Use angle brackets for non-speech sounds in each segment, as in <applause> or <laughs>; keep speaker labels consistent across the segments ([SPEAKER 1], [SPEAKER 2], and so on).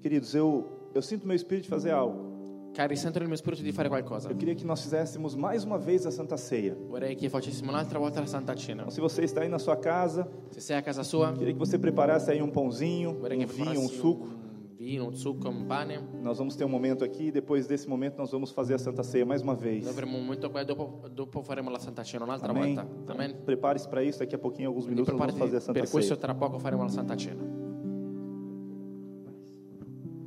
[SPEAKER 1] Queridos, eu, eu sinto meu espírito de fazer algo.
[SPEAKER 2] Cari, sento nel mio spirito di fare qualcosa.
[SPEAKER 1] Eu queria que nós fizéssemos mais uma vez a Santa Ceia.
[SPEAKER 2] Vorrei che facessimo un'altra volta la Santa Cena.
[SPEAKER 1] Então, se você está aí na sua casa,
[SPEAKER 2] Se sei a casa sua,
[SPEAKER 1] queria que você preparasse aí um pãozinho,
[SPEAKER 2] vorrei che
[SPEAKER 1] um vinho, um
[SPEAKER 2] preparassi
[SPEAKER 1] suco.
[SPEAKER 2] un vino, un succo, un pane.
[SPEAKER 1] Nós vamos ter um momento aqui e depois desse momento nós vamos fazer a Santa Ceia mais uma vez.
[SPEAKER 2] Noi avremo un momento qua e dopo, dopo faremo la Santa Cena un'altra
[SPEAKER 1] Amém? Então,
[SPEAKER 2] volta. Amen.
[SPEAKER 1] Prepare-se para isso, daqui a pouquinho, em alguns
[SPEAKER 2] Quindi
[SPEAKER 1] minutos, nós vamos fazer a
[SPEAKER 2] preparati
[SPEAKER 1] Santa
[SPEAKER 2] per questo
[SPEAKER 1] Ceia.
[SPEAKER 2] tra poco faremo la Santa Cena.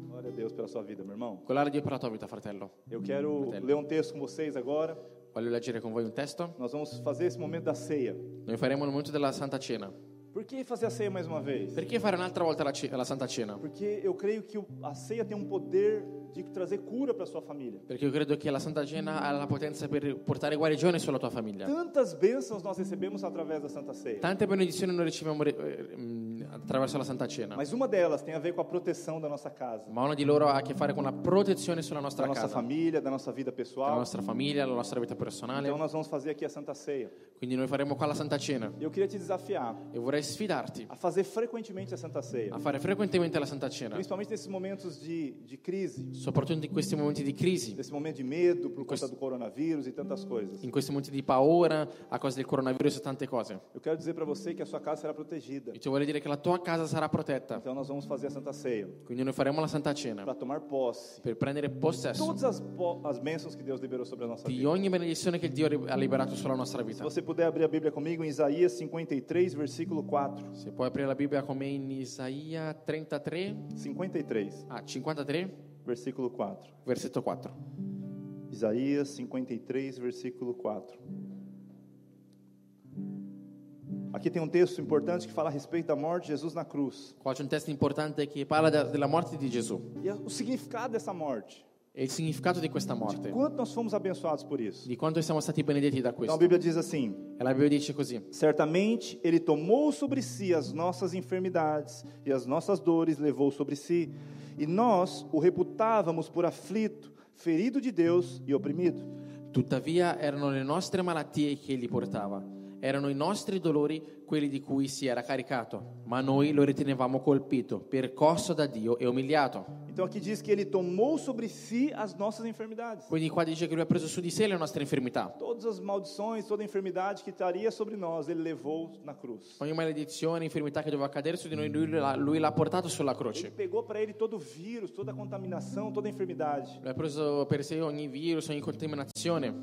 [SPEAKER 1] Glória a Deus pela sua vida, meu irmão.
[SPEAKER 2] Collare Dio per la tua vita, fratello.
[SPEAKER 1] Eu quero
[SPEAKER 2] Fratello.
[SPEAKER 1] ler um texto com vocês agora.
[SPEAKER 2] Voglio leggere con voi un testo.
[SPEAKER 1] Nós vamos fazer esse momento da ceia.
[SPEAKER 2] Noi faremo il momento della Santa Cena.
[SPEAKER 1] Por que fazer a ceia mais uma vez?
[SPEAKER 2] Perché fare un'altra volta la, ce- la Santa Cena?
[SPEAKER 1] Porque eu creio que o- a ceia tem um poder de trazer cura para sua família.
[SPEAKER 2] Perché io credo che la Santa Cena ha la potenza per portare guarigione sulla tua famiglia.
[SPEAKER 1] Tantas bênçãos nós recebemos através da Santa Ceia.
[SPEAKER 2] Tante benedizioni noi riceviamo eh, mm, attraverso la Santa Cena.
[SPEAKER 1] Mas uma delas tem a ver com a proteção da nossa casa,
[SPEAKER 2] ma una di loro ha a che fare con la protezione sulla
[SPEAKER 1] da
[SPEAKER 2] nostra
[SPEAKER 1] nossa
[SPEAKER 2] casa,
[SPEAKER 1] família, da nossa vida
[SPEAKER 2] la
[SPEAKER 1] pessoal.
[SPEAKER 2] nostra famiglia, la nostra vita personale.
[SPEAKER 1] Então nós vamos fazer aqui a Santa Ceia.
[SPEAKER 2] Quindi noi faremo qua la Santa Cena
[SPEAKER 1] E Eu queria te desafiar
[SPEAKER 2] e vorrei sfidarti
[SPEAKER 1] a fazer frequentemente a Santa Ceia,
[SPEAKER 2] a fare frequentemente la Santa Cena,
[SPEAKER 1] principalmente nesses momentos de, de crise,
[SPEAKER 2] soprattutto in questi momenti di crisi,
[SPEAKER 1] nesse momento de medo por conta
[SPEAKER 2] Quest-
[SPEAKER 1] do coronavírus e tantas coisas.
[SPEAKER 2] in questi momenti di paura a causa del coronavirus e tante cose.
[SPEAKER 1] Eu quero dizer para você que a sua casa será protegida.
[SPEAKER 2] E ti vorrei dire che la tua casa sarà protetta.
[SPEAKER 1] Então nós vamos fazer a Santa Ceia
[SPEAKER 2] Quindi noi faremo la Santa Cena
[SPEAKER 1] para tomar posse
[SPEAKER 2] per prendere
[SPEAKER 1] de
[SPEAKER 2] possesso
[SPEAKER 1] todas as, po- as bênçãos que Deus liberou sobre a nossa
[SPEAKER 2] di
[SPEAKER 1] vida.
[SPEAKER 2] ogni benedizione che Dio ri- ha liberato sulla nostra
[SPEAKER 1] Se
[SPEAKER 2] vita.
[SPEAKER 1] você puder abrir a Bíblia comigo em Isaías 53, versículo 4.
[SPEAKER 2] Se puoi aprire la Bibbia come in Isaia 33,
[SPEAKER 1] 53,
[SPEAKER 2] ah 53,
[SPEAKER 1] versículo 4.
[SPEAKER 2] versetto 4.
[SPEAKER 1] Isaías 53, versículo 4. Aqui tem um texto importante que fala a respeito da morte de Jesus na cruz.
[SPEAKER 2] Qua c'è un testo importante che parla de- della morte di Gesù
[SPEAKER 1] E é o significado dessa morte.
[SPEAKER 2] e il significato di questa morte,
[SPEAKER 1] Quanto nós fomos abençoados por isso.
[SPEAKER 2] di quanto siamo stati benedetti da
[SPEAKER 1] Então a
[SPEAKER 2] questo.
[SPEAKER 1] Bíblia diz assim:
[SPEAKER 2] E la Bibbia dice così:
[SPEAKER 1] Certamente ele tomou sobre si as nossas enfermidades e as nossas dores levou sobre si, e nós o reputávamos por aflito, ferido de Deus e oprimido.
[SPEAKER 2] Tuttavia erano le nostre malattie che egli portava, erano i nostri dolori quelli di cui si era caricato, ma noi lo ritenevamo colpito, percosso da Dio e umiliato.
[SPEAKER 1] Então aqui diz que ele tomou sobre si as nossas enfermidades.
[SPEAKER 2] Quindi qua dice che lui ha preso su di sé le nostre infermità.
[SPEAKER 1] Todas as maldições, toda a enfermidade que estaria sobre nós, ele levou na cruz.
[SPEAKER 2] Ogni maledizione, infermità che doveva cadere su di noi, lui l'ha, lui l'ha portato sulla
[SPEAKER 1] Ele
[SPEAKER 2] croce.
[SPEAKER 1] pegou para ele todo o vírus, toda a contaminação, toda a enfermidade,
[SPEAKER 2] Lui ha preso per sé ogni virus, ogni contaminazione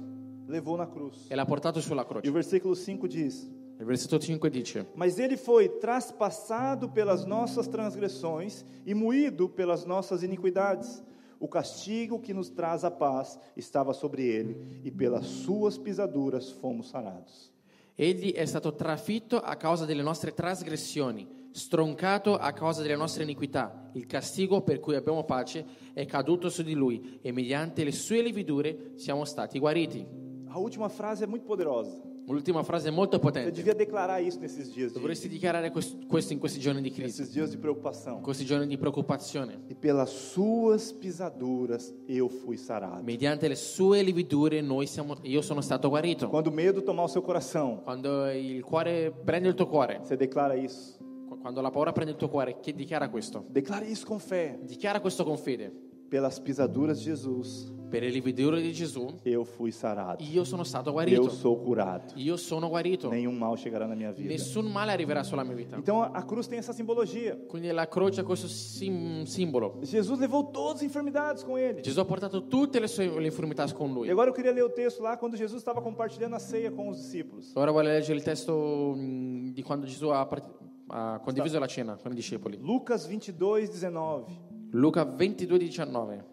[SPEAKER 1] levou na cruz.
[SPEAKER 2] e l'ha portato sulla croce.
[SPEAKER 1] E o versículo 5 diz:
[SPEAKER 2] Il versetto 5 dice:
[SPEAKER 1] Mas ele foi traspassado pelas nossas transgressões e moído pelas nossas iniquidades. O castigo que nos traz a paz estava sobre ele, e pelas suas pisaduras fomos sarados.
[SPEAKER 2] Egli è stato trafitto a causa delle nostre trasgressioni, stroncato a causa delle nostre iniquità. Il castigo per cui abbiamo pace è caduto su di lui e mediante le sue lividure siamo stati guariti.
[SPEAKER 1] A última frase é muito poderosa.
[SPEAKER 2] L'ultima frase è molto
[SPEAKER 1] Você
[SPEAKER 2] potente.
[SPEAKER 1] devia declarar isso nesses dias de,
[SPEAKER 2] Dovresti dichiarare quest- questo in questi giorni di crisi,
[SPEAKER 1] nesses dias de preocupação.
[SPEAKER 2] in questi giorni di preoccupazione.
[SPEAKER 1] E pelas suas pisaduras eu fui sarado.
[SPEAKER 2] Mediante le sue lividure noi siamo- io sono stato guarito.
[SPEAKER 1] Quando o medo tomar o seu coração,
[SPEAKER 2] Quando il cuore prende il tuo cuore,
[SPEAKER 1] você declara isso.
[SPEAKER 2] qu- quando la paura prende il tuo cuore, chi dichiara questo?
[SPEAKER 1] Declare isso com fé.
[SPEAKER 2] Dichiara questo con fede.
[SPEAKER 1] Pelas pisaduras de Jesus,
[SPEAKER 2] Per il lividore di Gesù,
[SPEAKER 1] eu fui sarado.
[SPEAKER 2] io sono stato
[SPEAKER 1] Eu
[SPEAKER 2] guarito.
[SPEAKER 1] sou curado.
[SPEAKER 2] Io sono guarito.
[SPEAKER 1] Nenhum mal chegará na minha vida.
[SPEAKER 2] Nessun male arriverà sulla mia vita.
[SPEAKER 1] Então a cruz tem essa simbologia.
[SPEAKER 2] Quindi la croce ha questo sim- simbolo.
[SPEAKER 1] Jesus levou todas as enfermidades com ele.
[SPEAKER 2] Gesù ha portato tutte le sue le infermità con
[SPEAKER 1] E
[SPEAKER 2] lui.
[SPEAKER 1] agora eu queria ler o texto lá quando Jesus estava compartilhando a ceia com os discípulos.
[SPEAKER 2] Ora voglio leggere il testo mh, di quando Gesù ha, part- ha condiviso la cena con i discepoli.
[SPEAKER 1] Lucas 22, 19.
[SPEAKER 2] Luca 22, 19.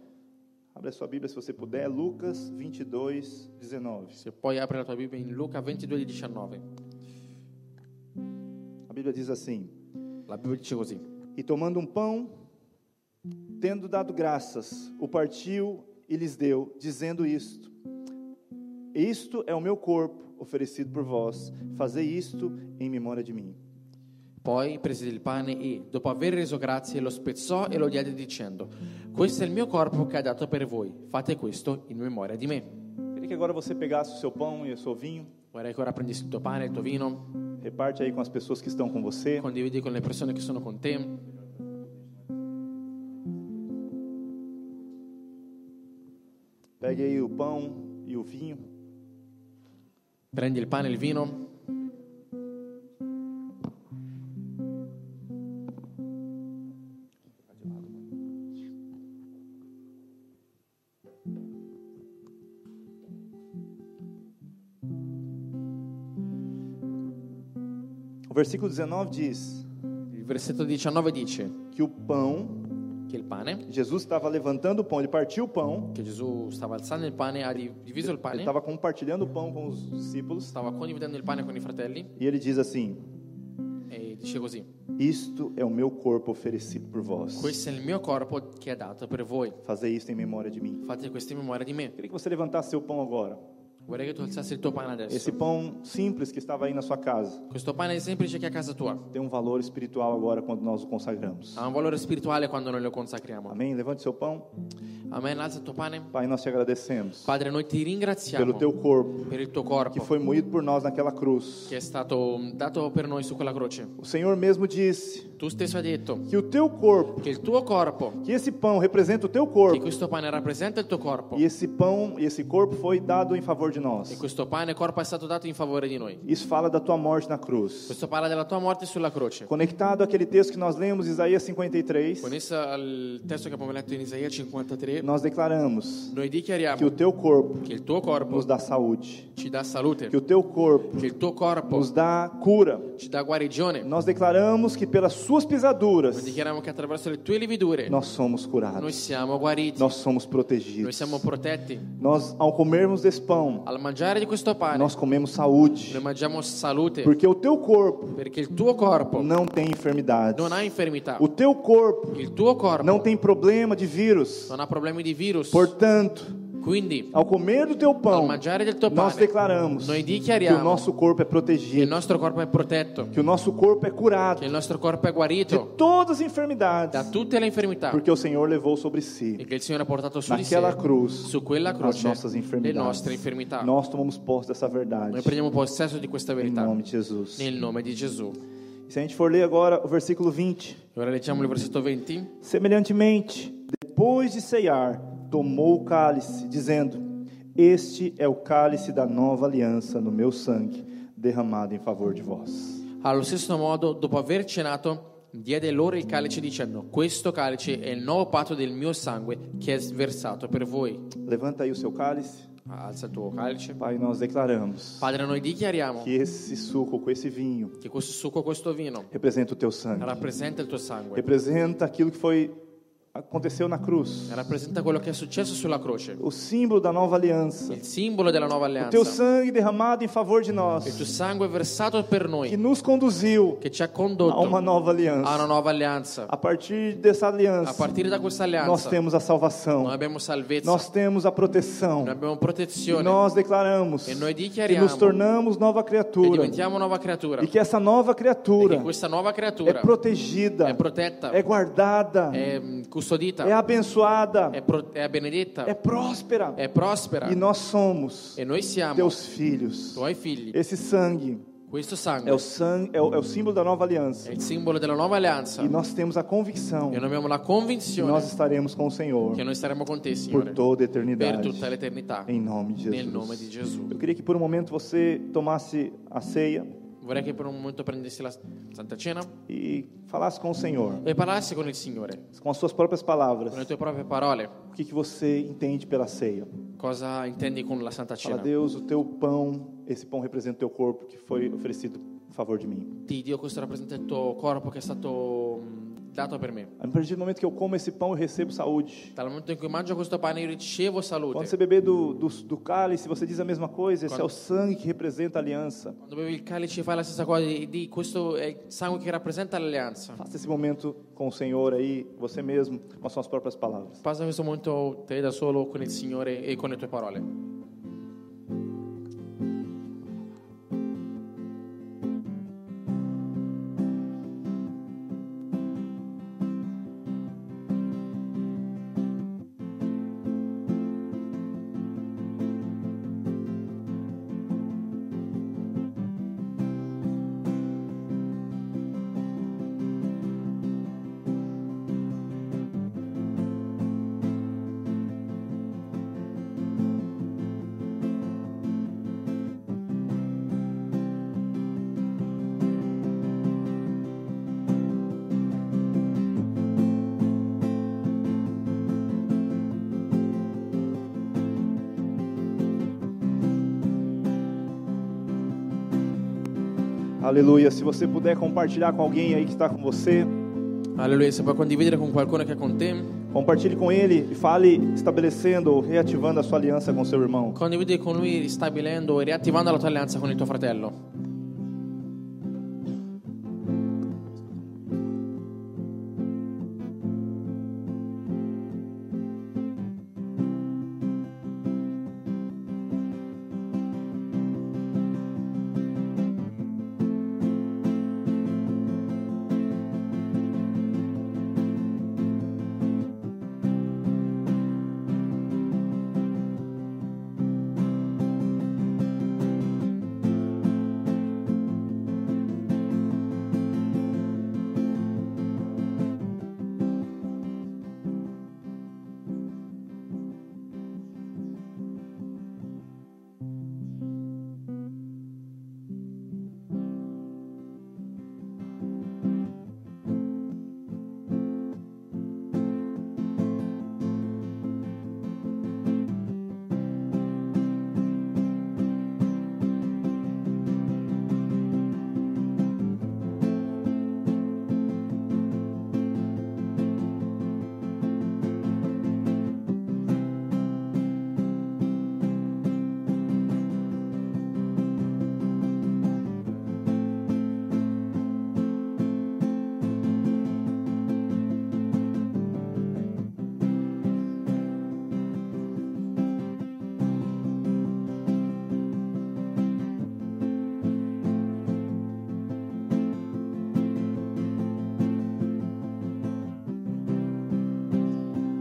[SPEAKER 1] Abre a sua Bíblia se você puder. Lucas 22, 19.
[SPEAKER 2] Se poi apri la tua Bibbia in Luca 22, 19.
[SPEAKER 1] A Bíblia diz assim:
[SPEAKER 2] La Bibbia dice così.
[SPEAKER 1] E tomando um pão, tendo dado graças, o partiu e lhes deu, dizendo isto: Isto é o meu corpo oferecido por vós, fazei isto em memória de mim.
[SPEAKER 2] Poi prese il pane e, dopo aver reso grazie, lo spezzò e lo diede dicendo, questo è il mio corpo che ha dato per voi, fate questo in memoria di me.
[SPEAKER 1] Queria que agora você pegasse o seu pão e o seu vinho,
[SPEAKER 2] Vorrei che ora prendessi il tuo pane, il tuo vino,
[SPEAKER 1] reparte aí com as pessoas que estão com você.
[SPEAKER 2] condividi con le persone che sono con te.
[SPEAKER 1] Pegue aí o pão e o vinho.
[SPEAKER 2] Prendi il pane e il vino.
[SPEAKER 1] O versículo 19 diz
[SPEAKER 2] Il versetto 19 dice
[SPEAKER 1] que o pão,
[SPEAKER 2] che il pane,
[SPEAKER 1] Jesus estava levantando o pão, ele partiu o pão,
[SPEAKER 2] che Gesù stava alzando il pane, ha ri- diviso il
[SPEAKER 1] ele
[SPEAKER 2] pane,
[SPEAKER 1] estava compartilhando o pão com os discípulos,
[SPEAKER 2] stava condividendo il pane con i fratelli
[SPEAKER 1] e ele diz assim:
[SPEAKER 2] e dice così,
[SPEAKER 1] Isto é o meu corpo oferecido por vós.
[SPEAKER 2] questo è il mio corpo che è dato per voi,
[SPEAKER 1] Fazer isto em memória de mim.
[SPEAKER 2] fate questa in memoria di me.
[SPEAKER 1] Queria que você levantasse seu pão agora.
[SPEAKER 2] Vorrei che tu alzassi il tuo pane adesso.
[SPEAKER 1] Esse pão simples que estava aí na sua casa
[SPEAKER 2] Questo pane semplice che è a casa tua
[SPEAKER 1] tem um valor espiritual agora quando nós o consagramos.
[SPEAKER 2] ha un valore spirituale quando noi lo consacriamo.
[SPEAKER 1] Amém? Levante seu pão.
[SPEAKER 2] Amen, alza il tuo pane.
[SPEAKER 1] Pai, nós te agradecemos
[SPEAKER 2] Padre, noi ti
[SPEAKER 1] pelo
[SPEAKER 2] ringraziamo
[SPEAKER 1] teu corpo
[SPEAKER 2] per il tuo
[SPEAKER 1] que
[SPEAKER 2] corpo
[SPEAKER 1] foi moído por nós naquela cruz.
[SPEAKER 2] che è stato mm, dato per noi su quella croce.
[SPEAKER 1] O Senhor mesmo disse
[SPEAKER 2] Tu stesso hai detto
[SPEAKER 1] que o teu corpo,
[SPEAKER 2] che il tuo corpo,
[SPEAKER 1] que esse pão representa o teu
[SPEAKER 2] che
[SPEAKER 1] corpo,
[SPEAKER 2] questo pane rappresenta il tuo corpo
[SPEAKER 1] e esse pão e esse corpo foi dado em favor de
[SPEAKER 2] e
[SPEAKER 1] nós.
[SPEAKER 2] questo pane corpo è stato dato in favore di noi.
[SPEAKER 1] Isso fala da tua morte na cruz.
[SPEAKER 2] Questo parla della tua morte sulla croce.
[SPEAKER 1] Conectado àquele texto que nós lemos, Isaías 53,
[SPEAKER 2] Connesso al testo che abbiamo letto in Isaia 53,
[SPEAKER 1] nós declaramos
[SPEAKER 2] noi
[SPEAKER 1] que o
[SPEAKER 2] dichiariamo
[SPEAKER 1] teu corpo
[SPEAKER 2] che il tuo
[SPEAKER 1] nos
[SPEAKER 2] corpo
[SPEAKER 1] dá saúde,
[SPEAKER 2] ci dà salute,
[SPEAKER 1] que o teu corpo
[SPEAKER 2] che il tuo corpo
[SPEAKER 1] nos dá cura.
[SPEAKER 2] ci dà guarigione.
[SPEAKER 1] Nós declaramos que pelas suas
[SPEAKER 2] Noi
[SPEAKER 1] pisaduras
[SPEAKER 2] dichiariamo che attraverso le tue lividure
[SPEAKER 1] nós somos
[SPEAKER 2] noi
[SPEAKER 1] curados,
[SPEAKER 2] siamo guariti,
[SPEAKER 1] nós somos
[SPEAKER 2] noi
[SPEAKER 1] protegidos.
[SPEAKER 2] siamo protetti.
[SPEAKER 1] Nós, ao comermos desse pão,
[SPEAKER 2] Al mangiare di questo pane
[SPEAKER 1] nós comemos saúde,
[SPEAKER 2] noi mangiamo salute
[SPEAKER 1] porque o teu corpo
[SPEAKER 2] perché il tuo corpo
[SPEAKER 1] não tem enfermidades.
[SPEAKER 2] non ha infermità,
[SPEAKER 1] O teu corpo
[SPEAKER 2] il tuo corpo
[SPEAKER 1] não tem problema de vírus.
[SPEAKER 2] non ha problemi di virus.
[SPEAKER 1] Portanto,
[SPEAKER 2] Quindi
[SPEAKER 1] ao comer do teu
[SPEAKER 2] al
[SPEAKER 1] pão,
[SPEAKER 2] mangiare del tuo
[SPEAKER 1] nós
[SPEAKER 2] pane
[SPEAKER 1] declaramos
[SPEAKER 2] noi
[SPEAKER 1] que o
[SPEAKER 2] dichiariamo
[SPEAKER 1] nosso corpo é
[SPEAKER 2] che il
[SPEAKER 1] protegido,
[SPEAKER 2] nostro corpo è protetto,
[SPEAKER 1] que o nosso corpo é curado
[SPEAKER 2] che il nostro corpo è
[SPEAKER 1] de
[SPEAKER 2] guarito
[SPEAKER 1] todas as
[SPEAKER 2] da
[SPEAKER 1] enfermidades,
[SPEAKER 2] tutte le infermità
[SPEAKER 1] porque o Senhor levou sobre si,
[SPEAKER 2] e che il Signore ha portato su di sé,
[SPEAKER 1] naquela cruz,
[SPEAKER 2] su quella
[SPEAKER 1] as
[SPEAKER 2] croce,
[SPEAKER 1] nossas
[SPEAKER 2] le nostre
[SPEAKER 1] enfermidades.
[SPEAKER 2] infermità.
[SPEAKER 1] Nós tomamos posse dessa verdade,
[SPEAKER 2] Noi prendiamo possesso di questa
[SPEAKER 1] em
[SPEAKER 2] verità
[SPEAKER 1] nome de Jesus.
[SPEAKER 2] nel nome di Gesù.
[SPEAKER 1] Se a gente for ler agora o versículo 20.
[SPEAKER 2] E Ora leggiamo il versetto 20.
[SPEAKER 1] Semelhantemente, depois de ceiar, tomou o cálice, dizendo: Este é o cálice da nova aliança no meu sangue, derramado em favor de vós.
[SPEAKER 2] Allo stesso modo, dopo aver cenato, diede loro il calice dicendo, questo calice è il nuovo patto del mio sangue che è versato per voi.
[SPEAKER 1] Levanta aí o seu cálice.
[SPEAKER 2] Alza il tuo calice.
[SPEAKER 1] Pai, nós declaramos
[SPEAKER 2] Padre, noi dichiariamo
[SPEAKER 1] que esse suco com esse vinho
[SPEAKER 2] che questo succo, questo vino,
[SPEAKER 1] representa o teu sangue.
[SPEAKER 2] rappresenta il tuo sangue,
[SPEAKER 1] Representa aquilo que foi aconteceu na cruz.
[SPEAKER 2] rappresenta quello che è successo sulla croce,
[SPEAKER 1] O símbolo da nova aliança.
[SPEAKER 2] il simbolo della nuova
[SPEAKER 1] O teu
[SPEAKER 2] alleanza.
[SPEAKER 1] sangue derramado em favor de
[SPEAKER 2] Il tuo
[SPEAKER 1] nós,
[SPEAKER 2] sangue versato per
[SPEAKER 1] que
[SPEAKER 2] noi,
[SPEAKER 1] nos conduziu
[SPEAKER 2] che ci ha
[SPEAKER 1] a uma
[SPEAKER 2] condotto
[SPEAKER 1] nova
[SPEAKER 2] a
[SPEAKER 1] alianza.
[SPEAKER 2] una nuova alleanza.
[SPEAKER 1] A partir dessa
[SPEAKER 2] A
[SPEAKER 1] aliança,
[SPEAKER 2] partire da questa
[SPEAKER 1] nós
[SPEAKER 2] alleanza, noi
[SPEAKER 1] temos a salvação,
[SPEAKER 2] abbiamo salvezza,
[SPEAKER 1] nós temos a proteção,
[SPEAKER 2] noi abbiamo
[SPEAKER 1] e
[SPEAKER 2] protezione,
[SPEAKER 1] nós declaramos
[SPEAKER 2] E noi
[SPEAKER 1] que
[SPEAKER 2] dichiariamo
[SPEAKER 1] nos tornamos nova
[SPEAKER 2] che
[SPEAKER 1] criatura
[SPEAKER 2] diventiamo nuova creatura.
[SPEAKER 1] e que essa nova
[SPEAKER 2] Perché
[SPEAKER 1] criatura
[SPEAKER 2] questa nuova creatura
[SPEAKER 1] é protegida,
[SPEAKER 2] è protetta,
[SPEAKER 1] é
[SPEAKER 2] è,
[SPEAKER 1] guardada,
[SPEAKER 2] mm, custodita,
[SPEAKER 1] é abençoada,
[SPEAKER 2] è, pro- è benedetta,
[SPEAKER 1] é próspera,
[SPEAKER 2] è prospera.
[SPEAKER 1] e nós somos
[SPEAKER 2] e noi siamo
[SPEAKER 1] teus filhos.
[SPEAKER 2] tuoi figli.
[SPEAKER 1] Esse sangue
[SPEAKER 2] Questo sangue
[SPEAKER 1] é o, sangue, é o, é o símbolo da nova
[SPEAKER 2] è
[SPEAKER 1] aliança
[SPEAKER 2] il simbolo della nuova alleanza.
[SPEAKER 1] e nós temos a convicção
[SPEAKER 2] e noi abbiamo la
[SPEAKER 1] que
[SPEAKER 2] convinzione
[SPEAKER 1] nós estaremos com o Senhor
[SPEAKER 2] che noi saremo con te, Signore,
[SPEAKER 1] por toda a
[SPEAKER 2] per
[SPEAKER 1] eternidade,
[SPEAKER 2] tutta l'eternità.
[SPEAKER 1] em nome de
[SPEAKER 2] Nel nome
[SPEAKER 1] Jesus.
[SPEAKER 2] di Gesù.
[SPEAKER 1] Eu queria que por um momento você tomasse a ceia
[SPEAKER 2] Vorrei che per un momento prendessi la Santa Cena
[SPEAKER 1] e falasse com o Senhor,
[SPEAKER 2] e parlassi con il Signore,
[SPEAKER 1] com as suas próprias palavras.
[SPEAKER 2] con le tue proprie parole.
[SPEAKER 1] O que, que você entende pela ceia?
[SPEAKER 2] Cosa intendi con la Santa
[SPEAKER 1] Fala,
[SPEAKER 2] Cena?
[SPEAKER 1] Deus, o teu pão, esse pão representa o teu corpo que foi oferecido a favor de mim.
[SPEAKER 2] Ti, Dio, questo rappresenta il tuo corpo che è stato mh, dato per me.
[SPEAKER 1] A partir do momento que eu como esse pão, eu recebo saúde.
[SPEAKER 2] Dal momento in cui mangio questo pane io ricevo
[SPEAKER 1] Quando
[SPEAKER 2] salute.
[SPEAKER 1] você beber do, do, do cálice, você diz a mesma coisa. Esse é o sangue que representa a alianza.
[SPEAKER 2] Quando bevi il calice fai la stessa cosa di, di- questo è il sangue che rappresenta l'alleanza.
[SPEAKER 1] Faça esse momento com o Senhor aí, você mesmo, com as suas próprias palavras.
[SPEAKER 2] Passa questo momento te da solo con il Signore e con le tue parole.
[SPEAKER 1] Aleluia. Se você puder compartilhar com alguém aí que está com você,
[SPEAKER 2] Alleluia, se puoi condividere con qualcuno che è con te,
[SPEAKER 1] compartilhe com ele e fale estabelecendo, reativando a sua aliança com seu irmão.
[SPEAKER 2] condividi con lui ristabilendo e riattivando la tua alleanza con il tuo fratello.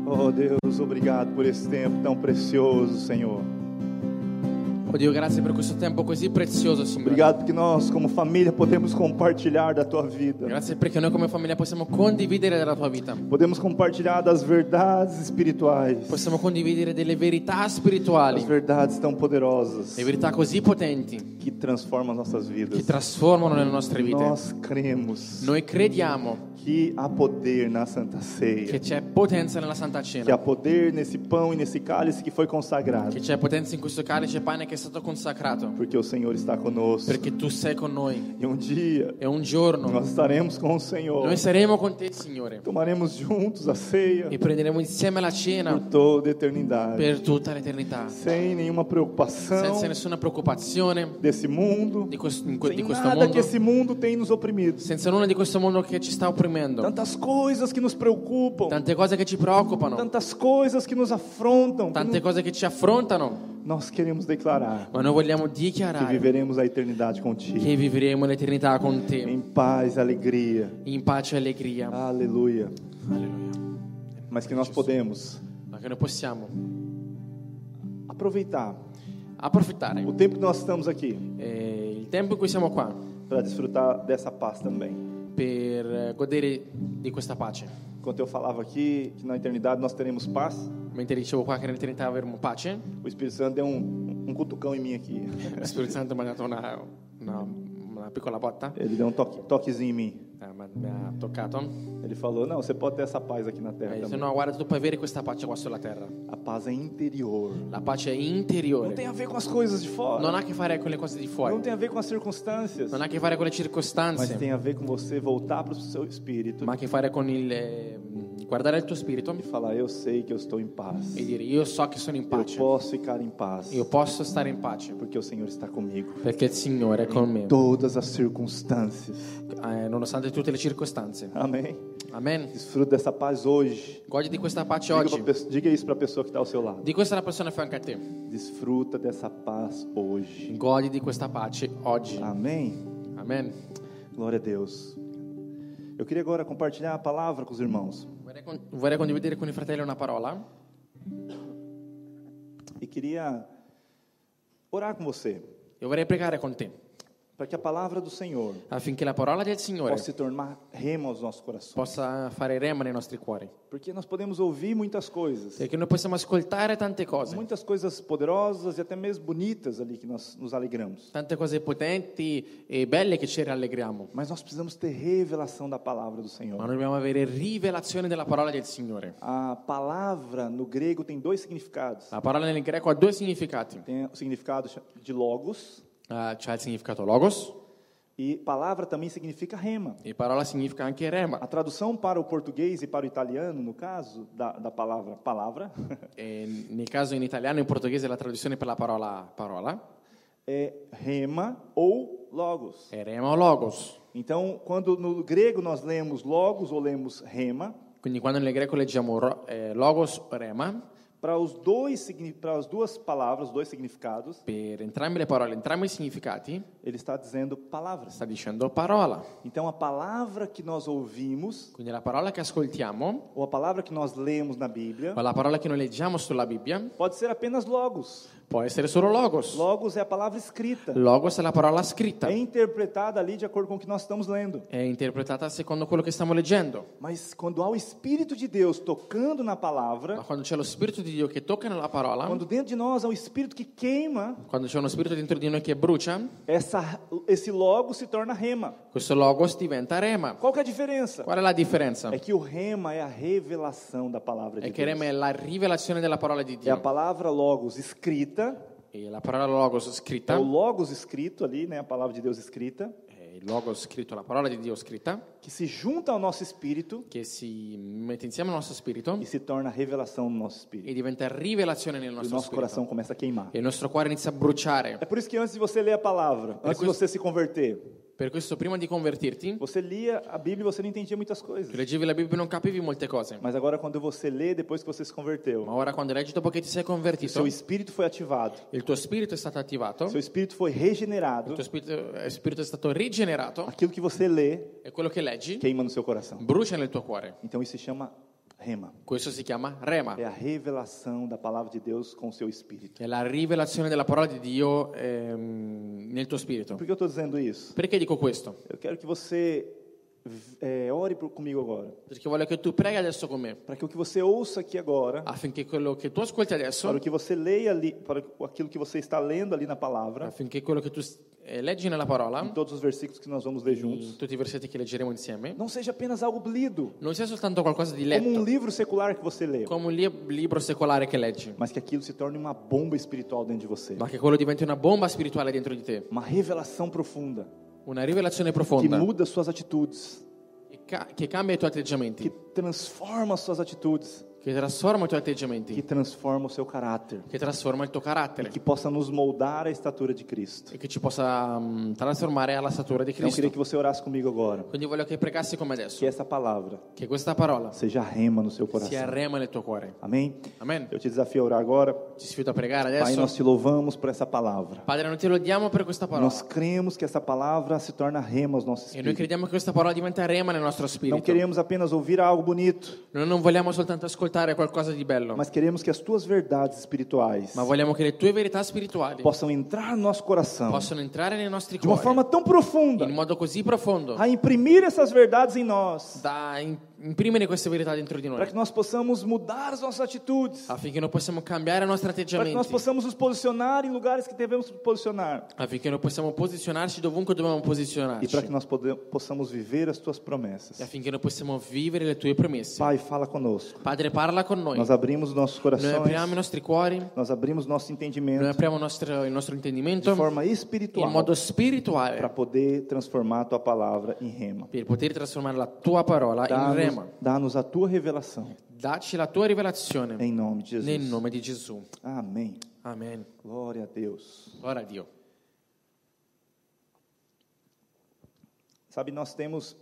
[SPEAKER 1] Oh Deus, obrigado por esse tempo tão precioso, Senhor.
[SPEAKER 2] Oh Dio, grazie per questo tempo così prezioso, Signore.
[SPEAKER 1] Obrigado porque nós, como família, podemos compartilhar da tua vida.
[SPEAKER 2] Grazie perché noi come famiglia possiamo condividere della tua vita.
[SPEAKER 1] Podemos compartilhar das verdades espirituais,
[SPEAKER 2] Possiamo condividere delle verità
[SPEAKER 1] as
[SPEAKER 2] spirituali,
[SPEAKER 1] verdades tão poderosas
[SPEAKER 2] le verità così potenti
[SPEAKER 1] que transformam nossas
[SPEAKER 2] che
[SPEAKER 1] vidas.
[SPEAKER 2] trasformano le nostre vite.
[SPEAKER 1] Nós cremos
[SPEAKER 2] Noi crediamo
[SPEAKER 1] que há poder na Santa
[SPEAKER 2] che
[SPEAKER 1] Ceia,
[SPEAKER 2] c'è potenza nella Santa
[SPEAKER 1] que há
[SPEAKER 2] Cena,
[SPEAKER 1] poder nesse pão e nesse cálice que foi consagrado,
[SPEAKER 2] che c'è potenza in questo calice e pane che è stato consacrato,
[SPEAKER 1] porque o Senhor está conosco.
[SPEAKER 2] perché tu sei con noi.
[SPEAKER 1] E um dia
[SPEAKER 2] E un giorno
[SPEAKER 1] nós estaremos com o Senhor,
[SPEAKER 2] noi saremo con te, Signore,
[SPEAKER 1] tomaremos juntos a ceia
[SPEAKER 2] e prenderemo insieme la
[SPEAKER 1] por
[SPEAKER 2] cena
[SPEAKER 1] toda a eternidade,
[SPEAKER 2] per tutta l'eternità,
[SPEAKER 1] sem nenhuma preocupação
[SPEAKER 2] senza nessuna preoccupazione
[SPEAKER 1] desse mundo,
[SPEAKER 2] di questo, in que- di
[SPEAKER 1] sem
[SPEAKER 2] questo
[SPEAKER 1] nada que
[SPEAKER 2] mondo.
[SPEAKER 1] esse mundo tem nos oprimido.
[SPEAKER 2] senza nulla di questo mondo che ci sta opprimendo,
[SPEAKER 1] Tantas coisas que nos preocupam,
[SPEAKER 2] tante cose che ci preoccupano,
[SPEAKER 1] tantas coisas que nos afrontam. que
[SPEAKER 2] tante cose che ci affrontano,
[SPEAKER 1] nos- Nós queremos declarar
[SPEAKER 2] ma noi vogliamo
[SPEAKER 1] que
[SPEAKER 2] dichiarare
[SPEAKER 1] viveremos a eternidade contigo.
[SPEAKER 2] che vivremo l'eternità con te,
[SPEAKER 1] Em paz, alegria.
[SPEAKER 2] in pace e allegria.
[SPEAKER 1] Aleluia.
[SPEAKER 2] Alleluia.
[SPEAKER 1] Mas que nós podemos
[SPEAKER 2] Ma che noi possiamo
[SPEAKER 1] aproveitar
[SPEAKER 2] approfittare
[SPEAKER 1] o tempo que nós estamos aqui
[SPEAKER 2] eh, il tempo in cui siamo qua
[SPEAKER 1] para desfrutar dessa paz também.
[SPEAKER 2] per eh, godere di questa pace.
[SPEAKER 1] Enquanto eu falava aqui que na eternidade nós teremos paz,
[SPEAKER 2] Mentre dicevo qua che nell'eternità avremo pace,
[SPEAKER 1] o Espírito Santo deu um, um cutucão em mim aqui.
[SPEAKER 2] lo Spirito Santo mi ha dato una, una- una piccola botta,
[SPEAKER 1] Ele deu um toque, toquezinho em mim.
[SPEAKER 2] eh, ma- mi ha toccato.
[SPEAKER 1] Ele falou: Não, você pode ter essa paz aqui na terra
[SPEAKER 2] Eh, se
[SPEAKER 1] também.
[SPEAKER 2] no, guarda, tu puoi avere questa pace qua sulla terra.
[SPEAKER 1] A paz é interior.
[SPEAKER 2] La pace è
[SPEAKER 1] Não
[SPEAKER 2] interiore.
[SPEAKER 1] tem a ver com as coisas de fora.
[SPEAKER 2] non ha a che fare con le cose di fuori,
[SPEAKER 1] Não tem a ver com as circunstâncias.
[SPEAKER 2] non ha a che fare con le
[SPEAKER 1] Mas
[SPEAKER 2] circostanze,
[SPEAKER 1] tem a ver com você voltar para o seu espírito
[SPEAKER 2] ma ha a che fare con il eh, guardare il tuo spirito
[SPEAKER 1] e falar: Eu sei que eu estou em paz.
[SPEAKER 2] e dire io so che sono in
[SPEAKER 1] Eu
[SPEAKER 2] pace,
[SPEAKER 1] posso ficar em paz.
[SPEAKER 2] io posso stare in pace
[SPEAKER 1] Porque o Senhor está comigo.
[SPEAKER 2] perché il Signore è con me,
[SPEAKER 1] Todas as circunstâncias.
[SPEAKER 2] eh, nonostante tutte le circostanze.
[SPEAKER 1] Amém?
[SPEAKER 2] Amen.
[SPEAKER 1] Desfruta dessa paz hoje.
[SPEAKER 2] Godi di questa pace
[SPEAKER 1] Diga, pra
[SPEAKER 2] oggi.
[SPEAKER 1] pessoa- diga isso para a pessoa que está ao seu lado.
[SPEAKER 2] Di questa la persona a fianco a te.
[SPEAKER 1] Desfruta dessa paz hoje.
[SPEAKER 2] Godi di questa pace oggi.
[SPEAKER 1] Amém?
[SPEAKER 2] Amen.
[SPEAKER 1] Glória a Deus. Eu queria agora compartilhar a palavra com os irmãos.
[SPEAKER 2] Vorrei, con- vorrei condividere con i fratelli una parola
[SPEAKER 1] E queria orar com você.
[SPEAKER 2] e vorrei pregare con te
[SPEAKER 1] Para que a palavra do Senhor
[SPEAKER 2] affinché la parola del Signore
[SPEAKER 1] possa se tornar rema aos nossos corações.
[SPEAKER 2] possa fare rema nei nostri cuori.
[SPEAKER 1] Porque nós podemos ouvir muitas coisas.
[SPEAKER 2] Perché noi possiamo ascoltare tante cose.
[SPEAKER 1] Muitas coisas poderosas e até mesmo bonitas ali que nós nos alegramos.
[SPEAKER 2] tante cose potenti e belle che ci rallegriamo,
[SPEAKER 1] Mas nós precisamos ter revelação da palavra do
[SPEAKER 2] ma
[SPEAKER 1] Senhor.
[SPEAKER 2] noi dobbiamo avere rivelazione della parola del Signore.
[SPEAKER 1] A palavra no grego tem dois significados.
[SPEAKER 2] La parola nel greco ha due significati, Eh,
[SPEAKER 1] Tem o significado de logos,
[SPEAKER 2] Ah, c'è il significato logos,
[SPEAKER 1] E palavra também significa rema.
[SPEAKER 2] E parola significa anche rema.
[SPEAKER 1] A tradução para o português e para o italiano, no caso da, da palavra palavra, <laughs>
[SPEAKER 2] E nel caso in italiano e in portoghese la traduzione per la parola parola
[SPEAKER 1] é rema ou logos.
[SPEAKER 2] è rema o logos.
[SPEAKER 1] Então, quando no grego nós lemos logos ou lemos rema,
[SPEAKER 2] Quindi quando nel greco leggiamo ro- eh, logos o rema,
[SPEAKER 1] para os dois signi- para as duas palavras, os dois significados,
[SPEAKER 2] per entrambe le parole, entrambi i significati,
[SPEAKER 1] ele está dizendo palavras.
[SPEAKER 2] sta dicendo parola.
[SPEAKER 1] Então, a palavra que nós ouvimos
[SPEAKER 2] Quindi la parola che ascoltiamo,
[SPEAKER 1] ou a palavra que nós lemos na Bíblia
[SPEAKER 2] o la parola che noi leggiamo sulla Bibbia,
[SPEAKER 1] pode ser apenas logos.
[SPEAKER 2] può essere solo logos.
[SPEAKER 1] Logos é a palavra escrita,
[SPEAKER 2] Logos è la parola scritta,
[SPEAKER 1] é interpretada ali de acordo com o que nós estamos lendo.
[SPEAKER 2] è interpretata secondo quello che stiamo leggendo.
[SPEAKER 1] Mas quando há o Espírito de Deus tocando na
[SPEAKER 2] Ma
[SPEAKER 1] palavra,
[SPEAKER 2] quando c'è lo Spirito di Dio che tocca nella parola,
[SPEAKER 1] quando dentro de nós há um Espírito que queima,
[SPEAKER 2] quando c'è uno Spirito dentro di noi che brucia,
[SPEAKER 1] essa, esse logo se torna rema.
[SPEAKER 2] questo logos diventa rema.
[SPEAKER 1] Qual que é a diferença?
[SPEAKER 2] Qual è la differenza?
[SPEAKER 1] É que o rema é a revelação da palavra
[SPEAKER 2] È
[SPEAKER 1] de
[SPEAKER 2] che
[SPEAKER 1] Deus.
[SPEAKER 2] É rema è la rivelazione della parola di
[SPEAKER 1] É a
[SPEAKER 2] Dio.
[SPEAKER 1] palavra logos escrita,
[SPEAKER 2] E la parola logos
[SPEAKER 1] é
[SPEAKER 2] scritta,
[SPEAKER 1] o logos escrito ali, né, a palavra de Deus escrita,
[SPEAKER 2] eh, il logos scritto, la parola di Dio scritta,
[SPEAKER 1] que se junta ao nosso espírito
[SPEAKER 2] che si mette insieme al nostro spirito
[SPEAKER 1] e se torna revelação no nosso
[SPEAKER 2] e
[SPEAKER 1] espírito.
[SPEAKER 2] diventa rivelazione nel
[SPEAKER 1] E o
[SPEAKER 2] nostro
[SPEAKER 1] nosso coração
[SPEAKER 2] spirito.
[SPEAKER 1] começa a queimar.
[SPEAKER 2] E il nostro cuore inizia a bruciare.
[SPEAKER 1] É por isso que antes de você ler a palavra, antes de você se converter,
[SPEAKER 2] Per questo prima di convertirti,
[SPEAKER 1] você lia a Bíblia e você não entendia muitas coisas.
[SPEAKER 2] leggevi la Bibbia e non capivi molte cose.
[SPEAKER 1] Mas agora quando você lê depois que você se
[SPEAKER 2] Ma
[SPEAKER 1] converteu,
[SPEAKER 2] ora quando leggi dopo che ti sei convertito,
[SPEAKER 1] seu espírito foi ativado,
[SPEAKER 2] il tuo spirito è stato attivato,
[SPEAKER 1] seu
[SPEAKER 2] il
[SPEAKER 1] espírito foi regenerado,
[SPEAKER 2] tuo spirito, eh, spirito è stato rigenerato
[SPEAKER 1] aquilo que você lê
[SPEAKER 2] e quello che leggi
[SPEAKER 1] queima no seu coração.
[SPEAKER 2] brucia nel tuo cuore.
[SPEAKER 1] Então isso se chama rema.
[SPEAKER 2] Questo si chiama rema.
[SPEAKER 1] É a revelação da palavra de Deus com o seu espírito.
[SPEAKER 2] che è Cioè, la rivelazione della parola di Dio ehm, nel tuo spirito.
[SPEAKER 1] Por que eu estou dizendo isso?
[SPEAKER 2] Perché dico questo?
[SPEAKER 1] Eu quero que você eh, ore por- comigo agora,
[SPEAKER 2] Perché voglio che tu preghi adesso con me,
[SPEAKER 1] para que o que você ouça aqui agora,
[SPEAKER 2] affinché quello che tu ascolti
[SPEAKER 1] para o
[SPEAKER 2] adesso,
[SPEAKER 1] que você leia ali, para aquilo que você está lendo ali na palavra,
[SPEAKER 2] affinché quello che tu eh, leggi nella
[SPEAKER 1] em
[SPEAKER 2] parola,
[SPEAKER 1] todos os versículos que nós vamos ler juntos,
[SPEAKER 2] in tutti i versetti che leggeremo insieme,
[SPEAKER 1] não seja apenas algo lido,
[SPEAKER 2] non sia soltanto qualcosa di
[SPEAKER 1] como um
[SPEAKER 2] letto,
[SPEAKER 1] livro secular que você lê,
[SPEAKER 2] come un li- libro secolare che leggi,
[SPEAKER 1] mas que aquilo se torne uma bomba espiritual dentro de você,
[SPEAKER 2] ma che quello diventi una bomba spirituale dentro di te,
[SPEAKER 1] uma revelação profunda
[SPEAKER 2] una rivelazione
[SPEAKER 1] que
[SPEAKER 2] profonda
[SPEAKER 1] muda suas atitudes,
[SPEAKER 2] che, ca- che cambia i tuoi
[SPEAKER 1] que
[SPEAKER 2] atteggiamenti,
[SPEAKER 1] transforma suas atitudes,
[SPEAKER 2] che trasforma i tuoi
[SPEAKER 1] que
[SPEAKER 2] atteggiamenti,
[SPEAKER 1] transforma o seu caráter.
[SPEAKER 2] che trasforma il tuo carattere
[SPEAKER 1] que possa nos moldar à estatura de Cristo.
[SPEAKER 2] e che ci possa mm, trasformare alla statura di
[SPEAKER 1] Então, eu
[SPEAKER 2] Cristo.
[SPEAKER 1] queria que você orasse comigo agora.
[SPEAKER 2] Quindi voglio che pregassi come
[SPEAKER 1] Que
[SPEAKER 2] adesso,
[SPEAKER 1] essa palavra
[SPEAKER 2] che questa parola
[SPEAKER 1] seja rema no seu
[SPEAKER 2] sia
[SPEAKER 1] coração.
[SPEAKER 2] rema nel tuo cuore.
[SPEAKER 1] Amém?
[SPEAKER 2] Amen.
[SPEAKER 1] Eu te desafio a orar agora.
[SPEAKER 2] Ti sfido a pregare
[SPEAKER 1] Pai,
[SPEAKER 2] adesso.
[SPEAKER 1] nós te louvamos por essa palavra.
[SPEAKER 2] Padre, noi ti lodiamo per questa parola.
[SPEAKER 1] Nós cremos que essa palavra se torna rema aos nossos
[SPEAKER 2] E noi
[SPEAKER 1] espíritos.
[SPEAKER 2] crediamo che questa parola diventa rema nel nostro
[SPEAKER 1] Não
[SPEAKER 2] spirito.
[SPEAKER 1] queremos apenas ouvir algo bonito,
[SPEAKER 2] Noi non vogliamo soltanto ascoltare qualcosa di bello,
[SPEAKER 1] mas queremos que as tuas verdades espirituais
[SPEAKER 2] ma vogliamo che le tue verità spirituali
[SPEAKER 1] possam entrar no nosso coração
[SPEAKER 2] possano entrare nei nostri
[SPEAKER 1] de uma
[SPEAKER 2] cuori
[SPEAKER 1] forma tão profunda
[SPEAKER 2] in modo così profondo
[SPEAKER 1] a imprimir essas verdades em nós,
[SPEAKER 2] da in- imprimere queste verità dentro di
[SPEAKER 1] para
[SPEAKER 2] noi,
[SPEAKER 1] que nós possamos mudar as nossas atitudes.
[SPEAKER 2] affinché noi possiamo cambiare i nostri
[SPEAKER 1] para que nós
[SPEAKER 2] atteggiamenti,
[SPEAKER 1] possamos nos posicionar em lugares que devemos nos posicionar
[SPEAKER 2] affinché noi possiamo posizionarci dovunque dobbiamo
[SPEAKER 1] e para que
[SPEAKER 2] posizionarci,
[SPEAKER 1] nós pode- possamos viver as tuas promessas.
[SPEAKER 2] e affinché noi possiamo vivere le tue promesse.
[SPEAKER 1] Pai, fala conosco.
[SPEAKER 2] Padre, parla con noi.
[SPEAKER 1] Nós abrimos os nossos
[SPEAKER 2] Noi apriamo i
[SPEAKER 1] corações,
[SPEAKER 2] nostri cuori,
[SPEAKER 1] nós abrimos nosso
[SPEAKER 2] noi
[SPEAKER 1] entendimento
[SPEAKER 2] apriamo il nostro, il nostro
[SPEAKER 1] de
[SPEAKER 2] intendimento
[SPEAKER 1] forma
[SPEAKER 2] in modo
[SPEAKER 1] espiritual para
[SPEAKER 2] spirituale
[SPEAKER 1] poder transformar a tua palavra em rema.
[SPEAKER 2] per poter trasformare la tua parola in rema.
[SPEAKER 1] Dá-nos dá-nos a tua revelação,
[SPEAKER 2] Dacci la tua rivelazione
[SPEAKER 1] em nome de
[SPEAKER 2] nel
[SPEAKER 1] Jesus.
[SPEAKER 2] nome di Gesù.
[SPEAKER 1] Amém.
[SPEAKER 2] Amen.
[SPEAKER 1] Glória a Deus.
[SPEAKER 2] Ora a Dio.
[SPEAKER 1] Sabe, nós temos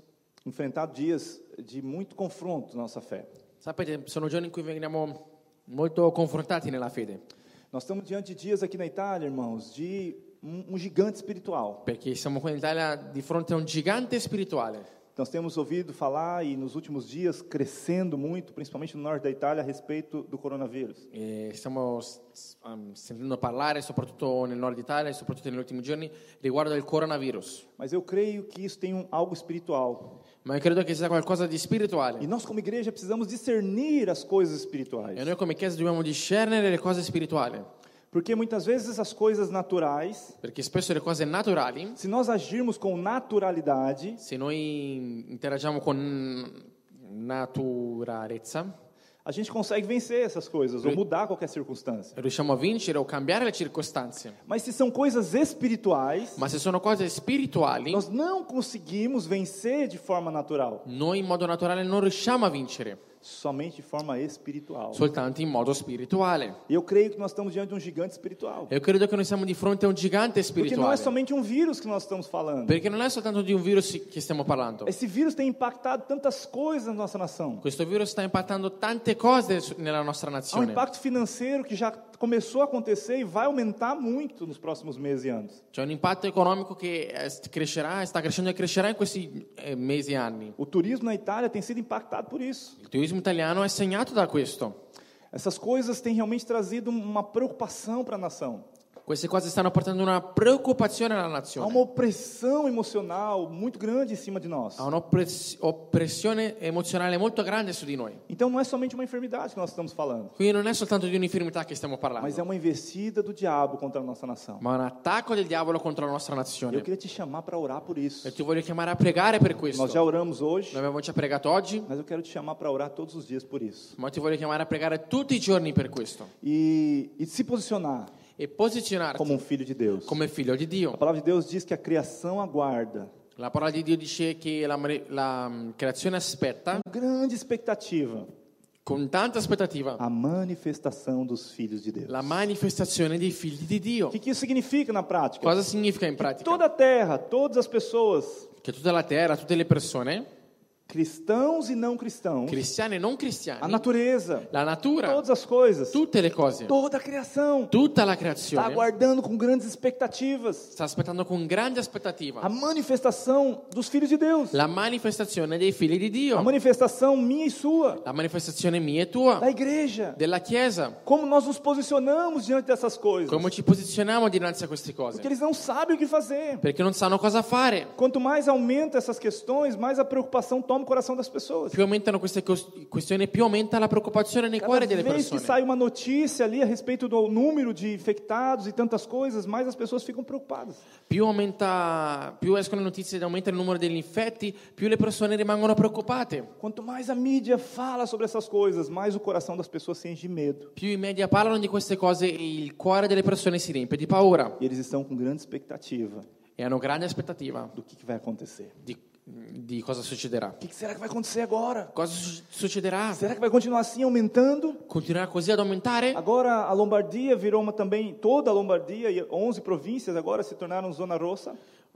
[SPEAKER 1] enfrentado dias de muito confronto na nossa fé.
[SPEAKER 2] Sapete, sono giorni in cui veniamo molto confrontati nella fede,
[SPEAKER 1] Nós estamos diante de dias aqui na Itália, irmãos, de um, um gigante espiritual.
[SPEAKER 2] perché siamo qua in Italia di fronte a un gigante spirituale.
[SPEAKER 1] Nós temos ouvido falar e nos últimos dias crescendo muito, principalmente no norte da Itália, a respeito do coronavírus.
[SPEAKER 2] E stiamo s- s- um, sentendo parlare, soprattutto nel nord Italia e soprattutto negli ultimi giorni, riguardo al coronavirus.
[SPEAKER 1] Mas eu creio que isso tem um, algo espiritual.
[SPEAKER 2] Ma io credo che sia qualcosa di spirituale.
[SPEAKER 1] E nós, como igreja, precisamos discernir as coisas
[SPEAKER 2] E
[SPEAKER 1] espirituais.
[SPEAKER 2] noi come Chiesa dobbiamo discernere le cose spirituali,
[SPEAKER 1] Porque muitas vezes as coisas naturais,
[SPEAKER 2] perché spesso le cose naturali,
[SPEAKER 1] se nós agirmos com naturalidade,
[SPEAKER 2] se noi interagiamo con naturalezza,
[SPEAKER 1] a a gente consegue vencer essas coisas ou mudar qualquer circunstância.
[SPEAKER 2] Riusciamo a vincere o cambiare le circostanze.
[SPEAKER 1] Mas se são coisas espirituais,
[SPEAKER 2] Ma se sono cose spirituali,
[SPEAKER 1] nós não conseguimos vencer de forma natural,
[SPEAKER 2] noi in modo naturale non riusciamo a vincere,
[SPEAKER 1] somente de forma espiritual.
[SPEAKER 2] soltanto in modo spirituale.
[SPEAKER 1] E eu creio que nós estamos diante de um gigante espiritual.
[SPEAKER 2] E Io credo che noi siamo di fronte a un gigante
[SPEAKER 1] Porque não
[SPEAKER 2] spirituale.
[SPEAKER 1] é somente um vírus que nós estamos falando.
[SPEAKER 2] Perché non è soltanto di un virus che stiamo parlando.
[SPEAKER 1] Esse vírus tem impactado tantas coisas na nossa nação.
[SPEAKER 2] Questo virus sta impattando tante cose su- nella nostra
[SPEAKER 1] Há um
[SPEAKER 2] nazione.
[SPEAKER 1] impacto financeiro que já começou a acontecer e vai aumentar muito nos próximos meses e anos.
[SPEAKER 2] C'è un impatto economico che eh, st- crescerà, e sta crescendo e crescerà in questi eh, mesi e anni.
[SPEAKER 1] O turismo na Itália tem sido impactado por isso.
[SPEAKER 2] Il turismo italiano è segnato da questo.
[SPEAKER 1] Essas coisas têm realmente trazido uma preocupação para a nação.
[SPEAKER 2] Queste cose stanno portando una preoccupazione alla
[SPEAKER 1] Há uma
[SPEAKER 2] nazione,
[SPEAKER 1] opressão emocional muito grande em cima de nós.
[SPEAKER 2] a un'oppressione emozionale molto grande su di noi.
[SPEAKER 1] Então não é somente uma enfermidade que nós estamos falando,
[SPEAKER 2] Quindi non è soltanto di un'infermità che stiamo
[SPEAKER 1] mas é
[SPEAKER 2] parlando,
[SPEAKER 1] uma investida do diabo contra a nossa nação.
[SPEAKER 2] ma un attacco del diavolo contro la nostra
[SPEAKER 1] E Eu
[SPEAKER 2] nazione.
[SPEAKER 1] queria te chamar para orar por isso.
[SPEAKER 2] E ti voglio chiamare a pregare per
[SPEAKER 1] Nós
[SPEAKER 2] questo.
[SPEAKER 1] já oramos hoje,
[SPEAKER 2] Noi abbiamo già pregato oggi,
[SPEAKER 1] mas eu quero te chamar para orar todos os dias por isso.
[SPEAKER 2] ma ti voglio chiamare a pregare tutti i giorni per questo.
[SPEAKER 1] E, e se posicionar
[SPEAKER 2] E posizionarti
[SPEAKER 1] como um filho de Deus.
[SPEAKER 2] come figlio di Dio.
[SPEAKER 1] A palavra de Deus diz que a criação aguarda.
[SPEAKER 2] La parola di Dio dice che la, mare- la, mm, creazione aspetta
[SPEAKER 1] com Grande expectativa.
[SPEAKER 2] con tanta aspettativa
[SPEAKER 1] A manifestação dos filhos de Deus.
[SPEAKER 2] la manifestazione dei figli di Dio.
[SPEAKER 1] O que, que isso significa na prática?
[SPEAKER 2] Cosa significa in pratica?
[SPEAKER 1] Toda a terra, todas as pessoas,
[SPEAKER 2] Che tutta la terra, tutte le persone,
[SPEAKER 1] cristãos e não cristãos,
[SPEAKER 2] cristiani e non
[SPEAKER 1] a
[SPEAKER 2] cristiani,
[SPEAKER 1] natureza,
[SPEAKER 2] la natura,
[SPEAKER 1] todas as coisas,
[SPEAKER 2] tutte le cose,
[SPEAKER 1] toda a criação
[SPEAKER 2] tutta la
[SPEAKER 1] está
[SPEAKER 2] creazione
[SPEAKER 1] aguardando com grandes expectativas
[SPEAKER 2] sta aspettando con grande
[SPEAKER 1] a
[SPEAKER 2] aspettativa
[SPEAKER 1] manifestação dos filhos de Deus,
[SPEAKER 2] la manifestazione dei figli di
[SPEAKER 1] a
[SPEAKER 2] Dio,
[SPEAKER 1] manifestação minha e sua,
[SPEAKER 2] la manifestazione mia e tua,
[SPEAKER 1] da igreja.
[SPEAKER 2] della Chiesa.
[SPEAKER 1] Como nós nos posicionamos diante dessas coisas?
[SPEAKER 2] Come ci posizioniamo dinanzi a queste
[SPEAKER 1] Porque
[SPEAKER 2] cose?
[SPEAKER 1] eles não sabem o que fazer.
[SPEAKER 2] Perché non sanno cosa fare.
[SPEAKER 1] Quanto mais aumenta essas questões, mais a preocupação toma o coração das pessoas.
[SPEAKER 2] più aumentano queste cos- questioni, più aumenta la preoccupazione nei cuori
[SPEAKER 1] Cada
[SPEAKER 2] delle
[SPEAKER 1] vez que
[SPEAKER 2] persone.
[SPEAKER 1] sai uma notícia ali a respeito do número de infectados e tantas coisas, mais as pessoas ficam preocupadas.
[SPEAKER 2] Più, aumenta, più escono notizie ed aumenta il numero degli infetti, più le persone rimangono preoccupate.
[SPEAKER 1] Quanto mais a mídia fala sobre essas coisas, mais o coração das pessoas se enche de medo.
[SPEAKER 2] Più i media parlano di queste cose, il cuore delle persone si riempie di paura
[SPEAKER 1] E eles estão com grande expectativa
[SPEAKER 2] e hanno grande aspettativa
[SPEAKER 1] do que, que vai acontecer.
[SPEAKER 2] di, di cosa succederà.
[SPEAKER 1] O que, que será que vai acontecer agora?
[SPEAKER 2] Cosa su- succederà?
[SPEAKER 1] Será que vai continuar assim aumentando?
[SPEAKER 2] Continuerà così ad aumentare?
[SPEAKER 1] Agora a Lombardia virou uma também, toda a Lombardia e 11 províncias agora se tornaram zona rossa.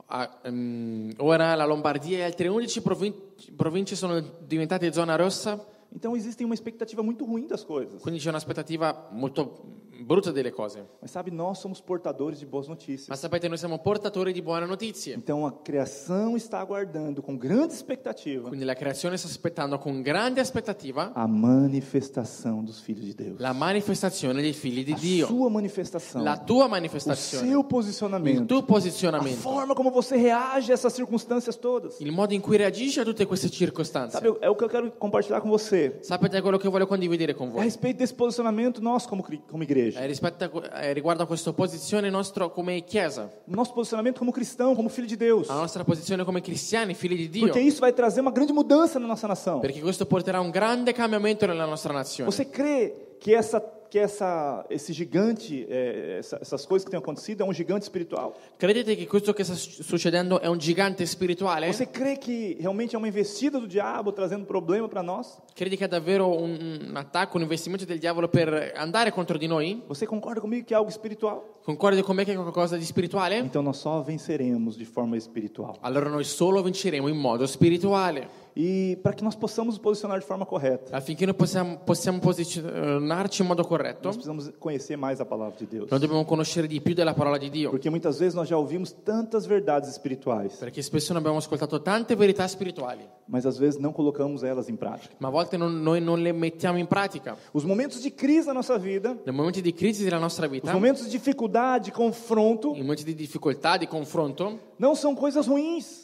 [SPEAKER 2] Ah, ehm, ora la Lombardia e altre 11 provin- province sono diventate zona rossa,
[SPEAKER 1] Então existe uma expectativa muito ruim das coisas.
[SPEAKER 2] quindi c'è un'aspettativa molto brutta delle cose.
[SPEAKER 1] Mas sabe, nós somos portadores de boas notícias.
[SPEAKER 2] Ma sapete, noi siamo portatori di buone notizie.
[SPEAKER 1] Então a criação está aguardando com grande expectativa
[SPEAKER 2] Quindi la creazione sta aspettando con grande aspettativa
[SPEAKER 1] a manifestação dos filhos de Deus.
[SPEAKER 2] la manifestazione dei figli di
[SPEAKER 1] A
[SPEAKER 2] Dio.
[SPEAKER 1] sua manifestação,
[SPEAKER 2] La tua
[SPEAKER 1] o
[SPEAKER 2] manifestazione,
[SPEAKER 1] seu
[SPEAKER 2] il
[SPEAKER 1] posicionamento,
[SPEAKER 2] tuo
[SPEAKER 1] a
[SPEAKER 2] posizionamento,
[SPEAKER 1] forma como você reage a essas circunstâncias todas.
[SPEAKER 2] il modo in cui reagisci a tutte queste circostanze.
[SPEAKER 1] Sabe, é o que eu quero compartilhar com você.
[SPEAKER 2] Sapete quello che voglio condividere con
[SPEAKER 1] É a
[SPEAKER 2] voi?
[SPEAKER 1] respeito desse posicionamento nosso como, cri- como igreja.
[SPEAKER 2] Eh, rispetto a que- eh, riguardo a questa posizione nostra come Chiesa,
[SPEAKER 1] Nosso posicionamento como cristão, como filho de Deus.
[SPEAKER 2] la nostra posizione come cristiani, figli di Dio,
[SPEAKER 1] Porque isso vai trazer uma grande mudança na nossa nação.
[SPEAKER 2] perché questo porterà un grande cambiamento nella nostra nazione.
[SPEAKER 1] Você crê que essa que essa esse gigante, eh, essa- essas coisas que têm acontecido é um gigante espiritual?
[SPEAKER 2] Credete che questo che sta su- succedendo è un gigante spirituale?
[SPEAKER 1] Você crê que realmente é uma investida do diabo trazendo problema para nós?
[SPEAKER 2] Credi che è davvero un, un attacco, un investimento del diavolo per andare contro di noi?
[SPEAKER 1] Você concorda comigo que é algo espiritual?
[SPEAKER 2] Concordi con me che è qualcosa di spirituale?
[SPEAKER 1] Então nós só venceremos de forma espiritual.
[SPEAKER 2] Allora noi solo vinceremo in modo spirituale,
[SPEAKER 1] E para que nós possamos nos posicionar de forma correta,
[SPEAKER 2] affinché noi possiamo, possiamo posizionarci in modo corretto.
[SPEAKER 1] nós precisamos conhecer mais a palavra de Deus.
[SPEAKER 2] Noi dobbiamo conoscere di più della parola di Dio,
[SPEAKER 1] Porque muitas vezes nós já ouvimos tantas verdades espirituais,
[SPEAKER 2] perché spesso noi abbiamo ascoltato tante verità spirituali,
[SPEAKER 1] mas às vezes não colocamos elas em prática.
[SPEAKER 2] ma a volte non- noi non le mettiamo in pratica.
[SPEAKER 1] Os momentos de crise na nossa vida,
[SPEAKER 2] Nei momenti di crisi della nostra
[SPEAKER 1] os
[SPEAKER 2] vita, nei
[SPEAKER 1] momentos de dificuldade, confronto,
[SPEAKER 2] momenti di difficoltà, di confronto,
[SPEAKER 1] não são coisas ruins.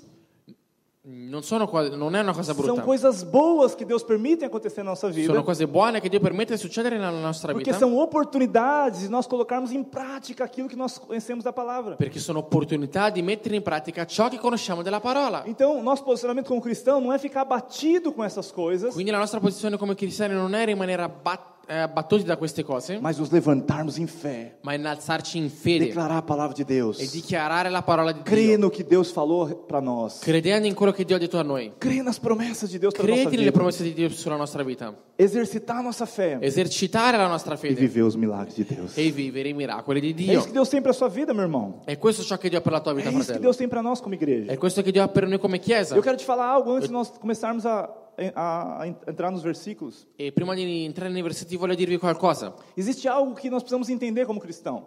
[SPEAKER 2] Non, sono qua- non è una cosa brutta.
[SPEAKER 1] São coisas boas que Deus permite acontecer na nossa
[SPEAKER 2] Sono
[SPEAKER 1] vida,
[SPEAKER 2] cose buone che Dio permette di succedere nella nostra
[SPEAKER 1] porque
[SPEAKER 2] vita.
[SPEAKER 1] são oportunidades de nós colocarmos em prática aquilo que nós conhecemos da palavra.
[SPEAKER 2] Perché sono opportunità di mettere in pratica ciò che conosciamo della parola.
[SPEAKER 1] Então, nosso posicionamento como cristão não é ficar abatido com essas coisas,
[SPEAKER 2] Quindi la nostra posizione come cristiani non è rimanere abbat- eh, abbattuti da queste cose,
[SPEAKER 1] mas nos levantarmos em fé,
[SPEAKER 2] ma innalzarci in fede
[SPEAKER 1] declarar a palavra de
[SPEAKER 2] e
[SPEAKER 1] Deus,
[SPEAKER 2] dichiarare la parola di
[SPEAKER 1] crer
[SPEAKER 2] Dio,
[SPEAKER 1] no que Deus falou para nós,
[SPEAKER 2] credendo in quello che Dio ha detto a noi.
[SPEAKER 1] crer nas promessas de Deus para nossa
[SPEAKER 2] Credi nelle
[SPEAKER 1] vida,
[SPEAKER 2] promesse di Dio sulla nostra vita,
[SPEAKER 1] exercitar a nossa fé
[SPEAKER 2] esercitare la nostra
[SPEAKER 1] e
[SPEAKER 2] fede
[SPEAKER 1] viver os milagres de Deus.
[SPEAKER 2] e vivere i miracoli di
[SPEAKER 1] É isso que
[SPEAKER 2] Dio.
[SPEAKER 1] Deus tem para sua vida, meu irmão.
[SPEAKER 2] E questo è ciò che Dio ha per la tua
[SPEAKER 1] É
[SPEAKER 2] vita,
[SPEAKER 1] isso que
[SPEAKER 2] fratello.
[SPEAKER 1] Deus tem para nós como igreja.
[SPEAKER 2] È questo che Dio ha per noi come chiesa.
[SPEAKER 1] Tá. Eu quero te falar algo antes de nós começarmos a, a- a entrar nos versículos.
[SPEAKER 2] E prima di entrare nei versetti voglio dirvi qualcosa.
[SPEAKER 1] Existe algo que nós precisamos entender como cristão.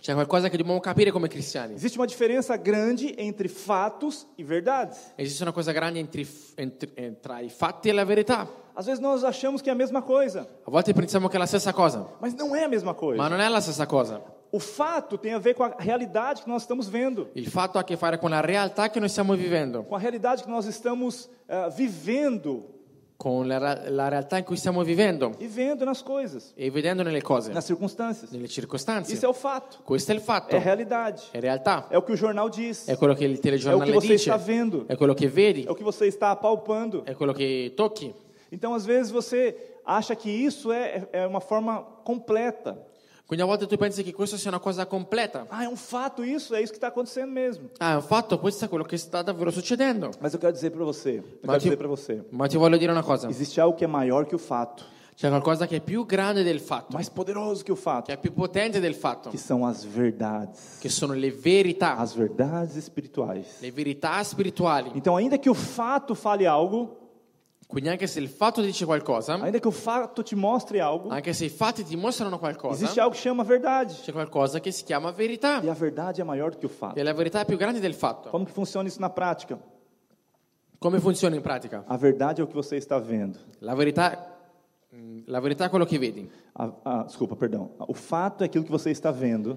[SPEAKER 2] C'è qualcosa che dobbiamo capire come cristiani.
[SPEAKER 1] Existe uma diferença grande entre fatos e verdades.
[SPEAKER 2] Esiste una cosa grande entri- entri- eh, tra i fatti e la verità. A
[SPEAKER 1] Às vezes nós achamos que é a mesma coisa,
[SPEAKER 2] volte pensiamo che è la stessa cosa,
[SPEAKER 1] mas não é a mesma
[SPEAKER 2] ma
[SPEAKER 1] coisa.
[SPEAKER 2] non è la stessa cosa.
[SPEAKER 1] O fato tem a ver com a realidade que nós estamos vendo,
[SPEAKER 2] Il fatto ha a che fare con la realtà che noi stiamo vivendo,
[SPEAKER 1] com a realidade que nós estamos ah, vivendo
[SPEAKER 2] con la, ra- la realtà in cui stiamo vivendo
[SPEAKER 1] e vendo nas coisas,
[SPEAKER 2] e vedendo nelle cose,
[SPEAKER 1] nas circunstâncias.
[SPEAKER 2] nelle
[SPEAKER 1] Isso é
[SPEAKER 2] circostanze.
[SPEAKER 1] o fato,
[SPEAKER 2] Questo è il fatto,
[SPEAKER 1] é a
[SPEAKER 2] è
[SPEAKER 1] realidade,
[SPEAKER 2] realtà,
[SPEAKER 1] é o que o jornal diz,
[SPEAKER 2] è quello che il
[SPEAKER 1] é o que
[SPEAKER 2] telegiornale
[SPEAKER 1] você
[SPEAKER 2] dice,
[SPEAKER 1] está vendo,
[SPEAKER 2] è quello che vedi,
[SPEAKER 1] é o que você está apalpando.
[SPEAKER 2] è quello che tocchi.
[SPEAKER 1] Então, às vezes, você acha que isso é, é uma forma completa.
[SPEAKER 2] Quindi a volte tu pensi che questa sia una cosa completa.
[SPEAKER 1] Ah, é um fato isso, é isso que está acontecendo mesmo.
[SPEAKER 2] Ah, è un fatto, questo è quello che sta davvero succedendo.
[SPEAKER 1] Mas eu quero dizer para você, eu quero
[SPEAKER 2] Mas
[SPEAKER 1] dizer
[SPEAKER 2] eu-
[SPEAKER 1] para você,
[SPEAKER 2] Ma ti voglio dire una cosa,
[SPEAKER 1] existe algo que é maior que o fato,
[SPEAKER 2] c'è qualcosa che è più grande del fatto,
[SPEAKER 1] mais poderoso que o fato,
[SPEAKER 2] che è più potente del fatto,
[SPEAKER 1] que são as verdades,
[SPEAKER 2] che sono le verità,
[SPEAKER 1] as verdades espirituais.
[SPEAKER 2] le verità spirituali.
[SPEAKER 1] Então, ainda que o fato fale algo,
[SPEAKER 2] Quindi anche se il fatto dice qualcosa,
[SPEAKER 1] ainda que o fato te mostre algo,
[SPEAKER 2] anche se i fatti ti mostrano qualcosa,
[SPEAKER 1] existe algo que chama verdade.
[SPEAKER 2] c'è qualcosa che si chiama verità
[SPEAKER 1] E a verdade é maior do que o fato.
[SPEAKER 2] e la verità è più grande del fatto.
[SPEAKER 1] Como que funciona isso na prática?
[SPEAKER 2] Come funziona in pratica?
[SPEAKER 1] A verdade é o que você está vendo.
[SPEAKER 2] La verità, mh, la verità è quello che vedi.
[SPEAKER 1] A- a- desculpa, perdão. O fato é aquilo que você está vendo,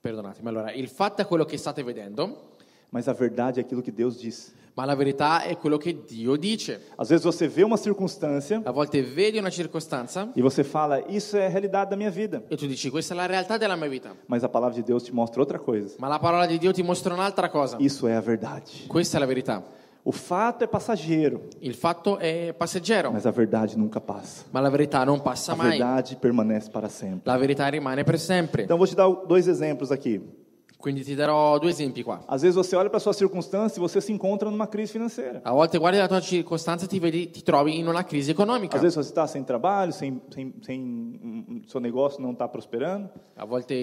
[SPEAKER 2] Perdonatemi, allora, il fatto è quello che state vedendo,
[SPEAKER 1] mas a verdade é aquilo que Deus diz.
[SPEAKER 2] ma la verità è quello che Dio dice.
[SPEAKER 1] Às vezes você vê uma circunstância
[SPEAKER 2] A volte vedi una circostanza
[SPEAKER 1] e você fala, isso é a realidade da minha vida.
[SPEAKER 2] e tu dici questa è la realtà della mia vita,
[SPEAKER 1] Mas a palavra de Deus te mostra outra coisa.
[SPEAKER 2] ma la parola di Dio ti mostra un'altra cosa.
[SPEAKER 1] Isso é a verdade.
[SPEAKER 2] Questa è la verità.
[SPEAKER 1] O fato é passageiro,
[SPEAKER 2] Il fatto è passeggero,
[SPEAKER 1] mas a verdade nunca passa.
[SPEAKER 2] ma la verità non passa
[SPEAKER 1] A
[SPEAKER 2] mai.
[SPEAKER 1] verdade permanece para sempre.
[SPEAKER 2] La verità rimane per sempre.
[SPEAKER 1] Então vou te dar dois exemplos aqui.
[SPEAKER 2] Quindi ti darò due esempi qua.
[SPEAKER 1] Às vezes você olha para sua circunstância e você se encontra numa crise financeira.
[SPEAKER 2] A volte guardi la tua circostanza e ti, vedi- ti trovi in una crisi economica.
[SPEAKER 1] Às vezes você está sem trabalho, sem, sem, sem seu negócio não está prosperando,
[SPEAKER 2] A volte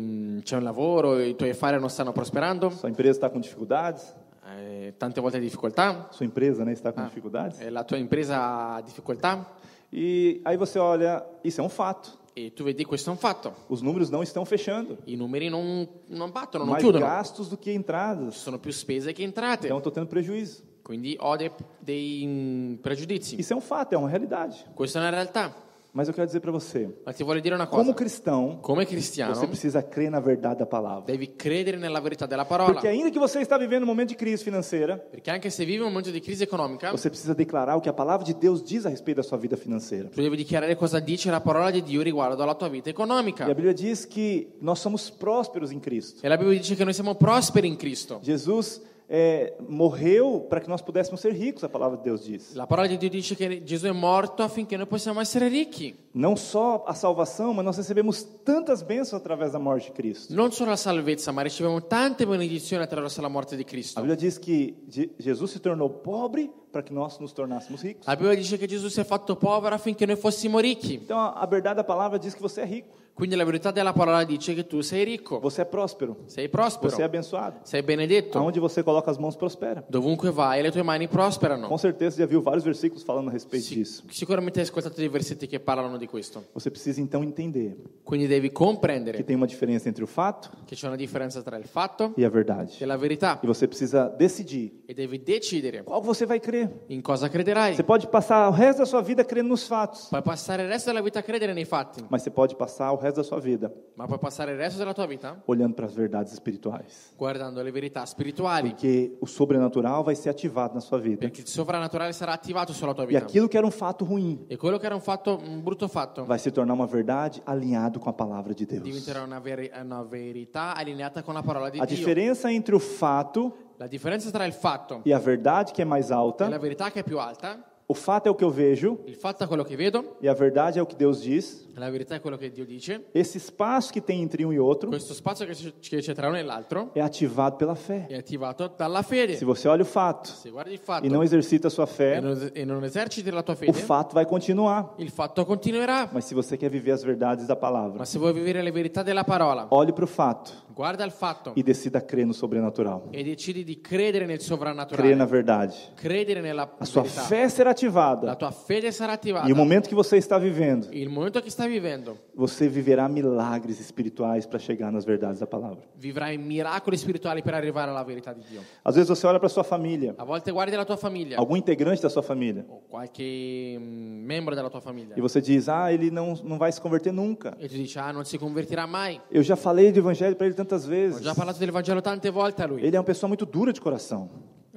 [SPEAKER 2] mh, c'è un lavoro, i tuoi affari non stanno prosperando,
[SPEAKER 1] sua empresa está com dificuldades.
[SPEAKER 2] eh, tante volte hai difficoltà,
[SPEAKER 1] sua empresa né, está com dificuldades.
[SPEAKER 2] eh, la tua impresa ha difficoltà
[SPEAKER 1] E aí você olha, isso é um fato.
[SPEAKER 2] e tu vedi questo è un fatto.
[SPEAKER 1] Os números não estão fechando.
[SPEAKER 2] I numeri non, non battono, non
[SPEAKER 1] Mais
[SPEAKER 2] chiudono.
[SPEAKER 1] gastos do que entradas.
[SPEAKER 2] Sono più spese che entrate,
[SPEAKER 1] Então estou tendo prejuízo.
[SPEAKER 2] quindi ho dei, dei, mh, pregiudizi.
[SPEAKER 1] Isso é um fato, é uma realidade.
[SPEAKER 2] Questa è una realtà.
[SPEAKER 1] Mas eu quero dizer para você,
[SPEAKER 2] Ma ti voglio dire una cosa.
[SPEAKER 1] como cristão,
[SPEAKER 2] Come
[SPEAKER 1] você
[SPEAKER 2] cristiano
[SPEAKER 1] precisa crer na verdade da palavra.
[SPEAKER 2] devi credere nella verità della parola.
[SPEAKER 1] Porque ainda que você está vivendo um momento de crise financeira,
[SPEAKER 2] Perché anche se vivi un momento di crisi economica,
[SPEAKER 1] você precisa declarar o que a palavra de Deus diz a respeito da sua vida financeira.
[SPEAKER 2] tu devi dichiarare cosa dice la parola di Dio riguardo alla tua vita
[SPEAKER 1] E
[SPEAKER 2] economica.
[SPEAKER 1] a Bíblia diz que nós somos prósperos em Cristo.
[SPEAKER 2] E la Bibbia dice che noi siamo prosperi in Cristo.
[SPEAKER 1] Jesus eh, morreu para que nós pudéssemos ser ricos, a palavra de Deus diz.
[SPEAKER 2] La parola di Dio dice che Gesù è morto affinché noi possiamo essere ricchi.
[SPEAKER 1] Não só a salvação, mas nós recebemos tantas bênçãos através da morte de Cristo.
[SPEAKER 2] Non solo la salvezza, ma riceviamo tante benedizioni attraverso la morte di
[SPEAKER 1] A
[SPEAKER 2] Cristo.
[SPEAKER 1] Bíblia diz que Je- Jesus se tornou pobre para que nós nos tornássemos ricos.
[SPEAKER 2] La Bibbia dice che Gesù si è fatto povero affinché noi fossimo ricchi.
[SPEAKER 1] Então a a verdade da palavra diz que você é rico,
[SPEAKER 2] Quindi la verità della parola dice che tu sei ricco,
[SPEAKER 1] você é próspero,
[SPEAKER 2] sei
[SPEAKER 1] você é
[SPEAKER 2] prospero,
[SPEAKER 1] abençoado.
[SPEAKER 2] sei benedetto.
[SPEAKER 1] Aonde você coloca as mãos prospera.
[SPEAKER 2] Dovunque vai, le tue mani prosperano.
[SPEAKER 1] Com certeza já viu vários versículos falando a respeito
[SPEAKER 2] Sì,
[SPEAKER 1] disso.
[SPEAKER 2] sicuramente hai ascoltato dei versetti che parlano di questo.
[SPEAKER 1] Você precisa então entender
[SPEAKER 2] Quindi devi
[SPEAKER 1] que
[SPEAKER 2] comprendere
[SPEAKER 1] tem uma diferença entre o fato
[SPEAKER 2] che c'è una differenza tra il fatto
[SPEAKER 1] e a
[SPEAKER 2] e
[SPEAKER 1] verdade.
[SPEAKER 2] la verità
[SPEAKER 1] E você precisa decidir
[SPEAKER 2] e devi decidere
[SPEAKER 1] qual você vai crer.
[SPEAKER 2] in cosa
[SPEAKER 1] Você
[SPEAKER 2] crederai.
[SPEAKER 1] pode passar o resto da sua vida crendo nos fatos,
[SPEAKER 2] Puoi passare il resto della vita a credere nei fatti,
[SPEAKER 1] mas você pode passar o resto da sua vida
[SPEAKER 2] ma puoi passare il resto della tua vita
[SPEAKER 1] olhando para as verdades espirituais.
[SPEAKER 2] guardando le verità spirituali,
[SPEAKER 1] Porque o sobrenatural vai ser ativado na sua vida.
[SPEAKER 2] perché il sovrannaturale sarà attivato sulla tua
[SPEAKER 1] E
[SPEAKER 2] vita.
[SPEAKER 1] aquilo que era um fato ruim
[SPEAKER 2] E quello che era un fatto, un brutto fatto,
[SPEAKER 1] vai se tornar uma verdade alinhado com a palavra de Deus.
[SPEAKER 2] diventerà una, veri- una verità allineata con la parola di
[SPEAKER 1] A
[SPEAKER 2] Dio.
[SPEAKER 1] diferença entre o fato
[SPEAKER 2] La differenza tra il fatto
[SPEAKER 1] e a verdade que é mais
[SPEAKER 2] e la
[SPEAKER 1] alta,
[SPEAKER 2] verità che è più alta,
[SPEAKER 1] o fato é o que eu vejo
[SPEAKER 2] il fatto è quello che vedo,
[SPEAKER 1] e a verdade é o que Deus diz.
[SPEAKER 2] la verità è quello che Dio dice,
[SPEAKER 1] Esse espaço que tem entre um e outro
[SPEAKER 2] questo spazio che c'è- che c'è tra uno e l'altro
[SPEAKER 1] é ativado pela fé.
[SPEAKER 2] è attivato dalla
[SPEAKER 1] Se
[SPEAKER 2] fede.
[SPEAKER 1] você olha o fato
[SPEAKER 2] Se guardi il fatto
[SPEAKER 1] e não esercita a sua
[SPEAKER 2] e
[SPEAKER 1] fé,
[SPEAKER 2] non, e non eserciti la tua
[SPEAKER 1] o
[SPEAKER 2] fede,
[SPEAKER 1] fato vai continuar.
[SPEAKER 2] il fatto continuerà.
[SPEAKER 1] Mas se você quer viver as verdades da palavra,
[SPEAKER 2] Ma se vuoi vivere le verità della parola,
[SPEAKER 1] olhe para o fato
[SPEAKER 2] guarda il fatto
[SPEAKER 1] e decida crer no sobrenatural.
[SPEAKER 2] e decidi di credere nel
[SPEAKER 1] Crer na
[SPEAKER 2] sovrannaturale,
[SPEAKER 1] verdade.
[SPEAKER 2] credere nella
[SPEAKER 1] A sua
[SPEAKER 2] verità.
[SPEAKER 1] fé será
[SPEAKER 2] La
[SPEAKER 1] ativada.
[SPEAKER 2] tua fede sarà attivata.
[SPEAKER 1] E o momento que você está vivendo,
[SPEAKER 2] Il momento che stai vivendo,
[SPEAKER 1] você viverá milagres espirituais para chegar nas verdades da palavra.
[SPEAKER 2] vivrai miracoli spirituali per arrivare alla verità di Dio.
[SPEAKER 1] Às vezes você olha para sua família,
[SPEAKER 2] A volte guardi la tua famiglia
[SPEAKER 1] algum integrante da sua família,
[SPEAKER 2] o qualche mm, membro della tua famiglia
[SPEAKER 1] e você diz: "Ah, ele não não vai se converter nunca".
[SPEAKER 2] e tu dici "Ah, non si convertirà mai".
[SPEAKER 1] Eu já falei do evangelho para ele tantas
[SPEAKER 2] Ho
[SPEAKER 1] vezes.
[SPEAKER 2] già parlato del Vangelo tante volte a lui.
[SPEAKER 1] Ele é uma pessoa muito dura de coração.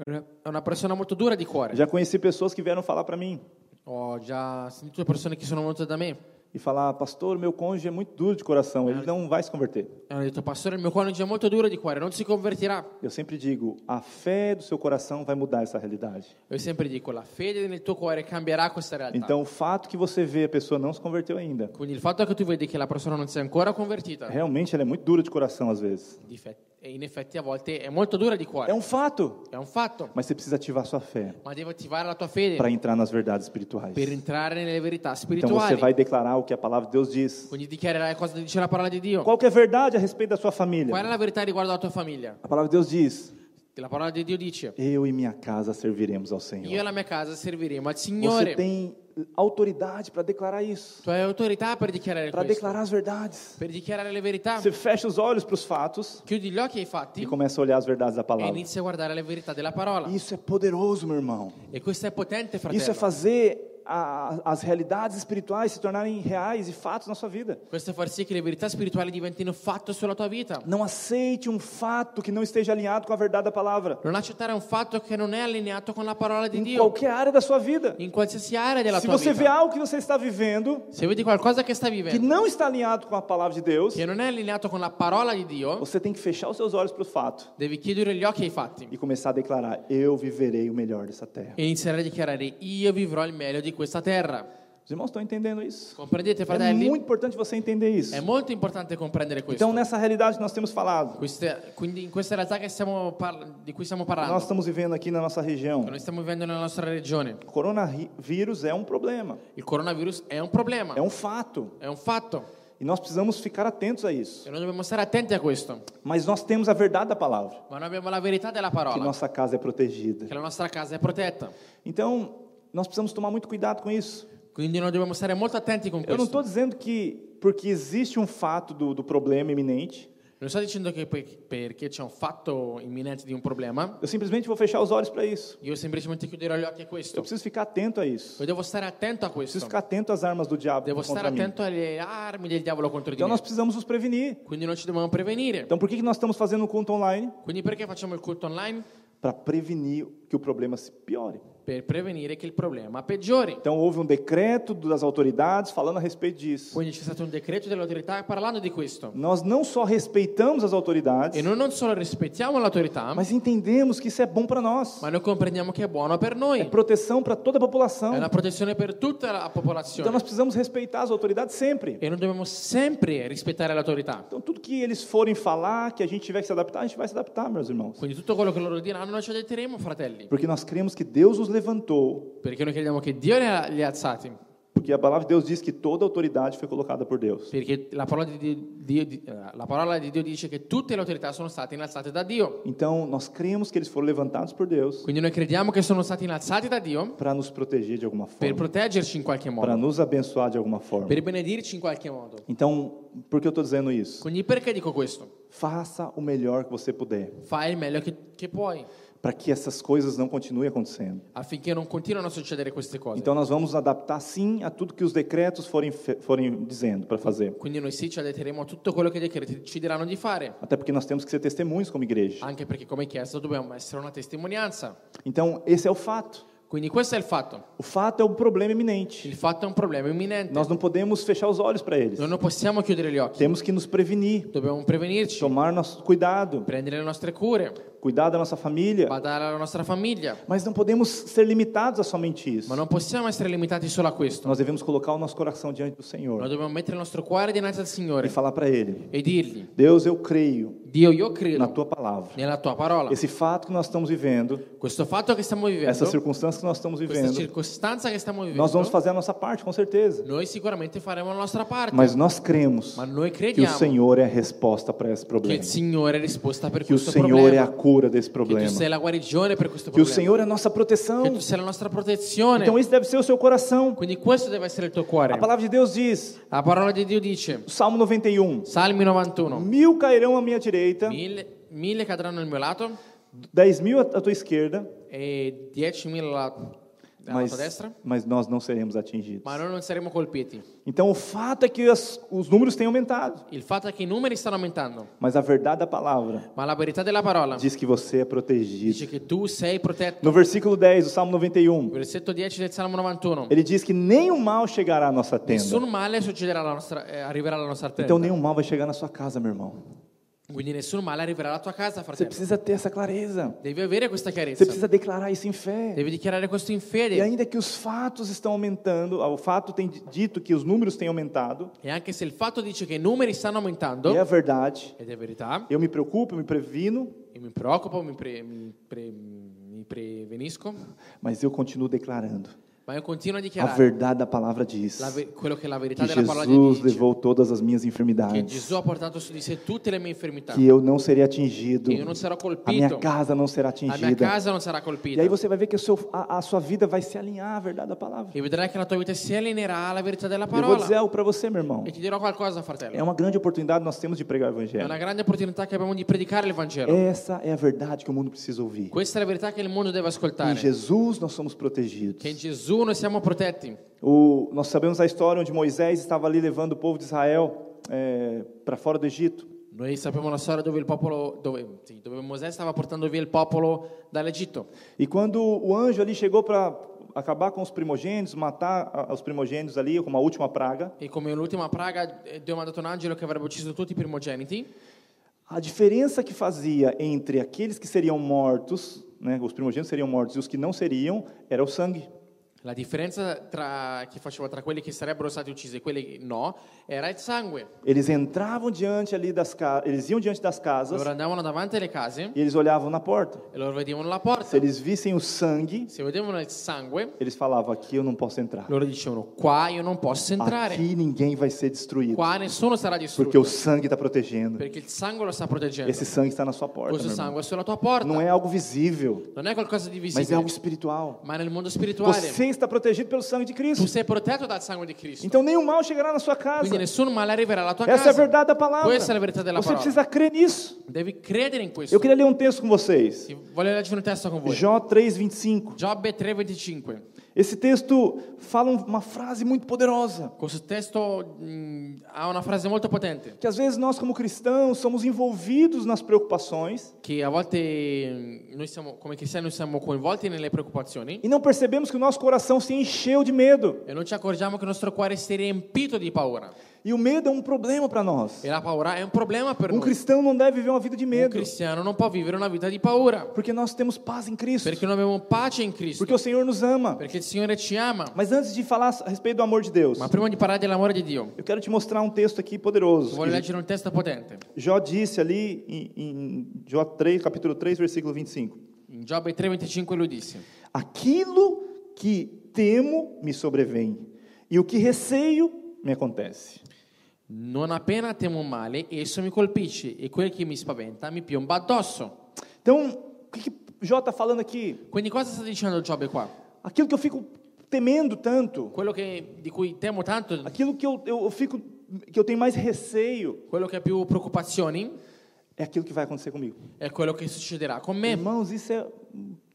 [SPEAKER 2] È una persona molto dura di cuore.
[SPEAKER 1] Já conheci pessoas que vieram falar para mim
[SPEAKER 2] Ho già sentito persone che sono venute da me
[SPEAKER 1] e falar: "Pastor, meu cônjuge é muito duro de coração, ele não vai se converter".
[SPEAKER 2] e hanno detto "Pastore, il mio coniuge è molto duro di cuore, non si convertirà".
[SPEAKER 1] Eu sempre digo, a fé do seu coração vai mudar essa realidade.
[SPEAKER 2] Io sempre dico "La fede nel tuo cuore cambierà questa realtà".
[SPEAKER 1] Então, o fato que você vê a pessoa não se converteu ainda,
[SPEAKER 2] Quindi il fatto che tu vedi che la persona non si è ancora convertita
[SPEAKER 1] realmente ela é muito dura de coração às vezes.
[SPEAKER 2] difetti- e in effetti a volte è molto dura di
[SPEAKER 1] É
[SPEAKER 2] cuore.
[SPEAKER 1] um fato,
[SPEAKER 2] È un fatto,
[SPEAKER 1] mas você precisa ativar sua fé
[SPEAKER 2] ma devi attivare la tua fede
[SPEAKER 1] para entrar nas verdades espirituais.
[SPEAKER 2] per entrare nelle verità
[SPEAKER 1] Então, você
[SPEAKER 2] spirituali.
[SPEAKER 1] vai declarar o que a palavra de Deus diz.
[SPEAKER 2] Quindi dichiarerai cosa dice la parola di Dio.
[SPEAKER 1] Qual que é a verdade a respeito da
[SPEAKER 2] Qual
[SPEAKER 1] sua
[SPEAKER 2] é è
[SPEAKER 1] família?
[SPEAKER 2] la verità riguardo alla tua famiglia?
[SPEAKER 1] A palavra de Deus diz:
[SPEAKER 2] Che la parola di Dio dice:
[SPEAKER 1] Eu e minha casa serviremos ao
[SPEAKER 2] Io e
[SPEAKER 1] Senhor.
[SPEAKER 2] la mia casa serviremo al
[SPEAKER 1] Você
[SPEAKER 2] Signore.
[SPEAKER 1] tem autoridade para declarar isso,
[SPEAKER 2] Tu hai autorità per dichiarare
[SPEAKER 1] para
[SPEAKER 2] questo,
[SPEAKER 1] declarar as verdades.
[SPEAKER 2] per dichiarare le verità.
[SPEAKER 1] Você fecha os olhos para os fatos
[SPEAKER 2] Chiudi gli occhi ai fatti
[SPEAKER 1] e começa a olhar as verdades da
[SPEAKER 2] e
[SPEAKER 1] palavra.
[SPEAKER 2] inizia a guardare le verità della parola.
[SPEAKER 1] Isso é poderoso, meu irmão.
[SPEAKER 2] E questo è potente,
[SPEAKER 1] Isso
[SPEAKER 2] fratello.
[SPEAKER 1] é fazer a- as realidades espirituais se tornarem reais e fatos na sua vida.
[SPEAKER 2] Questo è far sì che le verità spirituali diventino fatto sulla tua vita.
[SPEAKER 1] Não aceite um fato que não esteja alinhado com a verdade da palavra.
[SPEAKER 2] Non accettare un fatto che non è allineato con la parola di
[SPEAKER 1] Em
[SPEAKER 2] Dio
[SPEAKER 1] qualquer área da sua vida.
[SPEAKER 2] in qualsiasi area della
[SPEAKER 1] Se
[SPEAKER 2] tua
[SPEAKER 1] você vê
[SPEAKER 2] vita.
[SPEAKER 1] algo que você está vivendo
[SPEAKER 2] Se vedi qualcosa che stai
[SPEAKER 1] que
[SPEAKER 2] vivendo
[SPEAKER 1] não está alinhado com a palavra de Deus,
[SPEAKER 2] che non è allineato con la parola di Dio,
[SPEAKER 1] você tem que fechar os seus olhos para o fato
[SPEAKER 2] devi chiudere gli occhi ai fatti
[SPEAKER 1] e começar a declarar: Eu viverei o melhor dessa terra.
[SPEAKER 2] e iniziare a dichiarare io vivrò il meglio di questa terra.
[SPEAKER 1] Os irmãos estão entendendo isso?
[SPEAKER 2] Comprendete,
[SPEAKER 1] É
[SPEAKER 2] fratelli?
[SPEAKER 1] muito importante você entender isso.
[SPEAKER 2] È molto importante comprendere
[SPEAKER 1] Então,
[SPEAKER 2] questo.
[SPEAKER 1] nessa realidade que nós temos falado,
[SPEAKER 2] Queste- quindi in questa realtà che stiamo par- di cui stiamo
[SPEAKER 1] nós
[SPEAKER 2] parlando,
[SPEAKER 1] estamos vivendo aqui na nossa região.
[SPEAKER 2] che noi stiamo vivendo nella nostra regione,
[SPEAKER 1] O coronavírus é um problema,
[SPEAKER 2] il coronavirus è un problema,
[SPEAKER 1] é um fato,
[SPEAKER 2] è un fatto
[SPEAKER 1] e nós precisamos ficar atentos a isso.
[SPEAKER 2] e noi dobbiamo stare attenti a questo.
[SPEAKER 1] Mas nós temos a verdade da palavra,
[SPEAKER 2] Ma noi abbiamo la verità della
[SPEAKER 1] que
[SPEAKER 2] parola,
[SPEAKER 1] nossa casa é protegida.
[SPEAKER 2] che la nostra casa è protetta.
[SPEAKER 1] Então, nós precisamos tomar muito cuidado com isso.
[SPEAKER 2] Quindi noi dobbiamo stare molto attenti con
[SPEAKER 1] Eu
[SPEAKER 2] questo.
[SPEAKER 1] não estou dizendo que porque existe um fato do, do problema iminente,
[SPEAKER 2] Non sto dicendo che pe- perché c'è un fatto imminente di un problema,
[SPEAKER 1] eu simplesmente vou fechar os olhos para isso.
[SPEAKER 2] io semplicemente chiuderò gli occhi a
[SPEAKER 1] Eu
[SPEAKER 2] questo.
[SPEAKER 1] preciso ficar atento a isso.
[SPEAKER 2] Io devo stare attento a questo.
[SPEAKER 1] Preciso ficar atento às armas do diabo
[SPEAKER 2] Devo stare
[SPEAKER 1] contra mim.
[SPEAKER 2] attento alle armi del diavolo contro di
[SPEAKER 1] Então, nós
[SPEAKER 2] me.
[SPEAKER 1] precisamos nos prevenir.
[SPEAKER 2] Quindi noi ci dobbiamo prevenire.
[SPEAKER 1] Então, por que que nós estamos fazendo um culto online?
[SPEAKER 2] Quindi perché facciamo il culto online?
[SPEAKER 1] Para prevenir que o problema se piore.
[SPEAKER 2] Per prevenire che il problema peggiori.
[SPEAKER 1] Então houve um decreto das autoridades falando a respeito disso.
[SPEAKER 2] Quindi c'è stato un decreto dell'autorità parlando di questo.
[SPEAKER 1] Nós não só respeitamos as autoridades,
[SPEAKER 2] E noi non solo rispettiamo l'autorità,
[SPEAKER 1] mas entendemos que isso é bom para nós.
[SPEAKER 2] ma noi comprendiamo che è buono per
[SPEAKER 1] É
[SPEAKER 2] noi.
[SPEAKER 1] proteção para toda a
[SPEAKER 2] È
[SPEAKER 1] população.
[SPEAKER 2] una protezione per tutta la
[SPEAKER 1] Então nós
[SPEAKER 2] popolazione.
[SPEAKER 1] precisamos respeitar as autoridades sempre.
[SPEAKER 2] E noi dobbiamo sempre rispettare l'autorità.
[SPEAKER 1] Então tudo que eles forem falar, que a gente tiver que se adaptar, a gente vai se adaptar, meus irmãos.
[SPEAKER 2] Quindi tutto quello che loro diranno noi ci adetteremo, fratelli.
[SPEAKER 1] Porque nós cremos que Deus os levantou,
[SPEAKER 2] Perché noi crediamo che Dio li ha, li ha alzati.
[SPEAKER 1] porque a palavra de Deus diz que toda autoridade foi colocada por Deus.
[SPEAKER 2] Perché la parola di Dio, Dio- di- eh, la parola di Dio dice che tutte le autorità sono state innalzate da Dio.
[SPEAKER 1] Então nós cremos que eles foram levantados por Deus
[SPEAKER 2] Quindi noi crediamo che sono stati innalzati da Dio
[SPEAKER 1] para nos proteger de alguma
[SPEAKER 2] per
[SPEAKER 1] forma,
[SPEAKER 2] proteggerci in qualche modo,
[SPEAKER 1] para nos abençoar de alguma forma.
[SPEAKER 2] per benedirci in qualche modo.
[SPEAKER 1] Então, por que eu estou dizendo isso?
[SPEAKER 2] Quindi perché dico questo?
[SPEAKER 1] Faça o melhor que você puder.
[SPEAKER 2] Fai il meglio che, che puoi.
[SPEAKER 1] para que essas coisas não continuem acontecendo.
[SPEAKER 2] affinché non continuino a succedere queste cose.
[SPEAKER 1] Então nós vamos adaptar sim a tudo que os decretos forem, fe- forem dizendo para fazer.
[SPEAKER 2] Quindi noi sì ci adatteremo a tutto quello che i decreti ci diranno di fare,
[SPEAKER 1] Até porque nós temos que ser testemunhos como igreja.
[SPEAKER 2] anche perché come Chiesa dobbiamo essere una testimonianza.
[SPEAKER 1] Então esse é o fato.
[SPEAKER 2] Quindi questo è il fatto.
[SPEAKER 1] O fato é um problema iminente.
[SPEAKER 2] Il fatto è un problema imminente.
[SPEAKER 1] Nós não podemos fechar os olhos para eles.
[SPEAKER 2] Non possiamo chiudere gli occhi,
[SPEAKER 1] Temos que nos prevenir,
[SPEAKER 2] dobbiamo prevenirci,
[SPEAKER 1] tomar nosso cuidado,
[SPEAKER 2] prendere le nostre cure,
[SPEAKER 1] cuidar da nossa família.
[SPEAKER 2] badare alla nostra famiglia,
[SPEAKER 1] Mas não podemos ser limitados a somente isso.
[SPEAKER 2] ma non possiamo essere limitati solo a questo.
[SPEAKER 1] Nós devemos colocar o nosso coração diante do
[SPEAKER 2] Noi
[SPEAKER 1] Senhor
[SPEAKER 2] dobbiamo mettere il nostro cuore dinanzi al
[SPEAKER 1] e
[SPEAKER 2] Signore
[SPEAKER 1] falar para Ele:
[SPEAKER 2] e dirgli,
[SPEAKER 1] Deus, eu creio
[SPEAKER 2] Dio io
[SPEAKER 1] na
[SPEAKER 2] credo
[SPEAKER 1] Tua palavra.
[SPEAKER 2] nella tua parola.
[SPEAKER 1] Esse fato que nós estamos vivendo,
[SPEAKER 2] Questo fatto che stiamo
[SPEAKER 1] essa
[SPEAKER 2] vivendo,
[SPEAKER 1] circunstância que nós estamos
[SPEAKER 2] questa
[SPEAKER 1] vivendo,
[SPEAKER 2] circostanza che stiamo
[SPEAKER 1] nós vamos
[SPEAKER 2] vivendo,
[SPEAKER 1] fazer a nossa parte, com certeza.
[SPEAKER 2] noi sicuramente faremo la nostra parte,
[SPEAKER 1] Mas nós cremos
[SPEAKER 2] ma noi
[SPEAKER 1] que o
[SPEAKER 2] crediamo
[SPEAKER 1] Senhor é a resposta para esse
[SPEAKER 2] che
[SPEAKER 1] problema,
[SPEAKER 2] il Signore è risposta per
[SPEAKER 1] que o
[SPEAKER 2] questo
[SPEAKER 1] Senhor é a
[SPEAKER 2] problema,
[SPEAKER 1] cura desse
[SPEAKER 2] che tu
[SPEAKER 1] problema,
[SPEAKER 2] sei la guarigione per questo
[SPEAKER 1] que o
[SPEAKER 2] problema,
[SPEAKER 1] Senhor é a nossa proteção.
[SPEAKER 2] che tu sei la nostra protezione.
[SPEAKER 1] Então esse deve ser o seu coração.
[SPEAKER 2] Quindi questo deve essere il tuo
[SPEAKER 1] A
[SPEAKER 2] cuore.
[SPEAKER 1] palavra de Deus diz,
[SPEAKER 2] La parola di Dio dice,
[SPEAKER 1] o Salmo 91,
[SPEAKER 2] Salmi 91,
[SPEAKER 1] mil cairão à minha direita,
[SPEAKER 2] mille, mille cadranno al mio lato
[SPEAKER 1] dez mil à tua esquerda,
[SPEAKER 2] e 10.000 alla, alla
[SPEAKER 1] mas,
[SPEAKER 2] tua destra,
[SPEAKER 1] mas nós não seremos atingidos.
[SPEAKER 2] ma noi non saremo colpiti.
[SPEAKER 1] Então o fato é que as- os números têm aumentado,
[SPEAKER 2] Il fatto è che i numeri stanno aumentando,
[SPEAKER 1] mas a verdade da palavra
[SPEAKER 2] ma la verità della parola
[SPEAKER 1] diz que você é protegido.
[SPEAKER 2] dice che tu sei protetto.
[SPEAKER 1] No versículo 10 do Salmo 91,
[SPEAKER 2] Versetto 10 del Salmo 91.
[SPEAKER 1] ele diz que nenhum mal chegará à nossa tenda.
[SPEAKER 2] Nessun male succederà alla nostra, eh, arriverà alla nostra terra.
[SPEAKER 1] Então nenhum mal vai chegar na sua casa, meu irmão.
[SPEAKER 2] Quindi nessun male arriverà alla tua casa,
[SPEAKER 1] Você
[SPEAKER 2] fratello.
[SPEAKER 1] precisa ter essa clareza.
[SPEAKER 2] Devi avere questa
[SPEAKER 1] Você
[SPEAKER 2] chiarezza.
[SPEAKER 1] precisa declarar isso em fé.
[SPEAKER 2] Devi dichiarare questo in
[SPEAKER 1] E
[SPEAKER 2] fede.
[SPEAKER 1] ainda que os fatos estão aumentando, ah, o fato tem dito que os números têm aumentado,
[SPEAKER 2] E anche se il fatto dice che i numeri stanno
[SPEAKER 1] e é
[SPEAKER 2] aumentando,
[SPEAKER 1] verdade.
[SPEAKER 2] ed è verità,
[SPEAKER 1] Eu me preocupo, eu me previno,
[SPEAKER 2] e mi preoccupo, mi, pre- mi pre- mi prevenisco,
[SPEAKER 1] mas eu continuo declarando.
[SPEAKER 2] ma io continuo a
[SPEAKER 1] A
[SPEAKER 2] dichiarare
[SPEAKER 1] verdade da palavra diz
[SPEAKER 2] la ve- quello che la verità
[SPEAKER 1] que
[SPEAKER 2] della parola di Dio
[SPEAKER 1] Jesus
[SPEAKER 2] dice.
[SPEAKER 1] levou todas as minhas
[SPEAKER 2] Che
[SPEAKER 1] enfermidades,
[SPEAKER 2] Gesù ha portato su di sé tutte le mie infermità.
[SPEAKER 1] que eu não serei atingido,
[SPEAKER 2] Che io non sarò
[SPEAKER 1] a minha
[SPEAKER 2] colpito.
[SPEAKER 1] casa não será
[SPEAKER 2] La mia
[SPEAKER 1] atingida.
[SPEAKER 2] casa non sarà
[SPEAKER 1] E
[SPEAKER 2] colpita.
[SPEAKER 1] aí você vai ver que o seu- a, a sua vida vai se alinhar à verdade da palavra.
[SPEAKER 2] E vedrai che la tua vita si allineerà alla verità della
[SPEAKER 1] Eu vou
[SPEAKER 2] parola.
[SPEAKER 1] dizer algo para você, meu irmão.
[SPEAKER 2] E ti dirò qualcosa,
[SPEAKER 1] É
[SPEAKER 2] fratello.
[SPEAKER 1] uma grande oportunidade nós temos de pregar o
[SPEAKER 2] È
[SPEAKER 1] evangelho.
[SPEAKER 2] una grande opportunità che abbiamo di predicare il Vangelo.
[SPEAKER 1] Essa é a verdade que o mundo precisa ouvir.
[SPEAKER 2] Questa è la verità che il mondo deve
[SPEAKER 1] Em
[SPEAKER 2] ascoltare.
[SPEAKER 1] Jesus nós somos
[SPEAKER 2] Che in
[SPEAKER 1] protegidos.
[SPEAKER 2] Gesù noi siamo protetti.
[SPEAKER 1] O, nós sabemos a história onde Moisés estava ali levando o povo de Israel para fora do Egito.
[SPEAKER 2] Noi sappiamo la storia dove il popolo, dove, sì, dove Mosè stava portando via il popolo dall'Egitto.
[SPEAKER 1] E quando o anjo ali chegou para acabar com os primogênitos, matar ah, os primogênitos ali como a última praga,
[SPEAKER 2] E come l'ultima praga, eh, Dio ha mandato un angelo che avrebbe ucciso tutti i primogeniti.
[SPEAKER 1] a diferença que fazia entre aqueles que seriam mortos, né, os primogênitos seriam mortos e os que não seriam, era o sangue.
[SPEAKER 2] La differenza tra, che faceva tra quelli che sarebbero stati uccisi e quelli che no era il sangue.
[SPEAKER 1] Eles entravam diante ali das casas, eles iam diante das casas
[SPEAKER 2] Loro andavano davanti alle case
[SPEAKER 1] e eles olhavam na porta.
[SPEAKER 2] e loro vedevano la
[SPEAKER 1] Se
[SPEAKER 2] porta.
[SPEAKER 1] eles vissem o sangue,
[SPEAKER 2] Se vedevano il sangue,
[SPEAKER 1] eles falavam aqui eu não é. posso entrar.
[SPEAKER 2] loro dicevano qua io non posso entrare.
[SPEAKER 1] Aqui ninguém vai ser destruído,
[SPEAKER 2] Qua nessuno sarà
[SPEAKER 1] porque
[SPEAKER 2] distrutto
[SPEAKER 1] o sangue está protegendo.
[SPEAKER 2] perché il sangue lo sta proteggendo.
[SPEAKER 1] Esse sangue está na sua porta.
[SPEAKER 2] Questo
[SPEAKER 1] Meu irmão.
[SPEAKER 2] sangue è sulla tua porta.
[SPEAKER 1] Não é algo visível, é.
[SPEAKER 2] Non è qualcosa di
[SPEAKER 1] mas é algo
[SPEAKER 2] visibile,
[SPEAKER 1] espiritual.
[SPEAKER 2] ma nel mondo spirituale
[SPEAKER 1] Você está protegido pelo sangue de
[SPEAKER 2] tu
[SPEAKER 1] Cristo.
[SPEAKER 2] sei protetto dal sangue di Cristo.
[SPEAKER 1] Então nenhum mal chegará na sua casa.
[SPEAKER 2] Quindi nessun male arriverà alla tua
[SPEAKER 1] Essa é a
[SPEAKER 2] casa.
[SPEAKER 1] verdade da palavra.
[SPEAKER 2] Essa é a verdade da
[SPEAKER 1] Você
[SPEAKER 2] palavra.
[SPEAKER 1] precisa crer nisso.
[SPEAKER 2] Devi credere in questo.
[SPEAKER 1] Eu queria ler um texto com vocês.
[SPEAKER 2] Ti Voglio leggere un testo con voi.
[SPEAKER 1] Jó 3:25.
[SPEAKER 2] Giobbe 3:25.
[SPEAKER 1] Esse texto fala um, uma frase muito poderosa,
[SPEAKER 2] Questo testo mh, ha una frase molto potente
[SPEAKER 1] que às vezes nós como cristãos somos envolvidos nas preocupações
[SPEAKER 2] che a volte mh, noi siamo come cristiani siamo coinvolti nelle preoccupazioni
[SPEAKER 1] e não percebemos que o nosso coração se encheu de medo.
[SPEAKER 2] e non ci accorgiamo che il nostro cuore si è riempito di paura.
[SPEAKER 1] E o medo é um problema para nós.
[SPEAKER 2] E la paura è un problema per
[SPEAKER 1] Um
[SPEAKER 2] noi.
[SPEAKER 1] cristão não deve viver uma vida de
[SPEAKER 2] Un
[SPEAKER 1] medo,
[SPEAKER 2] cristiano non può vivere una vita di paura
[SPEAKER 1] porque nós temos paz em Cristo,
[SPEAKER 2] perché noi abbiamo pace in Cristo,
[SPEAKER 1] porque o Senhor nos ama.
[SPEAKER 2] perché il Signore ci ama.
[SPEAKER 1] Mas antes de falar a respeito do amor de Deus,
[SPEAKER 2] Ma prima di parlare dell'amore di Dio,
[SPEAKER 1] Eu quero te mostrar um texto aqui poderoso.
[SPEAKER 2] voglio
[SPEAKER 1] que
[SPEAKER 2] leggere un testo potente.
[SPEAKER 1] Jó disse ali em, em Jó 3, capítulo 3, versículo 25.
[SPEAKER 2] In Giobbe 3:25 lui disse:
[SPEAKER 1] Aquilo que temo me sobrevém, e o que receio me acontece.
[SPEAKER 2] Non appena temo un male, esso mi colpisce e quel che mi spaventa mi piomba addosso.
[SPEAKER 1] Então, o que, que Jó está falando aqui?
[SPEAKER 2] Quindi cosa sta dicendo Giobbe qua?
[SPEAKER 1] Aquilo que eu fico temendo tanto,
[SPEAKER 2] Quello che- di cui temo tanto,
[SPEAKER 1] aquilo que eu, eu, eu fico que eu tenho mais receio
[SPEAKER 2] quello che ha più preoccupazioni,
[SPEAKER 1] é é aquilo que vai acontecer comigo.
[SPEAKER 2] È quello che succederà con me.
[SPEAKER 1] Irmãos, isso é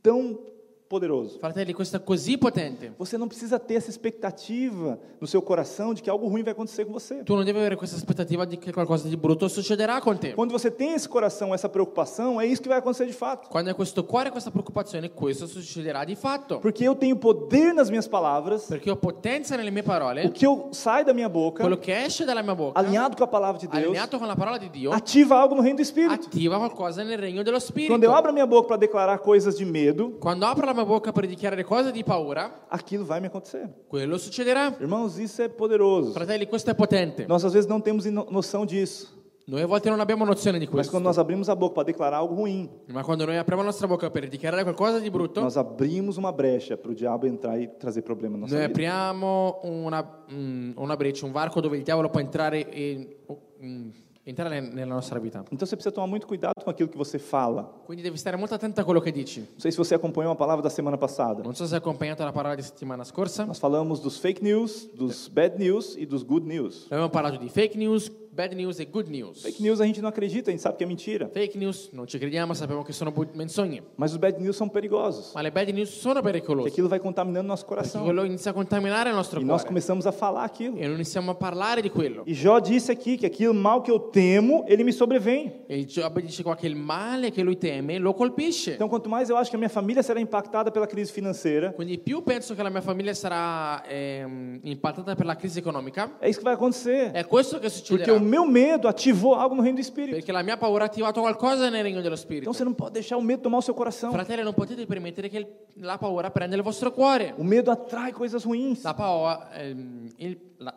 [SPEAKER 1] tão poderoso.
[SPEAKER 2] Fratelli, questo è così potente.
[SPEAKER 1] Você não precisa ter essa expectativa no seu coração de que algo ruim vai acontecer com você.
[SPEAKER 2] Tu non devi avere questa aspettativa di che qualcosa di brutto succederà con te.
[SPEAKER 1] Quando você tem esse coração, essa preocupação, é isso que vai acontecer de fato.
[SPEAKER 2] Quando hai questo cuore e questa preoccupazione, questo succederà di fatto.
[SPEAKER 1] Porque eu tenho poder nas minhas palavras,
[SPEAKER 2] Perché ho potenza nelle mie
[SPEAKER 1] o
[SPEAKER 2] parole,
[SPEAKER 1] que eu sai da minha boca,
[SPEAKER 2] quello che esce dalla mia bocca,
[SPEAKER 1] alinhado com a palavra de Deus,
[SPEAKER 2] allineato con la parola di Dio,
[SPEAKER 1] ativa algo no reino do Espírito.
[SPEAKER 2] attiva qualcosa nel regno dello Spirito.
[SPEAKER 1] Quando eu abro a minha boca para declarar coisas de medo,
[SPEAKER 2] Quando apro la mia bocca per dichiarare cose di paura,
[SPEAKER 1] aquilo vai me acontecer.
[SPEAKER 2] quello succederà.
[SPEAKER 1] Irmãos, isso é poderoso.
[SPEAKER 2] Fratelli, questo è potente.
[SPEAKER 1] Nós às vezes não temos ino- noção disso,
[SPEAKER 2] Noi a volte non abbiamo nozione di
[SPEAKER 1] mas
[SPEAKER 2] questo.
[SPEAKER 1] quando nós abrimos a boca para declarar algo ruim,
[SPEAKER 2] Ma quando noi apriamo la nostra bocca per dichiarare qualcosa di brutto,
[SPEAKER 1] nós abrimos uma brecha para o diabo entrar e trazer problema na nossa
[SPEAKER 2] noi
[SPEAKER 1] vida.
[SPEAKER 2] apriamo una, mm, una breccia, un varco dove il diavolo può entrare, e, o- mm, entrare nella nostra vita.
[SPEAKER 1] Então você precisa tomar muito cuidado com aquilo que você fala.
[SPEAKER 2] Quindi devi stare molto attento a quello che dici.
[SPEAKER 1] Não sei se você acompanhou a palavra da semana passada.
[SPEAKER 2] Non so se hai accompagnato la parola di settimana scorsa.
[SPEAKER 1] Nós falamos dos fake news, dos bad news e dos good news.
[SPEAKER 2] Abbiamo parlato di fake news, bad news e good news.
[SPEAKER 1] Fake news a gente não acredita, a gente sabe que é mentira.
[SPEAKER 2] Fake news, non ci crediamo, sappiamo che sono bu- menzogne.
[SPEAKER 1] Mas os bad news são perigosos.
[SPEAKER 2] Ma le bad news sono
[SPEAKER 1] Porque
[SPEAKER 2] pericolose.
[SPEAKER 1] aquilo vai contaminando nosso
[SPEAKER 2] Perché
[SPEAKER 1] coração.
[SPEAKER 2] quello inizia a contaminare il nostro
[SPEAKER 1] E nós
[SPEAKER 2] cuore.
[SPEAKER 1] começamos a falar aquilo.
[SPEAKER 2] E non iniziamo a parlare di quello.
[SPEAKER 1] E Jó disse aqui que aquilo mal que eu temo, ele me sobrevém.
[SPEAKER 2] E il Giobbe dice qua che il male che lui teme lo colpisce.
[SPEAKER 1] Então, quanto mais eu acho que a minha família será impactada pela crise financeira,
[SPEAKER 2] Quindi più penso che la mia famiglia sarà ehm, impattata per la crisi economica,
[SPEAKER 1] é isso que vai acontecer.
[SPEAKER 2] è questo che
[SPEAKER 1] Porque o
[SPEAKER 2] succederà.
[SPEAKER 1] meu medo ativou algo no reino do Espírito.
[SPEAKER 2] Perché la mia paura ha attivato qualcosa nel regno dello Spirito.
[SPEAKER 1] Então, você não pode deixar o medo tomar o seu coração.
[SPEAKER 2] Fratelli, non potete permettere che il- la paura prenda il vostro cuore.
[SPEAKER 1] O medo atrai coisas ruins.
[SPEAKER 2] La paura, ehm, il- la-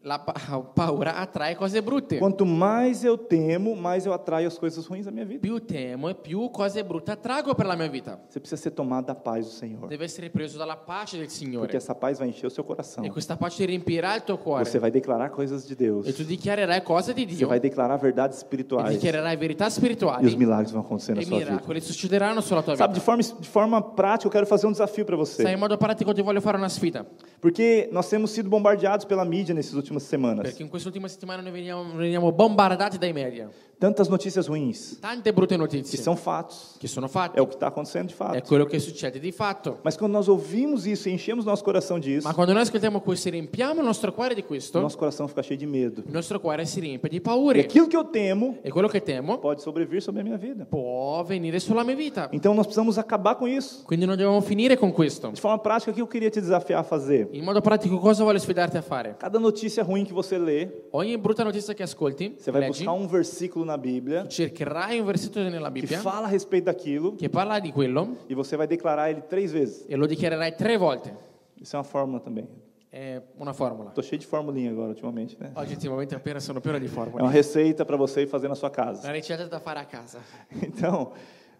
[SPEAKER 2] la pa- <laughs> paura attrae cose brutte.
[SPEAKER 1] Quanto mais eu temo, mais eu atraio as coisas ruins da minha vida.
[SPEAKER 2] Più temo e più cose brutte attraggo per la mia vita.
[SPEAKER 1] Você precisa ser tomado da paz do Senhor.
[SPEAKER 2] Deve essere preso dalla pace del
[SPEAKER 1] Porque
[SPEAKER 2] Signore.
[SPEAKER 1] essa paz vai encher o seu coração.
[SPEAKER 2] E questa pace riempirà il tuo cuore.
[SPEAKER 1] Você vai declarar coisas de Deus.
[SPEAKER 2] E tu dichiarerai cose di
[SPEAKER 1] Você
[SPEAKER 2] Dio.
[SPEAKER 1] vai declarar verdades
[SPEAKER 2] E
[SPEAKER 1] espirituais.
[SPEAKER 2] dichiarerai verità
[SPEAKER 1] E os
[SPEAKER 2] spirituali.
[SPEAKER 1] milagres vão acontecer na
[SPEAKER 2] E
[SPEAKER 1] sua vida.
[SPEAKER 2] miracoli succederanno sulla tua
[SPEAKER 1] Sabe,
[SPEAKER 2] vita.
[SPEAKER 1] de forma, de forma prática, eu quero fazer um desafio para
[SPEAKER 2] Sai, in
[SPEAKER 1] você.
[SPEAKER 2] modo pratico ti voglio fare una sfida.
[SPEAKER 1] Porque nós temos sido bombardeados pela mídia nessas últimas semanas.
[SPEAKER 2] Perché in quest'ultima settimana noi veniamo, veniamo bombardati dai media.
[SPEAKER 1] Tantas notícias ruins,
[SPEAKER 2] Tante brutte
[SPEAKER 1] que
[SPEAKER 2] notizie
[SPEAKER 1] são fatos.
[SPEAKER 2] che sono
[SPEAKER 1] É
[SPEAKER 2] fatte.
[SPEAKER 1] o que está acontecendo de
[SPEAKER 2] È
[SPEAKER 1] fato.
[SPEAKER 2] quello che succede di fatto.
[SPEAKER 1] Mas quando nós ouvimos isso e enchemos nosso coração disso,
[SPEAKER 2] Ma quando noi ascoltiamo questo e riempiamo il nostro cuore di questo,
[SPEAKER 1] nosso coração fica cheio de medo.
[SPEAKER 2] il nostro cuore si riempie di
[SPEAKER 1] E
[SPEAKER 2] paure.
[SPEAKER 1] aquilo que eu temo
[SPEAKER 2] E quello che temo
[SPEAKER 1] pode sobrevir sobre a minha vida.
[SPEAKER 2] può venire sulla mia vita.
[SPEAKER 1] Então nós precisamos acabar com isso.
[SPEAKER 2] Quindi non dobbiamo finire con questo.
[SPEAKER 1] De forma prática, o que eu queria te desafiar a fazer?
[SPEAKER 2] In modo pratico cosa voglio sfidarti a fare?
[SPEAKER 1] Cada notícia ruim que você lê,
[SPEAKER 2] Ogni brutta notizia che ascolti,
[SPEAKER 1] você vai
[SPEAKER 2] leggi,
[SPEAKER 1] buscar um versículo na Bíblia
[SPEAKER 2] cercherai un versetto nella
[SPEAKER 1] que
[SPEAKER 2] Bibbia
[SPEAKER 1] fala a respeito daquilo
[SPEAKER 2] che parla di quello
[SPEAKER 1] e você vai declarar ele três vezes.
[SPEAKER 2] e lo dichiarerai tre volte.
[SPEAKER 1] Isso é uma fórmula também.
[SPEAKER 2] È una formula.
[SPEAKER 1] Tô cheio de formulinha agora, ultimamente, né?
[SPEAKER 2] Oggi ultimamente appena sono pieno di
[SPEAKER 1] É
[SPEAKER 2] formule.
[SPEAKER 1] uma receita para você fazer na sua casa.
[SPEAKER 2] Una ricetta da fare a casa.
[SPEAKER 1] <laughs> Então,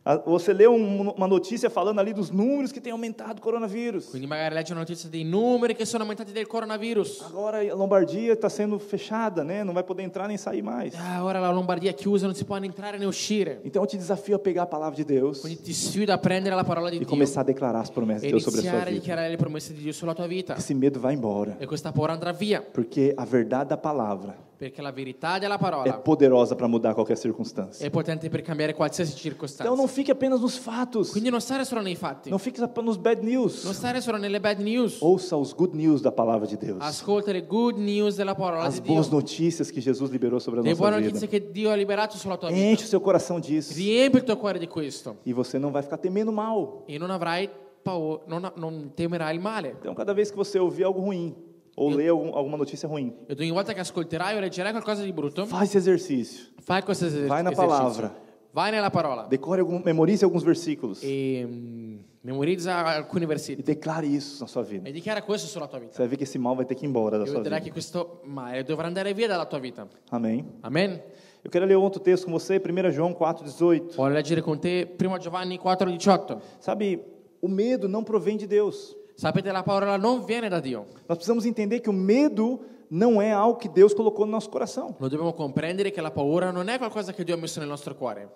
[SPEAKER 1] a- você lê um- uma notícia falando ali dos números que tem aumentado o coronavírus.
[SPEAKER 2] Quindi magari leggi una notizia dei numeri che sono aumentati del coronavirus.
[SPEAKER 1] Agora a Lombardia está sendo fechada, né? Não vai poder entrar nem sair mais.
[SPEAKER 2] Ah, ora la Lombardia è chiusa, non si può né entrare né uscire.
[SPEAKER 1] Então eu te desafio a pegar a palavra de Deus
[SPEAKER 2] Quindi ti sfido a prendere la parola di
[SPEAKER 1] e
[SPEAKER 2] Dio
[SPEAKER 1] começar a declarar as promessas
[SPEAKER 2] e
[SPEAKER 1] de Deus sobre a sua
[SPEAKER 2] iniziare a
[SPEAKER 1] vida.
[SPEAKER 2] dichiarare le promesse di Dio sulla tua vita.
[SPEAKER 1] Esse medo vai embora,
[SPEAKER 2] E questa paura andrà via,
[SPEAKER 1] porque a verdade da palavra
[SPEAKER 2] perché la verità della
[SPEAKER 1] é
[SPEAKER 2] parola
[SPEAKER 1] poderosa para mudar qualquer circunstância.
[SPEAKER 2] è potente per cambiare qualsiasi
[SPEAKER 1] Então
[SPEAKER 2] circostanza.
[SPEAKER 1] não fique apenas nos fatos,
[SPEAKER 2] Quindi non Oh, stare solo nei fatti,
[SPEAKER 1] não fique nos bad
[SPEAKER 2] non
[SPEAKER 1] news.
[SPEAKER 2] stare solo nelle bad news.
[SPEAKER 1] Ouça os good news da palavra de Deus.
[SPEAKER 2] Ascolta le good news della parola di
[SPEAKER 1] as boas
[SPEAKER 2] Dio.
[SPEAKER 1] notícias que Jesus liberou sobre a
[SPEAKER 2] Le buone
[SPEAKER 1] nossa
[SPEAKER 2] notizie
[SPEAKER 1] vida.
[SPEAKER 2] che Dio ha liberato sulla tua vita.
[SPEAKER 1] Enche o seu coração disso
[SPEAKER 2] Riempi il tuo cuore di questo
[SPEAKER 1] e você não vai ficar temendo mal.
[SPEAKER 2] e non avrai paura, non, non temerai il male.
[SPEAKER 1] Então, cada vez que você ouvir algo ruim ou ler algum- alguma notícia ruim,
[SPEAKER 2] Ed ogni volta che ascolterai o leggerai qualcosa di brutto,
[SPEAKER 1] faz esse exercício.
[SPEAKER 2] fai questo eser-
[SPEAKER 1] Vai na
[SPEAKER 2] esercizio.
[SPEAKER 1] palavra.
[SPEAKER 2] Vai nella parola
[SPEAKER 1] Decore, algum, memorize alguns versículos e
[SPEAKER 2] e mm, memorizza alcuni versetti
[SPEAKER 1] declare isso na sua vida.
[SPEAKER 2] e dichiara questo sulla tua vita.
[SPEAKER 1] Você vai ver que esse mal vai ter que ir embora da
[SPEAKER 2] E
[SPEAKER 1] sua
[SPEAKER 2] vedrai
[SPEAKER 1] vida.
[SPEAKER 2] che questo male dovrà andare via dalla tua vita.
[SPEAKER 1] Amém?
[SPEAKER 2] Amen.
[SPEAKER 1] Eu quero ler outro texto com você, 1 João 4,18.
[SPEAKER 2] Voglio leggere con te 1 Giovanni 4,18.
[SPEAKER 1] Sabe, o medo não provém de Deus.
[SPEAKER 2] Sapete, la parola non viene da Dio.
[SPEAKER 1] Nós precisamos entender que o medo não é algo que Deus colocou no nosso coração.
[SPEAKER 2] Lo dobbiamo comprendere che la paura non è qualcosa che Dio ha messo nel nostro cuore.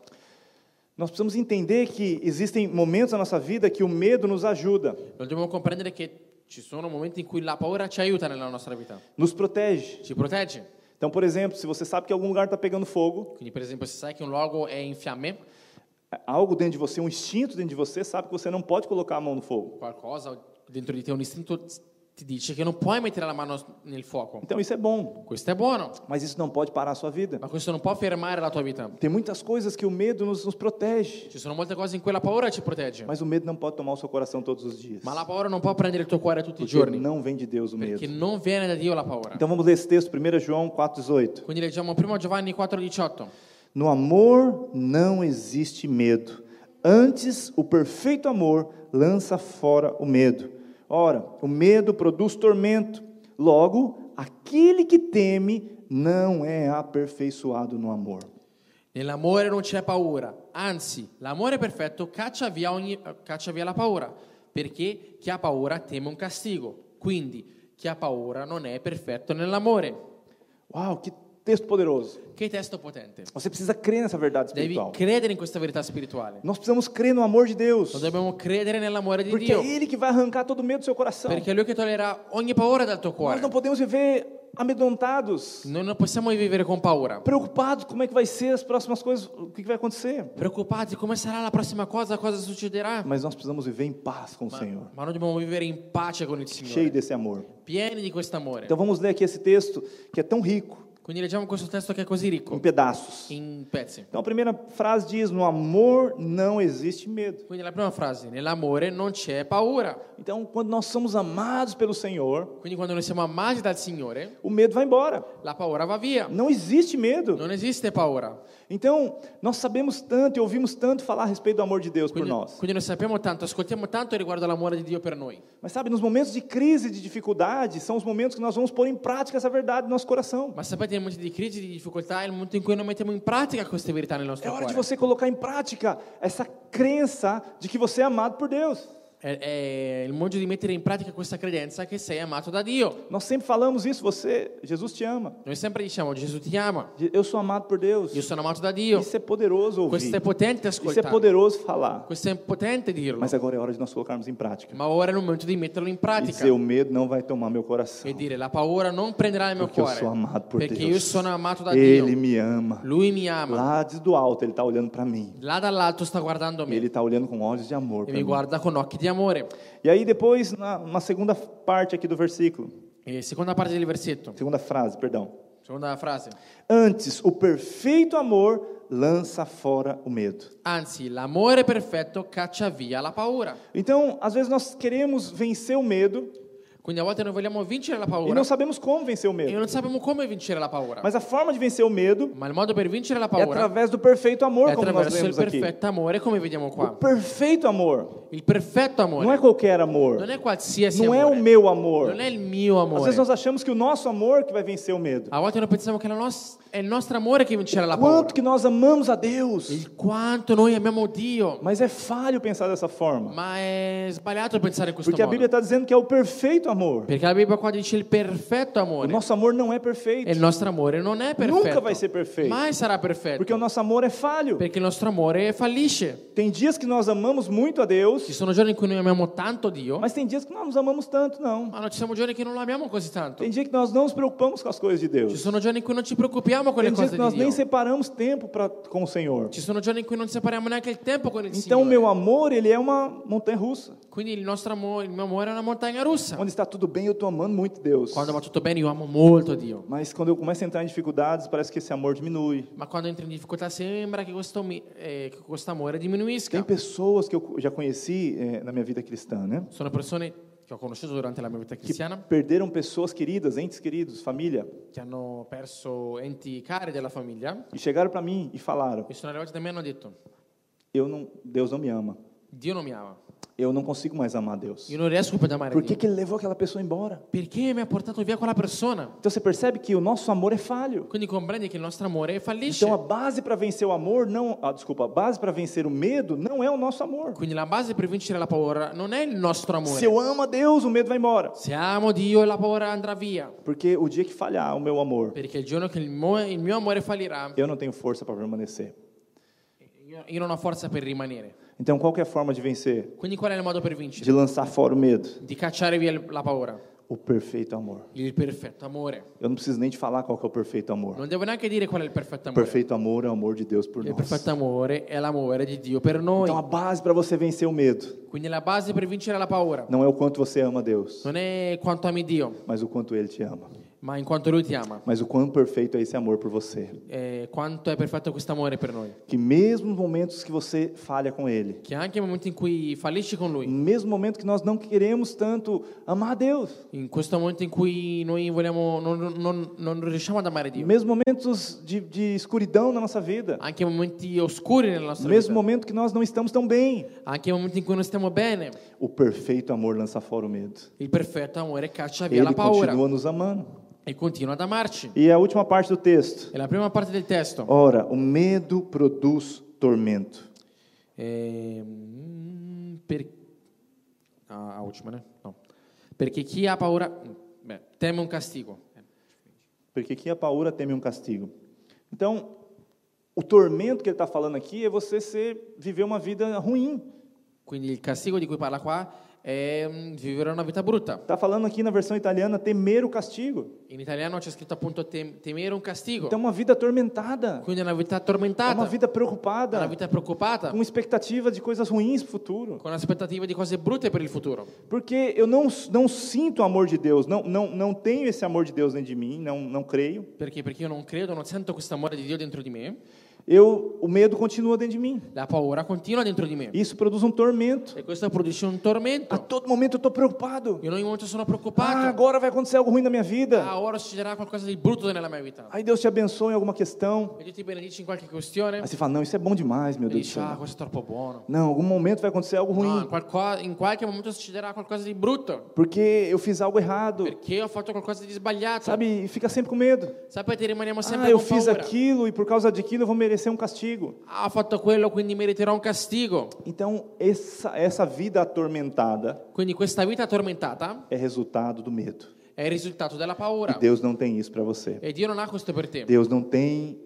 [SPEAKER 1] Nós precisamos entender que existem momentos na nossa vida que o medo nos ajuda,
[SPEAKER 2] Lo dobbiamo comprendere che ci sono momenti in cui la paura ci aiuta nella nostra vita,
[SPEAKER 1] nos protege.
[SPEAKER 2] ci protegge.
[SPEAKER 1] Então, por exemplo, se você sabe que algum lugar está pegando fogo,
[SPEAKER 2] Quindi, per esempio, se sai che un luogo è in fiamme,
[SPEAKER 1] algo dentro de você, um instinto dentro de você, sabe que você não pode colocar a mão no fogo.
[SPEAKER 2] qualcosa dentro di te, un istinto ti dice che non puoi mettere la mano nel fuoco.
[SPEAKER 1] Então, isso é bom,
[SPEAKER 2] Questo è buono,
[SPEAKER 1] mas isso não pode parar a sua vida.
[SPEAKER 2] ma questo non può fermare la tua vita.
[SPEAKER 1] Tem muitas coisas que o medo nos, nos protege,
[SPEAKER 2] Ci sono molte cose in cui la paura ci protegge,
[SPEAKER 1] mas o medo não pode tomar o seu coração todos os dias.
[SPEAKER 2] ma la paura non può prendere il tuo cuore tutti i
[SPEAKER 1] Porque
[SPEAKER 2] giorni,
[SPEAKER 1] não vem de Deus o
[SPEAKER 2] perché
[SPEAKER 1] medo.
[SPEAKER 2] non viene da Dio la paura.
[SPEAKER 1] Então, vamos ler esse texto, 1 João 4,18.
[SPEAKER 2] Quindi leggiamo 1 Giovanni 4,18.
[SPEAKER 1] No amor não existe medo. Antes, o perfeito amor lança fora o medo. Ora, o medo produz tormento. Logo, aquele que teme não é aperfeiçoado no amor.
[SPEAKER 2] Nell'amore non c'è paura, anzi, l'amore perfetto caccia via, ogni- caccia via la paura, perché chi ha paura teme un castigo. Quindi chi ha paura non è perfetto nell'amore.
[SPEAKER 1] Uau, que texto poderoso!
[SPEAKER 2] Che testo potente.
[SPEAKER 1] Você precisa crer nessa verdade
[SPEAKER 2] Devi
[SPEAKER 1] espiritual.
[SPEAKER 2] credere in questa verità spirituale.
[SPEAKER 1] Nós precisamos crer no amor de Deus,
[SPEAKER 2] Noi dobbiamo credere nell'amore di
[SPEAKER 1] porque é
[SPEAKER 2] Dio,
[SPEAKER 1] Ele que vai arrancar todo o medo do seu coração.
[SPEAKER 2] perché è Lui che toglierà ogni paura dal tuo
[SPEAKER 1] Nós
[SPEAKER 2] cuore.
[SPEAKER 1] não podemos viver amedrontados,
[SPEAKER 2] Noi non possiamo vivere con paura,
[SPEAKER 1] preocupados como é que vai ser as próximas coisas, o que que vai acontecer.
[SPEAKER 2] preoccupati come sarà la prossima cosa, cosa succederà.
[SPEAKER 1] Mas nós precisamos viver em paz com o Senhor,
[SPEAKER 2] Ma noi dobbiamo vivere in pace con il
[SPEAKER 1] cheio
[SPEAKER 2] Signore,
[SPEAKER 1] desse amor.
[SPEAKER 2] pieni di questo amore.
[SPEAKER 1] Então vamos ler aqui esse texto que é tão rico,
[SPEAKER 2] Quindi leggiamo questo testo che è così
[SPEAKER 1] em
[SPEAKER 2] ricco,
[SPEAKER 1] pedaços.
[SPEAKER 2] in pezzi.
[SPEAKER 1] Então a primeira frase diz: No amor não existe medo.
[SPEAKER 2] Quindi la prima frase, nell'amore non c'è paura.
[SPEAKER 1] Então, quando nós somos amados pelo Senhor,
[SPEAKER 2] Quindi quando noi siamo amati dal Signore,
[SPEAKER 1] o medo vai embora.
[SPEAKER 2] la paura va via.
[SPEAKER 1] Não existe medo.
[SPEAKER 2] Non esiste paura.
[SPEAKER 1] Então, nós sabemos tanto e ouvimos tanto falar a respeito do amor de Deus por
[SPEAKER 2] Quindi,
[SPEAKER 1] nós.
[SPEAKER 2] quindi noi sappiamo tanto, ascoltiamo tanto riguardo all'amore di Dio per noi.
[SPEAKER 1] Mas sabe, nos momentos de crise, de dificuldade, são os momentos que nós vamos pôr em prática essa verdade no nosso coração.
[SPEAKER 2] Ma sapete, nei momenti di crisi, di difficoltà, è il momento in cui noi mettiamo in pratica queste verità nel
[SPEAKER 1] É
[SPEAKER 2] nostro
[SPEAKER 1] hora de
[SPEAKER 2] cuore.
[SPEAKER 1] você colocar em prática essa crença de que você é amado por Deus.
[SPEAKER 2] È, è il momento di mettere in pratica questa credenza che sei amato da Dio.
[SPEAKER 1] Nós sempre falamos isso, você, Jesus te ama.
[SPEAKER 2] Noi sempre diciamo, Gesù ti ama,
[SPEAKER 1] Eu sou amado por Deus.
[SPEAKER 2] io sono amato da Dio.
[SPEAKER 1] Isso é poderoso ouvir.
[SPEAKER 2] Questo è potente
[SPEAKER 1] Isso é
[SPEAKER 2] ascoltare,
[SPEAKER 1] poderoso falar.
[SPEAKER 2] questo è potente dirlo.
[SPEAKER 1] Mas agora é hora de nós colocarmos em prática.
[SPEAKER 2] Ma ora è il momento di metterlo in
[SPEAKER 1] E
[SPEAKER 2] pratica.
[SPEAKER 1] dizer, o medo não vai tomar meu coração.
[SPEAKER 2] e dire la paura non prenderà il mio
[SPEAKER 1] Porque eu
[SPEAKER 2] cuore
[SPEAKER 1] sou amado por
[SPEAKER 2] perché io
[SPEAKER 1] Deus.
[SPEAKER 2] sono amato da
[SPEAKER 1] Ele
[SPEAKER 2] Dio
[SPEAKER 1] me ama.
[SPEAKER 2] lui mi ama
[SPEAKER 1] Lá diz do alto, ele está olhando para mim.
[SPEAKER 2] là dall'alto sta guardando me
[SPEAKER 1] Ele está olhando com olhos de amor
[SPEAKER 2] e
[SPEAKER 1] para
[SPEAKER 2] mi
[SPEAKER 1] mim.
[SPEAKER 2] guarda con occhi di amore
[SPEAKER 1] E aí depois, na, na segunda parte aqui do versículo,
[SPEAKER 2] e seconda parte del versetto
[SPEAKER 1] segunda frase, perdão.
[SPEAKER 2] seconda frase
[SPEAKER 1] Antes, o perfeito amor lança fora o medo.
[SPEAKER 2] anzi l'amore perfetto caccia via la paura
[SPEAKER 1] Então, às vezes nós queremos vencer o medo
[SPEAKER 2] quindi a volte noi vogliamo vincere la
[SPEAKER 1] e
[SPEAKER 2] paura
[SPEAKER 1] não sabemos como vencer o
[SPEAKER 2] e
[SPEAKER 1] medo.
[SPEAKER 2] non sappiamo come vincere la paura
[SPEAKER 1] Mas a forma de vencer o medo
[SPEAKER 2] ma il modo per vincere la
[SPEAKER 1] é
[SPEAKER 2] paura
[SPEAKER 1] através do perfeito
[SPEAKER 2] è
[SPEAKER 1] amor, como nós
[SPEAKER 2] attraverso il
[SPEAKER 1] lemos aqui.
[SPEAKER 2] perfetto amore come vediamo
[SPEAKER 1] O
[SPEAKER 2] qua
[SPEAKER 1] perfeito amor
[SPEAKER 2] il perfetto
[SPEAKER 1] não é
[SPEAKER 2] amore
[SPEAKER 1] qualquer amor,
[SPEAKER 2] non è qualsiasi
[SPEAKER 1] não é o
[SPEAKER 2] amore
[SPEAKER 1] meu amor.
[SPEAKER 2] non è il mio
[SPEAKER 1] Às
[SPEAKER 2] amore
[SPEAKER 1] vezes nós achamos que o nosso amor é que vai vencer o medo.
[SPEAKER 2] A volte noi pensiamo che la nos- è il nostro amore che vincerà la paura.
[SPEAKER 1] Quanto que nós amamos a Deus,
[SPEAKER 2] Il quanto noi amiamo Dio.
[SPEAKER 1] mas é falho pensar dessa forma,
[SPEAKER 2] Ma è sbagliato pensare in questo
[SPEAKER 1] porque a
[SPEAKER 2] modo.
[SPEAKER 1] Bíblia está dizendo que é o perfeito amor.
[SPEAKER 2] Perché la Bibbia qua dice il perfetto
[SPEAKER 1] O
[SPEAKER 2] amore.
[SPEAKER 1] nosso amor não
[SPEAKER 2] E
[SPEAKER 1] é
[SPEAKER 2] il
[SPEAKER 1] perfeito,
[SPEAKER 2] nostro amore non è perfetto.
[SPEAKER 1] nunca vai ser perfeito,
[SPEAKER 2] Mai sarà perfetto.
[SPEAKER 1] porque o nosso amor é falho.
[SPEAKER 2] Perché il nostro amore fallisce.
[SPEAKER 1] Tem dias que nós amamos muito a Deus,
[SPEAKER 2] Ci sono giorni in cui noi amiamo tanto Dio,
[SPEAKER 1] mas tem dias que nós nos amamos tanto, não.
[SPEAKER 2] ma non ci sono giorni che non lo amiamo così tanto.
[SPEAKER 1] Tem dia que nós não nos preocupamos com as coisas de
[SPEAKER 2] Ci
[SPEAKER 1] Deus.
[SPEAKER 2] sono giorni in cui non ci preoccupiamo con le
[SPEAKER 1] Tem
[SPEAKER 2] cose
[SPEAKER 1] dias que
[SPEAKER 2] di
[SPEAKER 1] nós
[SPEAKER 2] Dio.
[SPEAKER 1] nem separamos tempo pra, com o Senhor.
[SPEAKER 2] Ci sono giorni in cui non separiamo neanche il tempo con il
[SPEAKER 1] Então, o
[SPEAKER 2] Signore.
[SPEAKER 1] meu amor, ele é uma montanha russa,
[SPEAKER 2] Quindi il nostro amore, il mio amore è una montagna russa.
[SPEAKER 1] onde está tudo bem, eu estou amando muito Deus.
[SPEAKER 2] Quando va tutto bene io amo molto Dio,
[SPEAKER 1] Mas quando eu começo a entrar em dificuldades, parece que esse amor diminui.
[SPEAKER 2] ma quando entro in difficoltà sembra che questo, mi- eh, che questo amore
[SPEAKER 1] Tem
[SPEAKER 2] diminuisca.
[SPEAKER 1] pessoas que eu já conheci eh, na minha vida cristã, né?
[SPEAKER 2] Sono persone che ho conosciuto durante la mia vita
[SPEAKER 1] Que
[SPEAKER 2] cristiana
[SPEAKER 1] perderam pessoas queridas, entes queridos, família,
[SPEAKER 2] che hanno perso enti cari della famiglia
[SPEAKER 1] e chegaram para mim e falaram:
[SPEAKER 2] e sono arrivati da me e hanno detto
[SPEAKER 1] "Eu não, Deus não me ama.
[SPEAKER 2] Dio non mi ama,
[SPEAKER 1] Eu não consigo mais amar Deus."
[SPEAKER 2] io non riesco più ad amare
[SPEAKER 1] Por que,
[SPEAKER 2] Dio.
[SPEAKER 1] que ele levou aquela pessoa embora?
[SPEAKER 2] Perché mi ha portato via quella persona?
[SPEAKER 1] Então você percebe que o nosso amor é falho.
[SPEAKER 2] Quindi comprendi che il nostro amore fallisce.
[SPEAKER 1] Então a base para vencer o amor não, ah, desculpa, a base para vencer o medo não é o nosso amor.
[SPEAKER 2] Quindi la base per vincere la paura non è il nostro amore.
[SPEAKER 1] Se eu amo a Deus, o medo vai embora.
[SPEAKER 2] Se amo Dio la paura andrà via,
[SPEAKER 1] Porque o dia que falhar o meu amor,
[SPEAKER 2] perché il giorno che il mo- il mio amore fallirà
[SPEAKER 1] eu não tenho força para permanecer.
[SPEAKER 2] Io, io non ho forza per rimanere.
[SPEAKER 1] Então qual que é a forma de vencer?
[SPEAKER 2] Quindi qual è il modo per vincere?
[SPEAKER 1] De lançar fora o medo.
[SPEAKER 2] Di cacciare via il- la paura.
[SPEAKER 1] o perfeito amor.
[SPEAKER 2] il perfetto amore.
[SPEAKER 1] Eu não preciso nem te falar qual que é o perfeito amor.
[SPEAKER 2] Non devo neanche dire qual è il perfetto
[SPEAKER 1] O
[SPEAKER 2] amore.
[SPEAKER 1] perfeito amor é o amor de Deus por
[SPEAKER 2] Il
[SPEAKER 1] nós.
[SPEAKER 2] perfetto amore è l'amore di Dio per noi.
[SPEAKER 1] Então a base para você vencer o medo
[SPEAKER 2] Quindi la base per vincere la paura
[SPEAKER 1] não é o quanto você ama Deus,
[SPEAKER 2] non è quanto ami Dio,
[SPEAKER 1] mas o quanto ele te ama.
[SPEAKER 2] ma in quanto Lui ti ama.
[SPEAKER 1] Mas o quão perfeito é esse amor por você.
[SPEAKER 2] Eh, quanto è perfetto questo amore per noi.
[SPEAKER 1] Que mesmo nos momentos que você falha com ele,
[SPEAKER 2] Che anche nel momento in cui fallisci con Lui,
[SPEAKER 1] no mesmo momento que nós não queremos tanto amar a Deus,
[SPEAKER 2] in questo momento in cui noi vogliamo, non, non- non riusciamo ad amare Dio,
[SPEAKER 1] mesmo momentos de, de escuridão na nossa vida,
[SPEAKER 2] anche in momenti oscuri nella nostra
[SPEAKER 1] mesmo
[SPEAKER 2] vita,
[SPEAKER 1] momento que nós não estamos tão bem,
[SPEAKER 2] anche in momenti in cui non stiamo bene,
[SPEAKER 1] o perfeito amor lança fora o medo.
[SPEAKER 2] il perfetto amore caccia via la
[SPEAKER 1] Ele
[SPEAKER 2] paura
[SPEAKER 1] continua nos amando.
[SPEAKER 2] e continua ad amarci.
[SPEAKER 1] E a última parte do texto.
[SPEAKER 2] È la prima parte del testo.
[SPEAKER 1] Ora, o medo produz tormento.
[SPEAKER 2] Ehm, per... ah, a ultima, né? No. Perché chi ha paura beh, teme un castigo.
[SPEAKER 1] Porque quem a paura teme um castigo. Então, o tormento que ele está falando aqui é você ser, viver uma vida ruim.
[SPEAKER 2] Quindi il castigo di cui parla qua è mm, vivere una vita brutta.
[SPEAKER 1] Está Tá falando aqui na versão italiana temer o castigo.
[SPEAKER 2] In italiano c'è scritto appunto tem- temere un castigo.
[SPEAKER 1] Então, uma vida atormentada,
[SPEAKER 2] Quindi è una vita
[SPEAKER 1] é
[SPEAKER 2] tormentata,
[SPEAKER 1] uma vida
[SPEAKER 2] è una
[SPEAKER 1] preocupada,
[SPEAKER 2] vita preoccupata,
[SPEAKER 1] com expectativa de coisas ruins para o futuro.
[SPEAKER 2] con aspettative di cose brutte per il futuro.
[SPEAKER 1] Porque eu não, não sinto o amor de Deus, não, não, não tenho esse amor de Deus dentro de mim, não, não creio.
[SPEAKER 2] Perché? Perché io non credo, non sento questo amore di Dio dentro di me,
[SPEAKER 1] Eu, o medo continua dentro de mim.
[SPEAKER 2] la paura continua dentro di me.
[SPEAKER 1] Isso produz um tormento.
[SPEAKER 2] E questo produce un
[SPEAKER 1] A
[SPEAKER 2] tormento.
[SPEAKER 1] todo momento eu estou preocupado.
[SPEAKER 2] Io in ogni momento sono
[SPEAKER 1] Ah,
[SPEAKER 2] preoccupato.
[SPEAKER 1] agora vai acontecer algo ruim na minha vida.
[SPEAKER 2] Ah, ora succederà qualcosa di brutto nella mia vita.
[SPEAKER 1] Aí Deus te abençoa em alguma questão.
[SPEAKER 2] E Dio ti benedice in qualche questione.
[SPEAKER 1] Aí
[SPEAKER 2] E
[SPEAKER 1] você fala, não, isso é bom demais, meu Deus do
[SPEAKER 2] dici, ah,
[SPEAKER 1] céu.
[SPEAKER 2] questo è troppo buono.
[SPEAKER 1] Não, em algum momento vai acontecer algo
[SPEAKER 2] No, in,
[SPEAKER 1] ruim.
[SPEAKER 2] qualco- in qualche momento succederà qualcosa di brutto.
[SPEAKER 1] Porque eu fiz algo errado.
[SPEAKER 2] Perché ho fatto qualcosa di sbagliato.
[SPEAKER 1] Sabe, e fica sempre com medo.
[SPEAKER 2] Sapete, rimaniamo sempre
[SPEAKER 1] Ah, eu
[SPEAKER 2] con
[SPEAKER 1] fiz
[SPEAKER 2] paura.
[SPEAKER 1] aquilo e por causa daquilo eu vou merecer um castigo.
[SPEAKER 2] Ah, ho fatto quello, quindi meriterò un castigo.
[SPEAKER 1] Então, essa, essa vida atormentada
[SPEAKER 2] Quindi questa vita tormentata
[SPEAKER 1] é resultado do medo.
[SPEAKER 2] è il risultato della
[SPEAKER 1] E
[SPEAKER 2] paura.
[SPEAKER 1] Deus não tem isso para você.
[SPEAKER 2] E Dio non ha questo per te.
[SPEAKER 1] Deus não tem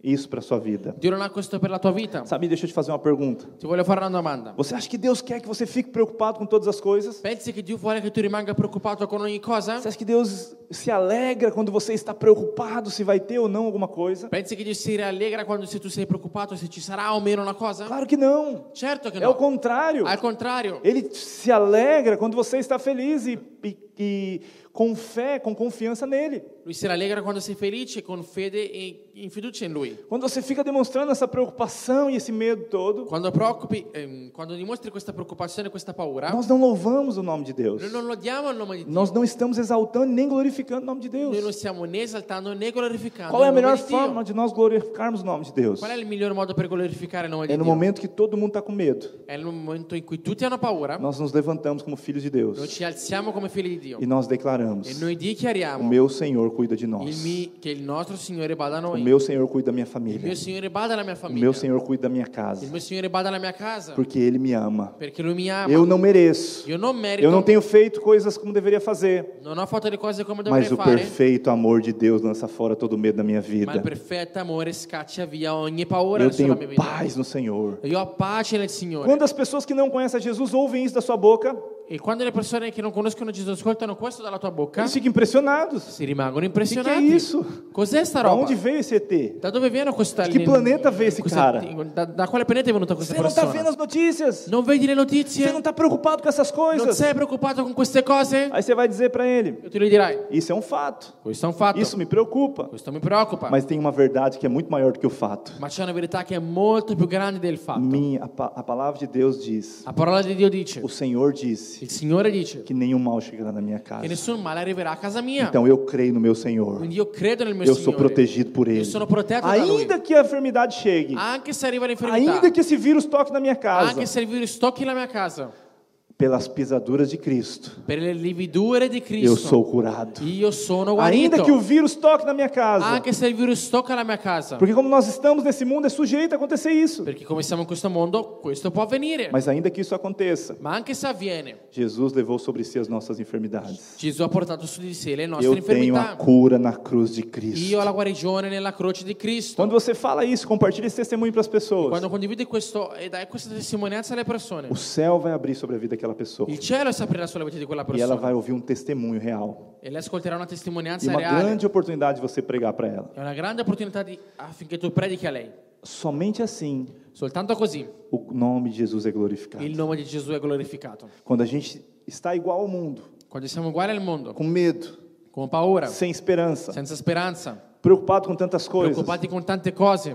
[SPEAKER 1] isso para sua vida.
[SPEAKER 2] Dio non ha questo per la tua vita.
[SPEAKER 1] Sabe, deixa eu te fazer uma pergunta.
[SPEAKER 2] Ti voglio fare una domanda.
[SPEAKER 1] Você acha que Deus quer que você fique preocupado com todas as coisas?
[SPEAKER 2] Pensi che Dio vuole che tu rimanga preoccupato con ogni cosa?
[SPEAKER 1] Você acha que Deus se alegra quando você está preocupado se vai ter ou não alguma coisa?
[SPEAKER 2] Pensi che Dio si rallegra quando se tu sei preoccupato se ci sarà o meno una cosa?
[SPEAKER 1] Claro que não.
[SPEAKER 2] Certo che
[SPEAKER 1] É o
[SPEAKER 2] no.
[SPEAKER 1] contrário.
[SPEAKER 2] Al contrario,
[SPEAKER 1] Ele se alegra quando você está feliz e, e- e com fé, com confiança nele.
[SPEAKER 2] lui si rallegra quando sei felice, con fede e in fiducia in lui.
[SPEAKER 1] Quando você fica demonstrando essa preocupação e esse medo todo,
[SPEAKER 2] Quando, preoccupi, ehm, quando dimostri questa preoccupazione, questa paura,
[SPEAKER 1] nós não louvamos o nome de Deus.
[SPEAKER 2] noi non lodiamo il nome di Dio.
[SPEAKER 1] Nós não estamos exaltando nem glorificando o nome de
[SPEAKER 2] Noi non
[SPEAKER 1] Deus.
[SPEAKER 2] stiamo né esaltando né glorificando
[SPEAKER 1] Qual é a
[SPEAKER 2] il nome
[SPEAKER 1] melhor
[SPEAKER 2] di Dio.
[SPEAKER 1] forma de nós glorificarmos o nome de Deus?
[SPEAKER 2] Qual é è il miglior modo per glorificare il nome
[SPEAKER 1] É
[SPEAKER 2] di
[SPEAKER 1] no
[SPEAKER 2] Dio?
[SPEAKER 1] momento que todo mundo está com medo.
[SPEAKER 2] È nel momento in cui tutti hanno paura,
[SPEAKER 1] Nós nos levantamos como filhos de
[SPEAKER 2] noi
[SPEAKER 1] Deus
[SPEAKER 2] ci alziamo come figli di Dio
[SPEAKER 1] e nós declaramos:
[SPEAKER 2] e noi
[SPEAKER 1] O
[SPEAKER 2] dichiariamo
[SPEAKER 1] meu Senhor cuida de
[SPEAKER 2] il
[SPEAKER 1] nós.
[SPEAKER 2] mi- che il nostro Signore bada a
[SPEAKER 1] O
[SPEAKER 2] noi.
[SPEAKER 1] meu Senhor cuida da minha
[SPEAKER 2] Il
[SPEAKER 1] família.
[SPEAKER 2] mio Signore bada alla mia
[SPEAKER 1] O
[SPEAKER 2] famiglia.
[SPEAKER 1] meu Senhor cuida da minha
[SPEAKER 2] Il
[SPEAKER 1] casa.
[SPEAKER 2] mio Signore bada alla mia casa.
[SPEAKER 1] Porque Ele me ama.
[SPEAKER 2] Perché Lui mi ama.
[SPEAKER 1] Eu não mereço.
[SPEAKER 2] Io non merito.
[SPEAKER 1] Eu não tenho feito coisas como deveria fazer.
[SPEAKER 2] non ho fatto le cose come dovrei
[SPEAKER 1] Mas o
[SPEAKER 2] fare.
[SPEAKER 1] perfeito amor de Deus lança fora todo medo da minha
[SPEAKER 2] Ma il
[SPEAKER 1] vida.
[SPEAKER 2] perfetto amore scaccia via ogni paura
[SPEAKER 1] Eu
[SPEAKER 2] sulla mia
[SPEAKER 1] tenho
[SPEAKER 2] vita.
[SPEAKER 1] paz no Senhor.
[SPEAKER 2] Io ho pace nel Signore.
[SPEAKER 1] Quando as pessoas que não conhecem a Jesus ouvem isso da sua boca,
[SPEAKER 2] E quando le persone che non conoscono Gesù ascoltano questo dalla tua bocca,
[SPEAKER 1] eles ficam impressionados.
[SPEAKER 2] si rimangono
[SPEAKER 1] Que é
[SPEAKER 2] impressionati.
[SPEAKER 1] isso?
[SPEAKER 2] Cos'è sta
[SPEAKER 1] Da
[SPEAKER 2] roba?
[SPEAKER 1] onde veio esse ET?
[SPEAKER 2] Da dove viene questa
[SPEAKER 1] Di che pianeta veio esse
[SPEAKER 2] questa-
[SPEAKER 1] cara?
[SPEAKER 2] Da, da quale pianeta è venuta questa
[SPEAKER 1] Você não está
[SPEAKER 2] persona?
[SPEAKER 1] vendo as notícias?
[SPEAKER 2] Non vedi le notizie?
[SPEAKER 1] Você não está preocupado com essas
[SPEAKER 2] Non
[SPEAKER 1] coisas?
[SPEAKER 2] sei preoccupato con queste cose?
[SPEAKER 1] Aí você vai dizer para ele:
[SPEAKER 2] E tu gli dirai,
[SPEAKER 1] Isso é um fato.
[SPEAKER 2] questo è un fatto,
[SPEAKER 1] Isso me preocupa.
[SPEAKER 2] questo mi preoccupa.
[SPEAKER 1] Mas tem uma verdade que é muito maior do que o fato.
[SPEAKER 2] Ma c'è una verità che è molto più grande del fatto.
[SPEAKER 1] Minha, a, pa- a palavra de Deus diz:
[SPEAKER 2] La parola di Dio dice,
[SPEAKER 1] O Senhor disse
[SPEAKER 2] il Signore dice,
[SPEAKER 1] que nenhum mal chegará na minha
[SPEAKER 2] che
[SPEAKER 1] casa.
[SPEAKER 2] nessun male arriverà a casa mia.
[SPEAKER 1] Então eu creio no meu Senhor.
[SPEAKER 2] Quindi io credo nel mio
[SPEAKER 1] Eu sou
[SPEAKER 2] Signore.
[SPEAKER 1] protegido por Ele.
[SPEAKER 2] Io sono protetto da Lui.
[SPEAKER 1] Ainda que a Ah, enfermidade chegue,
[SPEAKER 2] Anche se arriva l'infermità,
[SPEAKER 1] ainda que esse vírus toque na minha casa,
[SPEAKER 2] anche se il virus tocchi la mia casa,
[SPEAKER 1] pelas pisaduras de Cristo,
[SPEAKER 2] per le lividure di Cristo,
[SPEAKER 1] eu Ah, sou curado.
[SPEAKER 2] io sono guarito.
[SPEAKER 1] Ainda que o vírus toque na minha casa,
[SPEAKER 2] Anche se il virus tocca la mia casa,
[SPEAKER 1] porque como nós estamos nesse mundo, é sujeito a acontecer isso.
[SPEAKER 2] perché come siamo in questo mondo, questo può avvenire.
[SPEAKER 1] Mas ainda que isso aconteça,
[SPEAKER 2] Ma anche se avviene,
[SPEAKER 1] Jesus levou sobre si as nossas enfermidades.
[SPEAKER 2] Gesù ha portato su di sé le nostre
[SPEAKER 1] Eu tenho a
[SPEAKER 2] infermità.
[SPEAKER 1] cura na cruz de Cristo.
[SPEAKER 2] Io ho la guarigione nella croce di Cristo.
[SPEAKER 1] Quando você fala isso, compartilha esse testemunho para as pessoas.
[SPEAKER 2] Quando condividi questo e dai questa eh, testimonianza alle persone,
[SPEAKER 1] O céu vai abrir sobre a vida daquela daquela pessoa.
[SPEAKER 2] Il cielo si aprirà sulla vita di quella
[SPEAKER 1] E ela
[SPEAKER 2] persona
[SPEAKER 1] vai ouvir um testemunho real.
[SPEAKER 2] e lei ascolterà una
[SPEAKER 1] E
[SPEAKER 2] testimonianza
[SPEAKER 1] uma
[SPEAKER 2] reale.
[SPEAKER 1] grande oportunità de você pregar para ela.
[SPEAKER 2] È una grande opportunità di- affinché tu predichi a lei.
[SPEAKER 1] Somente assim
[SPEAKER 2] Soltanto così
[SPEAKER 1] o nome de Jesus é
[SPEAKER 2] il
[SPEAKER 1] glorificado.
[SPEAKER 2] nome di Gesù è glorificato.
[SPEAKER 1] Quando a gente está igual ao mundo,
[SPEAKER 2] Quando siamo uguali al mondo,
[SPEAKER 1] com medo,
[SPEAKER 2] con paura,
[SPEAKER 1] sem esperança,
[SPEAKER 2] senza speranza,
[SPEAKER 1] preocupado com tantas coisas,
[SPEAKER 2] preoccupati con tante cose,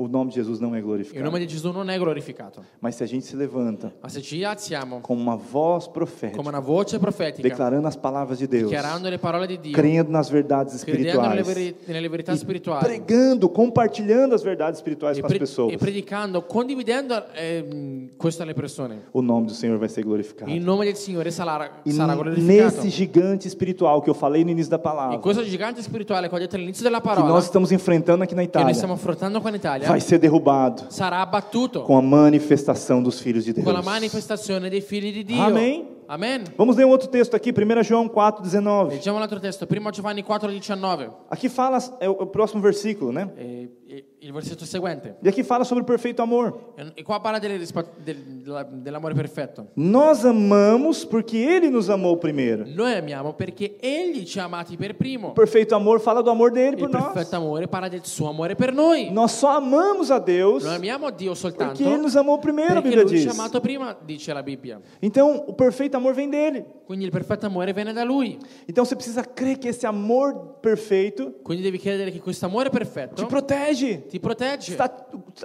[SPEAKER 1] o nome de Jesus não é
[SPEAKER 2] il nome
[SPEAKER 1] glorificado.
[SPEAKER 2] di Gesù non è glorificato.
[SPEAKER 1] Mas se a gente se levanta
[SPEAKER 2] Ma se ci alziamo
[SPEAKER 1] com uma voz
[SPEAKER 2] come
[SPEAKER 1] profética,
[SPEAKER 2] una voce profetica,
[SPEAKER 1] declarando as palavras de Deus,
[SPEAKER 2] dichiarando le parole di Dio,
[SPEAKER 1] crendo nas verdades
[SPEAKER 2] credendo nelle,
[SPEAKER 1] espirituais,
[SPEAKER 2] veri- nelle verità spirituali
[SPEAKER 1] pregando, compartilhando as verdades espirituais
[SPEAKER 2] e,
[SPEAKER 1] com as
[SPEAKER 2] pre-
[SPEAKER 1] pessoas,
[SPEAKER 2] e predicando, condividendo ehm, questo alle persone,
[SPEAKER 1] o nome do Senhor vai ser glorificado.
[SPEAKER 2] il nome del Signore sarà,
[SPEAKER 1] E
[SPEAKER 2] sarà
[SPEAKER 1] nesse
[SPEAKER 2] glorificato.
[SPEAKER 1] gigante espiritual que eu falei no início da
[SPEAKER 2] E
[SPEAKER 1] palavra,
[SPEAKER 2] questo gigante spirituale che ho detto all'inizio della
[SPEAKER 1] que
[SPEAKER 2] parola,
[SPEAKER 1] nós estamos enfrentando aqui na
[SPEAKER 2] che noi
[SPEAKER 1] Itália,
[SPEAKER 2] stiamo affrontando qua in Italia,
[SPEAKER 1] vai ser derrubado
[SPEAKER 2] sarà abbattuto
[SPEAKER 1] com a manifestação dos filhos de Deus.
[SPEAKER 2] con la manifestazione dei figli di Dio.
[SPEAKER 1] Amen.
[SPEAKER 2] Amen.
[SPEAKER 1] Vamos ler um outro texto aqui, 1 João 4,19.
[SPEAKER 2] Leggiamo l'altro testo, 1 Giovanni 4,19,
[SPEAKER 1] Aqui fala, é o o próximo versículo, né?
[SPEAKER 2] eh, eh, il versetto seguente. Eh,
[SPEAKER 1] E aqui fala sobre o perfeito amor.
[SPEAKER 2] E e qua parla delle rispa- del- della- dell'amore perfetto.
[SPEAKER 1] Nós amamos porque Ele nos amou primeiro.
[SPEAKER 2] Noi amiamo perché Egli ci ha amati per primo.
[SPEAKER 1] O perfeito amor fala do amor dele
[SPEAKER 2] Il
[SPEAKER 1] por nós.
[SPEAKER 2] perfetto amore parla del suo amore per noi.
[SPEAKER 1] Nós só amamos a Deus
[SPEAKER 2] Noi amiamo Dio
[SPEAKER 1] porque Ele
[SPEAKER 2] soltanto
[SPEAKER 1] Então, nos amou primeiro, a
[SPEAKER 2] perché
[SPEAKER 1] Bíblia
[SPEAKER 2] Lui ci
[SPEAKER 1] diz.
[SPEAKER 2] ha amato prima, dice la Bibbia.
[SPEAKER 1] Então, o perfeito amor vem dele.
[SPEAKER 2] Quindi il perfetto amore viene da Lui.
[SPEAKER 1] Então, você precisa crer que esse amor perfeito
[SPEAKER 2] Quindi devi credere che questo amore
[SPEAKER 1] te
[SPEAKER 2] perfetto
[SPEAKER 1] protege.
[SPEAKER 2] ti protegge.
[SPEAKER 1] Está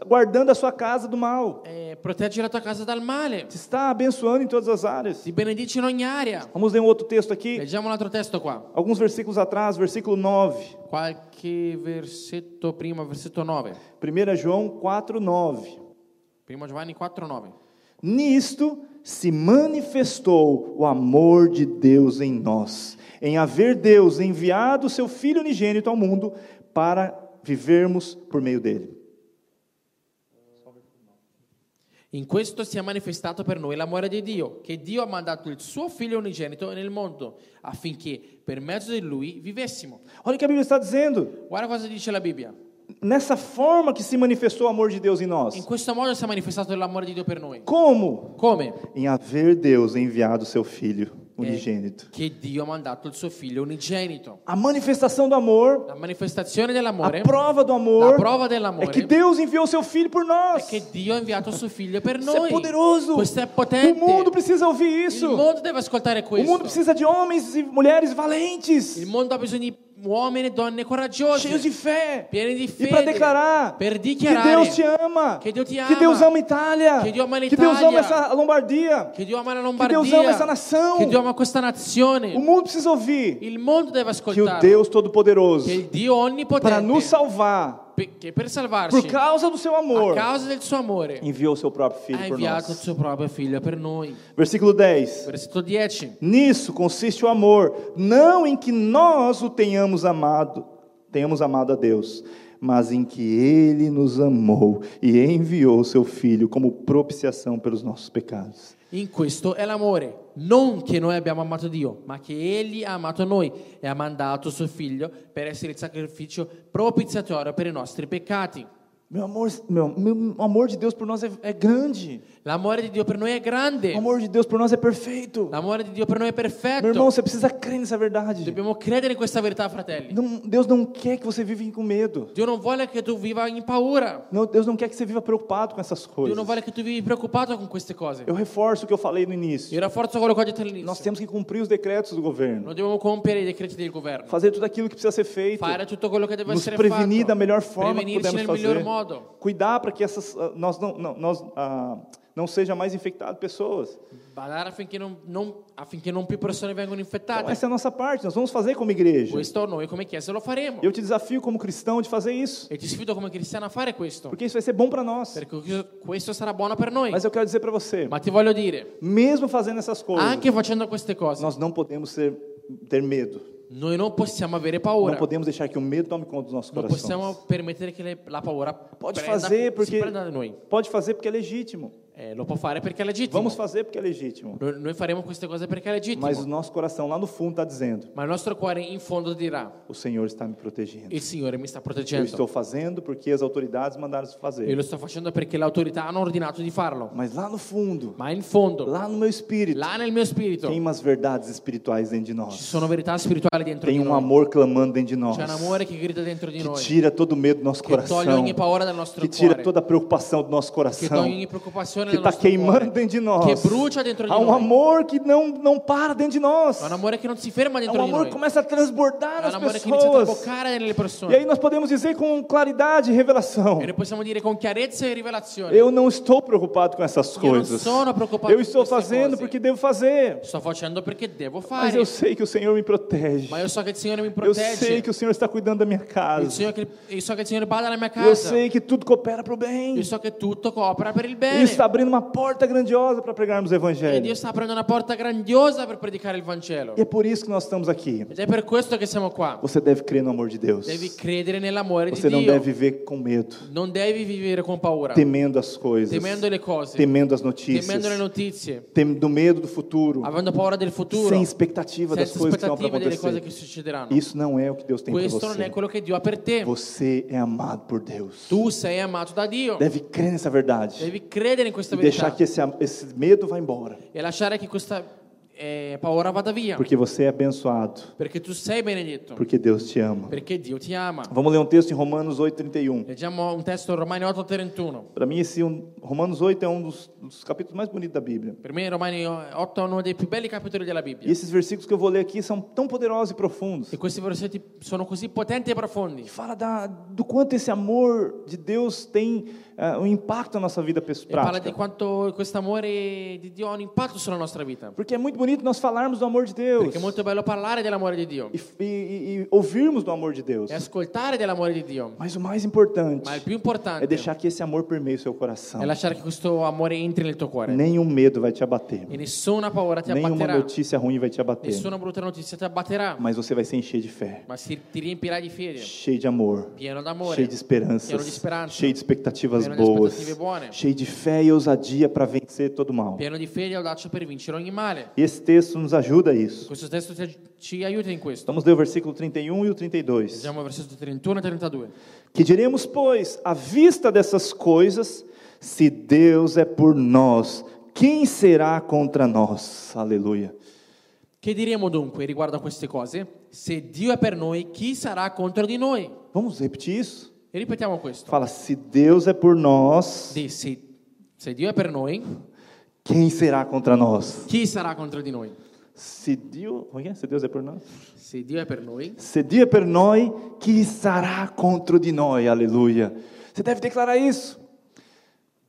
[SPEAKER 1] guardando a sua casa do mal.
[SPEAKER 2] eh, protegge la tua casa dal male.
[SPEAKER 1] Te está abençoando em todas as áreas.
[SPEAKER 2] Ti benedice in ogni area.
[SPEAKER 1] Vamos ler um outro texto aqui.
[SPEAKER 2] Leggiamo un altro testo qua.
[SPEAKER 1] Alguns versículos atrás, versículo 9.
[SPEAKER 2] Qualche versetto prima, versetto 9.
[SPEAKER 1] 1 João 4, 9.
[SPEAKER 2] Primo Giovanni 4, 9.
[SPEAKER 1] Nisto se manifestou o amor de Deus em nós, em haver Deus enviado o seu Filho unigênito ao mundo para vivermos por meio dele.
[SPEAKER 2] In questo si è manifestato per noi l'amore di Dio, che Dio ha mandato il suo figlio unigenito nel mondo affinché per mezzo di lui vivessimo.
[SPEAKER 1] Olha o que a Bíblia está dizendo.
[SPEAKER 2] Guarda cosa dice la Bibbia.
[SPEAKER 1] Nessa forma que se manifestou o amor de Deus em
[SPEAKER 2] In
[SPEAKER 1] nós.
[SPEAKER 2] questo modo si è manifestato l'amore di Dio per noi.
[SPEAKER 1] Como?
[SPEAKER 2] Come?
[SPEAKER 1] Em haver Deus enviado o seu Filho unigênito.
[SPEAKER 2] Che Dio ha mandato il suo figlio unigenito.
[SPEAKER 1] A manifestação do amor,
[SPEAKER 2] La manifestazione
[SPEAKER 1] a
[SPEAKER 2] dell'amore
[SPEAKER 1] prova É do amor,
[SPEAKER 2] La prova dell'amore.
[SPEAKER 1] é que Deus enviou o seu Filho por
[SPEAKER 2] è
[SPEAKER 1] nós.
[SPEAKER 2] che Dio ha inviato il suo figlio per
[SPEAKER 1] Isso é
[SPEAKER 2] noi.
[SPEAKER 1] poderoso.
[SPEAKER 2] Questo è
[SPEAKER 1] O mundo
[SPEAKER 2] potente.
[SPEAKER 1] precisa ouvir
[SPEAKER 2] Il
[SPEAKER 1] isso.
[SPEAKER 2] mondo deve ascoltare
[SPEAKER 1] O mundo
[SPEAKER 2] questo.
[SPEAKER 1] precisa de homens e mulheres valentes,
[SPEAKER 2] Il mondo ha bisogno di uomini e donne coraggiose,
[SPEAKER 1] cheios de fé,
[SPEAKER 2] pieni di
[SPEAKER 1] e para
[SPEAKER 2] fede,
[SPEAKER 1] declarar
[SPEAKER 2] per
[SPEAKER 1] que
[SPEAKER 2] dichiarare
[SPEAKER 1] Deus te ama,
[SPEAKER 2] che Dio ti
[SPEAKER 1] que
[SPEAKER 2] ama,
[SPEAKER 1] Deus ama a Itália,
[SPEAKER 2] che Dio ama
[SPEAKER 1] que Deus ama
[SPEAKER 2] l'Italia,
[SPEAKER 1] essa Lombardia.
[SPEAKER 2] che Dio ama la Lombardia,
[SPEAKER 1] Che Dio ama questa nazione.
[SPEAKER 2] che Dio ama questa nazione.
[SPEAKER 1] O mundo precisa ouvir
[SPEAKER 2] Il mondo deve
[SPEAKER 1] que o
[SPEAKER 2] ascoltare
[SPEAKER 1] Deus é Todo-Poderoso,
[SPEAKER 2] che il Dio onnipotente,
[SPEAKER 1] para nos salvar,
[SPEAKER 2] pe- che per salvarci,
[SPEAKER 1] por causa do seu
[SPEAKER 2] a
[SPEAKER 1] amor,
[SPEAKER 2] causa del suo amore,
[SPEAKER 1] enviou o seu próprio
[SPEAKER 2] ha
[SPEAKER 1] filho por
[SPEAKER 2] inviato il
[SPEAKER 1] nós.
[SPEAKER 2] suo proprio figlio per noi.
[SPEAKER 1] Versículo 10.
[SPEAKER 2] Versetto 10.
[SPEAKER 1] Nisso consiste o amor, não em que nós o tenhamos amado, tenhamos amado a Deus, mas em que ele nos amou e enviou o seu filho como propiciação pelos nossos pecados.
[SPEAKER 2] In questo è l'amore, non che noi abbiamo amato Dio, ma che Egli ha amato noi e ha mandato suo figlio per essere il sacrificio propiziatorio per i nostri peccati.
[SPEAKER 1] Meu amor, meu, meu- o amor de Deus por nós é, é grande.
[SPEAKER 2] L'amore di Dio per noi è
[SPEAKER 1] O
[SPEAKER 2] grande,
[SPEAKER 1] amor de Deus por nós é perfeito.
[SPEAKER 2] l'amore di Dio per noi è
[SPEAKER 1] Meu irmão,
[SPEAKER 2] perfetto.
[SPEAKER 1] você precisa crer nessa verdade.
[SPEAKER 2] Dobbiamo credere in questa verità, fratelli.
[SPEAKER 1] Não- Deus não quer que você viva com medo.
[SPEAKER 2] Dio non vuole che tu viva in paura,
[SPEAKER 1] Não, Deus não quer que você viva preocupado com essas
[SPEAKER 2] Dio
[SPEAKER 1] coisas.
[SPEAKER 2] non vuole che tu vivi preoccupato con queste cose.
[SPEAKER 1] Eu reforço o que eu falei no início.
[SPEAKER 2] Io rafforzo quello che ho detto
[SPEAKER 1] Nós
[SPEAKER 2] all'inizio.
[SPEAKER 1] temos que cumprir os decretos do governo.
[SPEAKER 2] Noi dobbiamo compiere i decreti del governo,
[SPEAKER 1] fazer tudo aquilo que precisa ser feito,
[SPEAKER 2] fare tutto quello che deve
[SPEAKER 1] nos
[SPEAKER 2] essere
[SPEAKER 1] prevenir da
[SPEAKER 2] fatto,
[SPEAKER 1] melhor forma que
[SPEAKER 2] prevenirci
[SPEAKER 1] pudermos
[SPEAKER 2] nel miglior
[SPEAKER 1] fazer,
[SPEAKER 2] modo.
[SPEAKER 1] cuidar para que essas ah, nós não não, nós, ah, não seja mais infectado pessoas.
[SPEAKER 2] Badare affinché non, non- affinché non più persone vengano
[SPEAKER 1] Então,
[SPEAKER 2] infettate.
[SPEAKER 1] essa é a nossa parte, nós vamos fazer como igreja.
[SPEAKER 2] Questo noi come Chiesa lo faremo.
[SPEAKER 1] Eu te desafio como cristão de fazer isso,
[SPEAKER 2] E ti sfido come cristiano a fare questo.
[SPEAKER 1] porque isso vai ser bom para nós.
[SPEAKER 2] Perché questo- questo sarà buono per noi.
[SPEAKER 1] Mas eu quero dizer para você,
[SPEAKER 2] Ma ti voglio dire,
[SPEAKER 1] mesmo fazendo essas coisas,
[SPEAKER 2] anche facendo queste cose,
[SPEAKER 1] nós não podemos ser- ter medo.
[SPEAKER 2] noi non possiamo avere
[SPEAKER 1] Não
[SPEAKER 2] paura.
[SPEAKER 1] podemos deixar que o medo tome conta dos nossos
[SPEAKER 2] Non
[SPEAKER 1] corações.
[SPEAKER 2] possiamo permettere che le- la paura
[SPEAKER 1] Pode
[SPEAKER 2] prenda-
[SPEAKER 1] fazer
[SPEAKER 2] si
[SPEAKER 1] porque
[SPEAKER 2] prenda da noi.
[SPEAKER 1] pode fazer porque é legítimo.
[SPEAKER 2] Eh, lo può fare perché è legittimo.
[SPEAKER 1] Vamos fazer porque é legítimo.
[SPEAKER 2] Noi, noi faremo queste cose perché è legittimo.
[SPEAKER 1] Mas o nosso coração lá no fundo está dizendo:
[SPEAKER 2] Ma il nostro cuore in fondo dirà:
[SPEAKER 1] o Senhor está me protegendo.
[SPEAKER 2] Il Signore mi sta
[SPEAKER 1] Eu
[SPEAKER 2] proteggendo.
[SPEAKER 1] estou fazendo porque as autoridades mandaram
[SPEAKER 2] Io
[SPEAKER 1] fazer.
[SPEAKER 2] lo sto facendo perché le autorità hanno ordinato di farlo.
[SPEAKER 1] Mas lá no fundo,
[SPEAKER 2] Ma in fondo,
[SPEAKER 1] lá no meu espírito,
[SPEAKER 2] là nel mio spirito,
[SPEAKER 1] tem
[SPEAKER 2] ci
[SPEAKER 1] umas verdades espirituais dentro de nós.
[SPEAKER 2] sono verità spirituali dentro
[SPEAKER 1] Tem
[SPEAKER 2] di
[SPEAKER 1] um
[SPEAKER 2] noi.
[SPEAKER 1] amor clamando dentro de nós.
[SPEAKER 2] C'è un amore che grida dentro di
[SPEAKER 1] Que
[SPEAKER 2] noi,
[SPEAKER 1] tira todo o medo do nosso
[SPEAKER 2] che toglie
[SPEAKER 1] coração.
[SPEAKER 2] ogni paura dal nostro
[SPEAKER 1] Que tira
[SPEAKER 2] cuore,
[SPEAKER 1] toda a preocupação do nosso
[SPEAKER 2] che
[SPEAKER 1] coração.
[SPEAKER 2] toglie ogni preoccupazione dal
[SPEAKER 1] Que está
[SPEAKER 2] nostro
[SPEAKER 1] queimando
[SPEAKER 2] cuore,
[SPEAKER 1] dentro de
[SPEAKER 2] che
[SPEAKER 1] nós. um
[SPEAKER 2] brucia dentro di
[SPEAKER 1] Há um
[SPEAKER 2] noi.
[SPEAKER 1] amor que não, não para dentro de nós.
[SPEAKER 2] È un amore che non si ferma
[SPEAKER 1] Há
[SPEAKER 2] dentro
[SPEAKER 1] um
[SPEAKER 2] di noi,
[SPEAKER 1] amor que começa um a transbordar
[SPEAKER 2] è un
[SPEAKER 1] nas
[SPEAKER 2] amore che inizia a
[SPEAKER 1] pessoas.
[SPEAKER 2] traboccare nelle
[SPEAKER 1] E aí
[SPEAKER 2] persone.
[SPEAKER 1] nós podemos dizer com claridade e revelação:
[SPEAKER 2] E noi possiamo dire con chiarezza e rivelazione,
[SPEAKER 1] Eu não estou preocupado com essas
[SPEAKER 2] non
[SPEAKER 1] coisas.
[SPEAKER 2] sono preocupado
[SPEAKER 1] Eu
[SPEAKER 2] com
[SPEAKER 1] estou
[SPEAKER 2] queste
[SPEAKER 1] fazendo
[SPEAKER 2] cose.
[SPEAKER 1] porque devo fazer.
[SPEAKER 2] sto facendo perché devo
[SPEAKER 1] Mas
[SPEAKER 2] fare,
[SPEAKER 1] eu sei que o Senhor me protege.
[SPEAKER 2] ma io so che il Signore mi
[SPEAKER 1] Eu é
[SPEAKER 2] protegge,
[SPEAKER 1] sei que o Senhor está cuidando da minha
[SPEAKER 2] il
[SPEAKER 1] casa.
[SPEAKER 2] Signore che- io so che il Signore bada alla mia
[SPEAKER 1] Eu
[SPEAKER 2] casa,
[SPEAKER 1] sei que tudo coopera para o bem.
[SPEAKER 2] io so che tutto copra per il
[SPEAKER 1] Ele
[SPEAKER 2] bene.
[SPEAKER 1] está abrindo uma porta grandiosa para pregarmos o
[SPEAKER 2] E Dio
[SPEAKER 1] Evangelho.
[SPEAKER 2] sta aprendo una porta grandiosa per predicare il Vangelo.
[SPEAKER 1] E é por isso que nós estamos aqui.
[SPEAKER 2] Ed è per questo che siamo qua.
[SPEAKER 1] Você deve crer no amor de Deus.
[SPEAKER 2] Devi credere nell'amore di
[SPEAKER 1] Você não
[SPEAKER 2] Dio.
[SPEAKER 1] deve viver com medo,
[SPEAKER 2] Non devi vivere con paura,
[SPEAKER 1] temendo as coisas,
[SPEAKER 2] temendo le cose,
[SPEAKER 1] temendo as
[SPEAKER 2] temendo le
[SPEAKER 1] notícias,
[SPEAKER 2] notizie,
[SPEAKER 1] temendo medo do futuro,
[SPEAKER 2] avendo paura del futuro,
[SPEAKER 1] sem expectativa das
[SPEAKER 2] senza
[SPEAKER 1] coisas que estão para
[SPEAKER 2] aspettative delle cose
[SPEAKER 1] acontecer.
[SPEAKER 2] che succederanno.
[SPEAKER 1] Isso não é o que Deus tem para
[SPEAKER 2] Questo non è
[SPEAKER 1] você.
[SPEAKER 2] quello che Dio ha per te.
[SPEAKER 1] Você é amado por Deus.
[SPEAKER 2] Tu é sei amato da Dio.
[SPEAKER 1] Deve crer nessa verdade
[SPEAKER 2] Devi credere in questa
[SPEAKER 1] e deixar
[SPEAKER 2] verità
[SPEAKER 1] que esse, am- esse medo vá embora,
[SPEAKER 2] e lasciare che questa eh, paura vada via,
[SPEAKER 1] porque você é abençoado,
[SPEAKER 2] perché tu sei benedetto,
[SPEAKER 1] porque Deus te ama.
[SPEAKER 2] perché Dio ti ama.
[SPEAKER 1] Vamos ler um texto em Romanos 8:31.
[SPEAKER 2] Leggiamo un testo Romani 8:31.
[SPEAKER 1] Para um. mim, esse um, Romanos 8 é um dos, dos capítulos mais bonitos da Bíblia.
[SPEAKER 2] Per me Romani 8 è uno dei più belli capitoli della
[SPEAKER 1] E
[SPEAKER 2] Bibbia.
[SPEAKER 1] esses versículos que eu vou ler aqui são tão poderosos e profundos.
[SPEAKER 2] E questi versetti sono così potenti e profondi.
[SPEAKER 1] E fala da, do quanto esse amor de Deus tem ah, um impacto na nossa vida pes-
[SPEAKER 2] E parla di
[SPEAKER 1] prática.
[SPEAKER 2] quanto questo amore di Dio ha un impatto sulla nostra vita.
[SPEAKER 1] Porque é muito bonito nós falarmos do amor de Deus
[SPEAKER 2] Perché è molto bello parlare dell'amore di Dio
[SPEAKER 1] e, f- e- e- e ouvirmos do amor de Deus.
[SPEAKER 2] e ascoltare dell'amore di Dio.
[SPEAKER 1] Mas o mais importante
[SPEAKER 2] Ma il più
[SPEAKER 1] é
[SPEAKER 2] importante
[SPEAKER 1] deixar que esse amor permeie o seu coração.
[SPEAKER 2] è lasciare che questo amore entri nel tuo cuore.
[SPEAKER 1] Nenhum medo vai te abater.
[SPEAKER 2] E nessuna paura ti
[SPEAKER 1] Nenhuma
[SPEAKER 2] abbatterà.
[SPEAKER 1] notícia ruim vai te abater.
[SPEAKER 2] Nessuna brutta notizia ti abbatterà.
[SPEAKER 1] Mas você vai se encher de fé,
[SPEAKER 2] Ma si- ti riempirà di fede,
[SPEAKER 1] cheio de amor,
[SPEAKER 2] pieno d'amore,
[SPEAKER 1] cheio de
[SPEAKER 2] pieno di
[SPEAKER 1] esperanças,
[SPEAKER 2] speranza,
[SPEAKER 1] cheio de expectativas
[SPEAKER 2] Cheio de
[SPEAKER 1] boas,
[SPEAKER 2] expectativas boas.
[SPEAKER 1] cheio de fé e ousadia para vencer todo mal.
[SPEAKER 2] pieno di fede e audacia per vincere ogni male.
[SPEAKER 1] E esse texto nos ajuda a isso.
[SPEAKER 2] Questo testo ti- ci aiuta in questo.
[SPEAKER 1] Vamos ler o versículo 31 e o 32.
[SPEAKER 2] Leggiamo il versetto 31 e 32.
[SPEAKER 1] Que diremos, pois, à vista dessas coisas, se Deus é por nós, quem será contra nós? Aleluia.
[SPEAKER 2] Che diremo dunque riguardo a queste cose? Se Dio è per noi, chi sarà contro di noi?
[SPEAKER 1] Vamos repetir isso?
[SPEAKER 2] E ripetiamo questo.
[SPEAKER 1] Fala, se Deus é por nós,
[SPEAKER 2] Di- se, se Dio è per noi,
[SPEAKER 1] quem será contra nós?
[SPEAKER 2] chi sarà contro di noi?
[SPEAKER 1] Se Deus, como é que é? se Deus é por nós,
[SPEAKER 2] Se Dio è per noi,
[SPEAKER 1] se Deus é por nós, quem será contra de nós? Aleluia. Você deve declarar isso.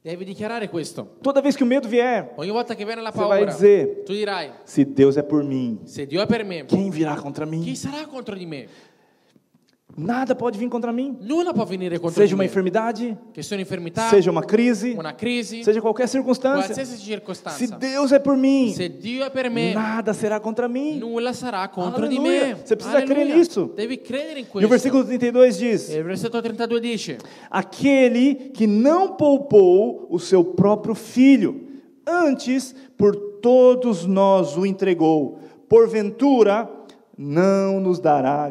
[SPEAKER 2] devi dichiarare questo.
[SPEAKER 1] Toda vez que o medo vier,
[SPEAKER 2] Ogni volta che viene la
[SPEAKER 1] você vai
[SPEAKER 2] paura,
[SPEAKER 1] dizer:
[SPEAKER 2] tu dirai,
[SPEAKER 1] se Deus é por mim,
[SPEAKER 2] se Dio è per me,
[SPEAKER 1] quem virá contra mim?
[SPEAKER 2] chi sarà contro di me?
[SPEAKER 1] Nada pode vir contra mim.
[SPEAKER 2] Nulla può venire contro
[SPEAKER 1] Seja
[SPEAKER 2] di
[SPEAKER 1] uma
[SPEAKER 2] me.
[SPEAKER 1] enfermidade,
[SPEAKER 2] Che sono infermità,
[SPEAKER 1] seja Tá. uma crise,
[SPEAKER 2] una crisi,
[SPEAKER 1] seja qualquer circunstância.
[SPEAKER 2] qualsiasi
[SPEAKER 1] Se
[SPEAKER 2] circostanza.
[SPEAKER 1] Deus é por mim,
[SPEAKER 2] Se Dio è per me,
[SPEAKER 1] nada será contra mim.
[SPEAKER 2] nulla sarà contro di
[SPEAKER 1] Alleluia.
[SPEAKER 2] me.
[SPEAKER 1] Você precisa credere
[SPEAKER 2] Alleluia.
[SPEAKER 1] nisso.
[SPEAKER 2] Devi credere in
[SPEAKER 1] E o
[SPEAKER 2] questo.
[SPEAKER 1] versículo 32
[SPEAKER 2] E
[SPEAKER 1] diz:
[SPEAKER 2] il versetto 32 dice:
[SPEAKER 1] Aquele que não poupou o seu próprio filho, antes por todos nós o entregou, porventura não nos dará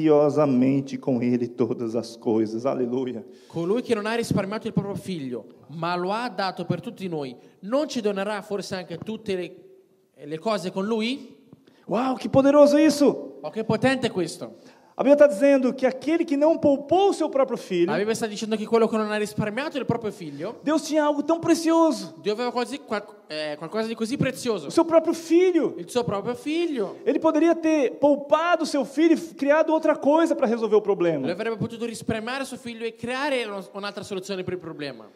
[SPEAKER 1] graciosamente com ele todas as coisas. Aleluia.
[SPEAKER 2] Colui che non ha risparmiato il proprio figlio, ma lo ha dato per tutti noi, non ci donerà forse anche tutte le, le cose con lui?
[SPEAKER 1] Uau, que poderoso isso!
[SPEAKER 2] Oh, che potente è questo!
[SPEAKER 1] A Bíblia está dizendo que aquele que não poupou o seu próprio filho,
[SPEAKER 2] La Bibbia sta dicendo che quello che non ha risparmiato il proprio figlio,
[SPEAKER 1] Deus tinha algo tão precioso,
[SPEAKER 2] Dio aveva così, qual- eh, qualcosa di così
[SPEAKER 1] o
[SPEAKER 2] prezioso,
[SPEAKER 1] seu próprio filho.
[SPEAKER 2] il suo proprio figlio.
[SPEAKER 1] Ele poderia ter poupado o seu filho e criado outra coisa para resolver o
[SPEAKER 2] Lui
[SPEAKER 1] problema.
[SPEAKER 2] avrebbe potuto risparmiare suo figlio e creare un- un'altra soluzione per il problema.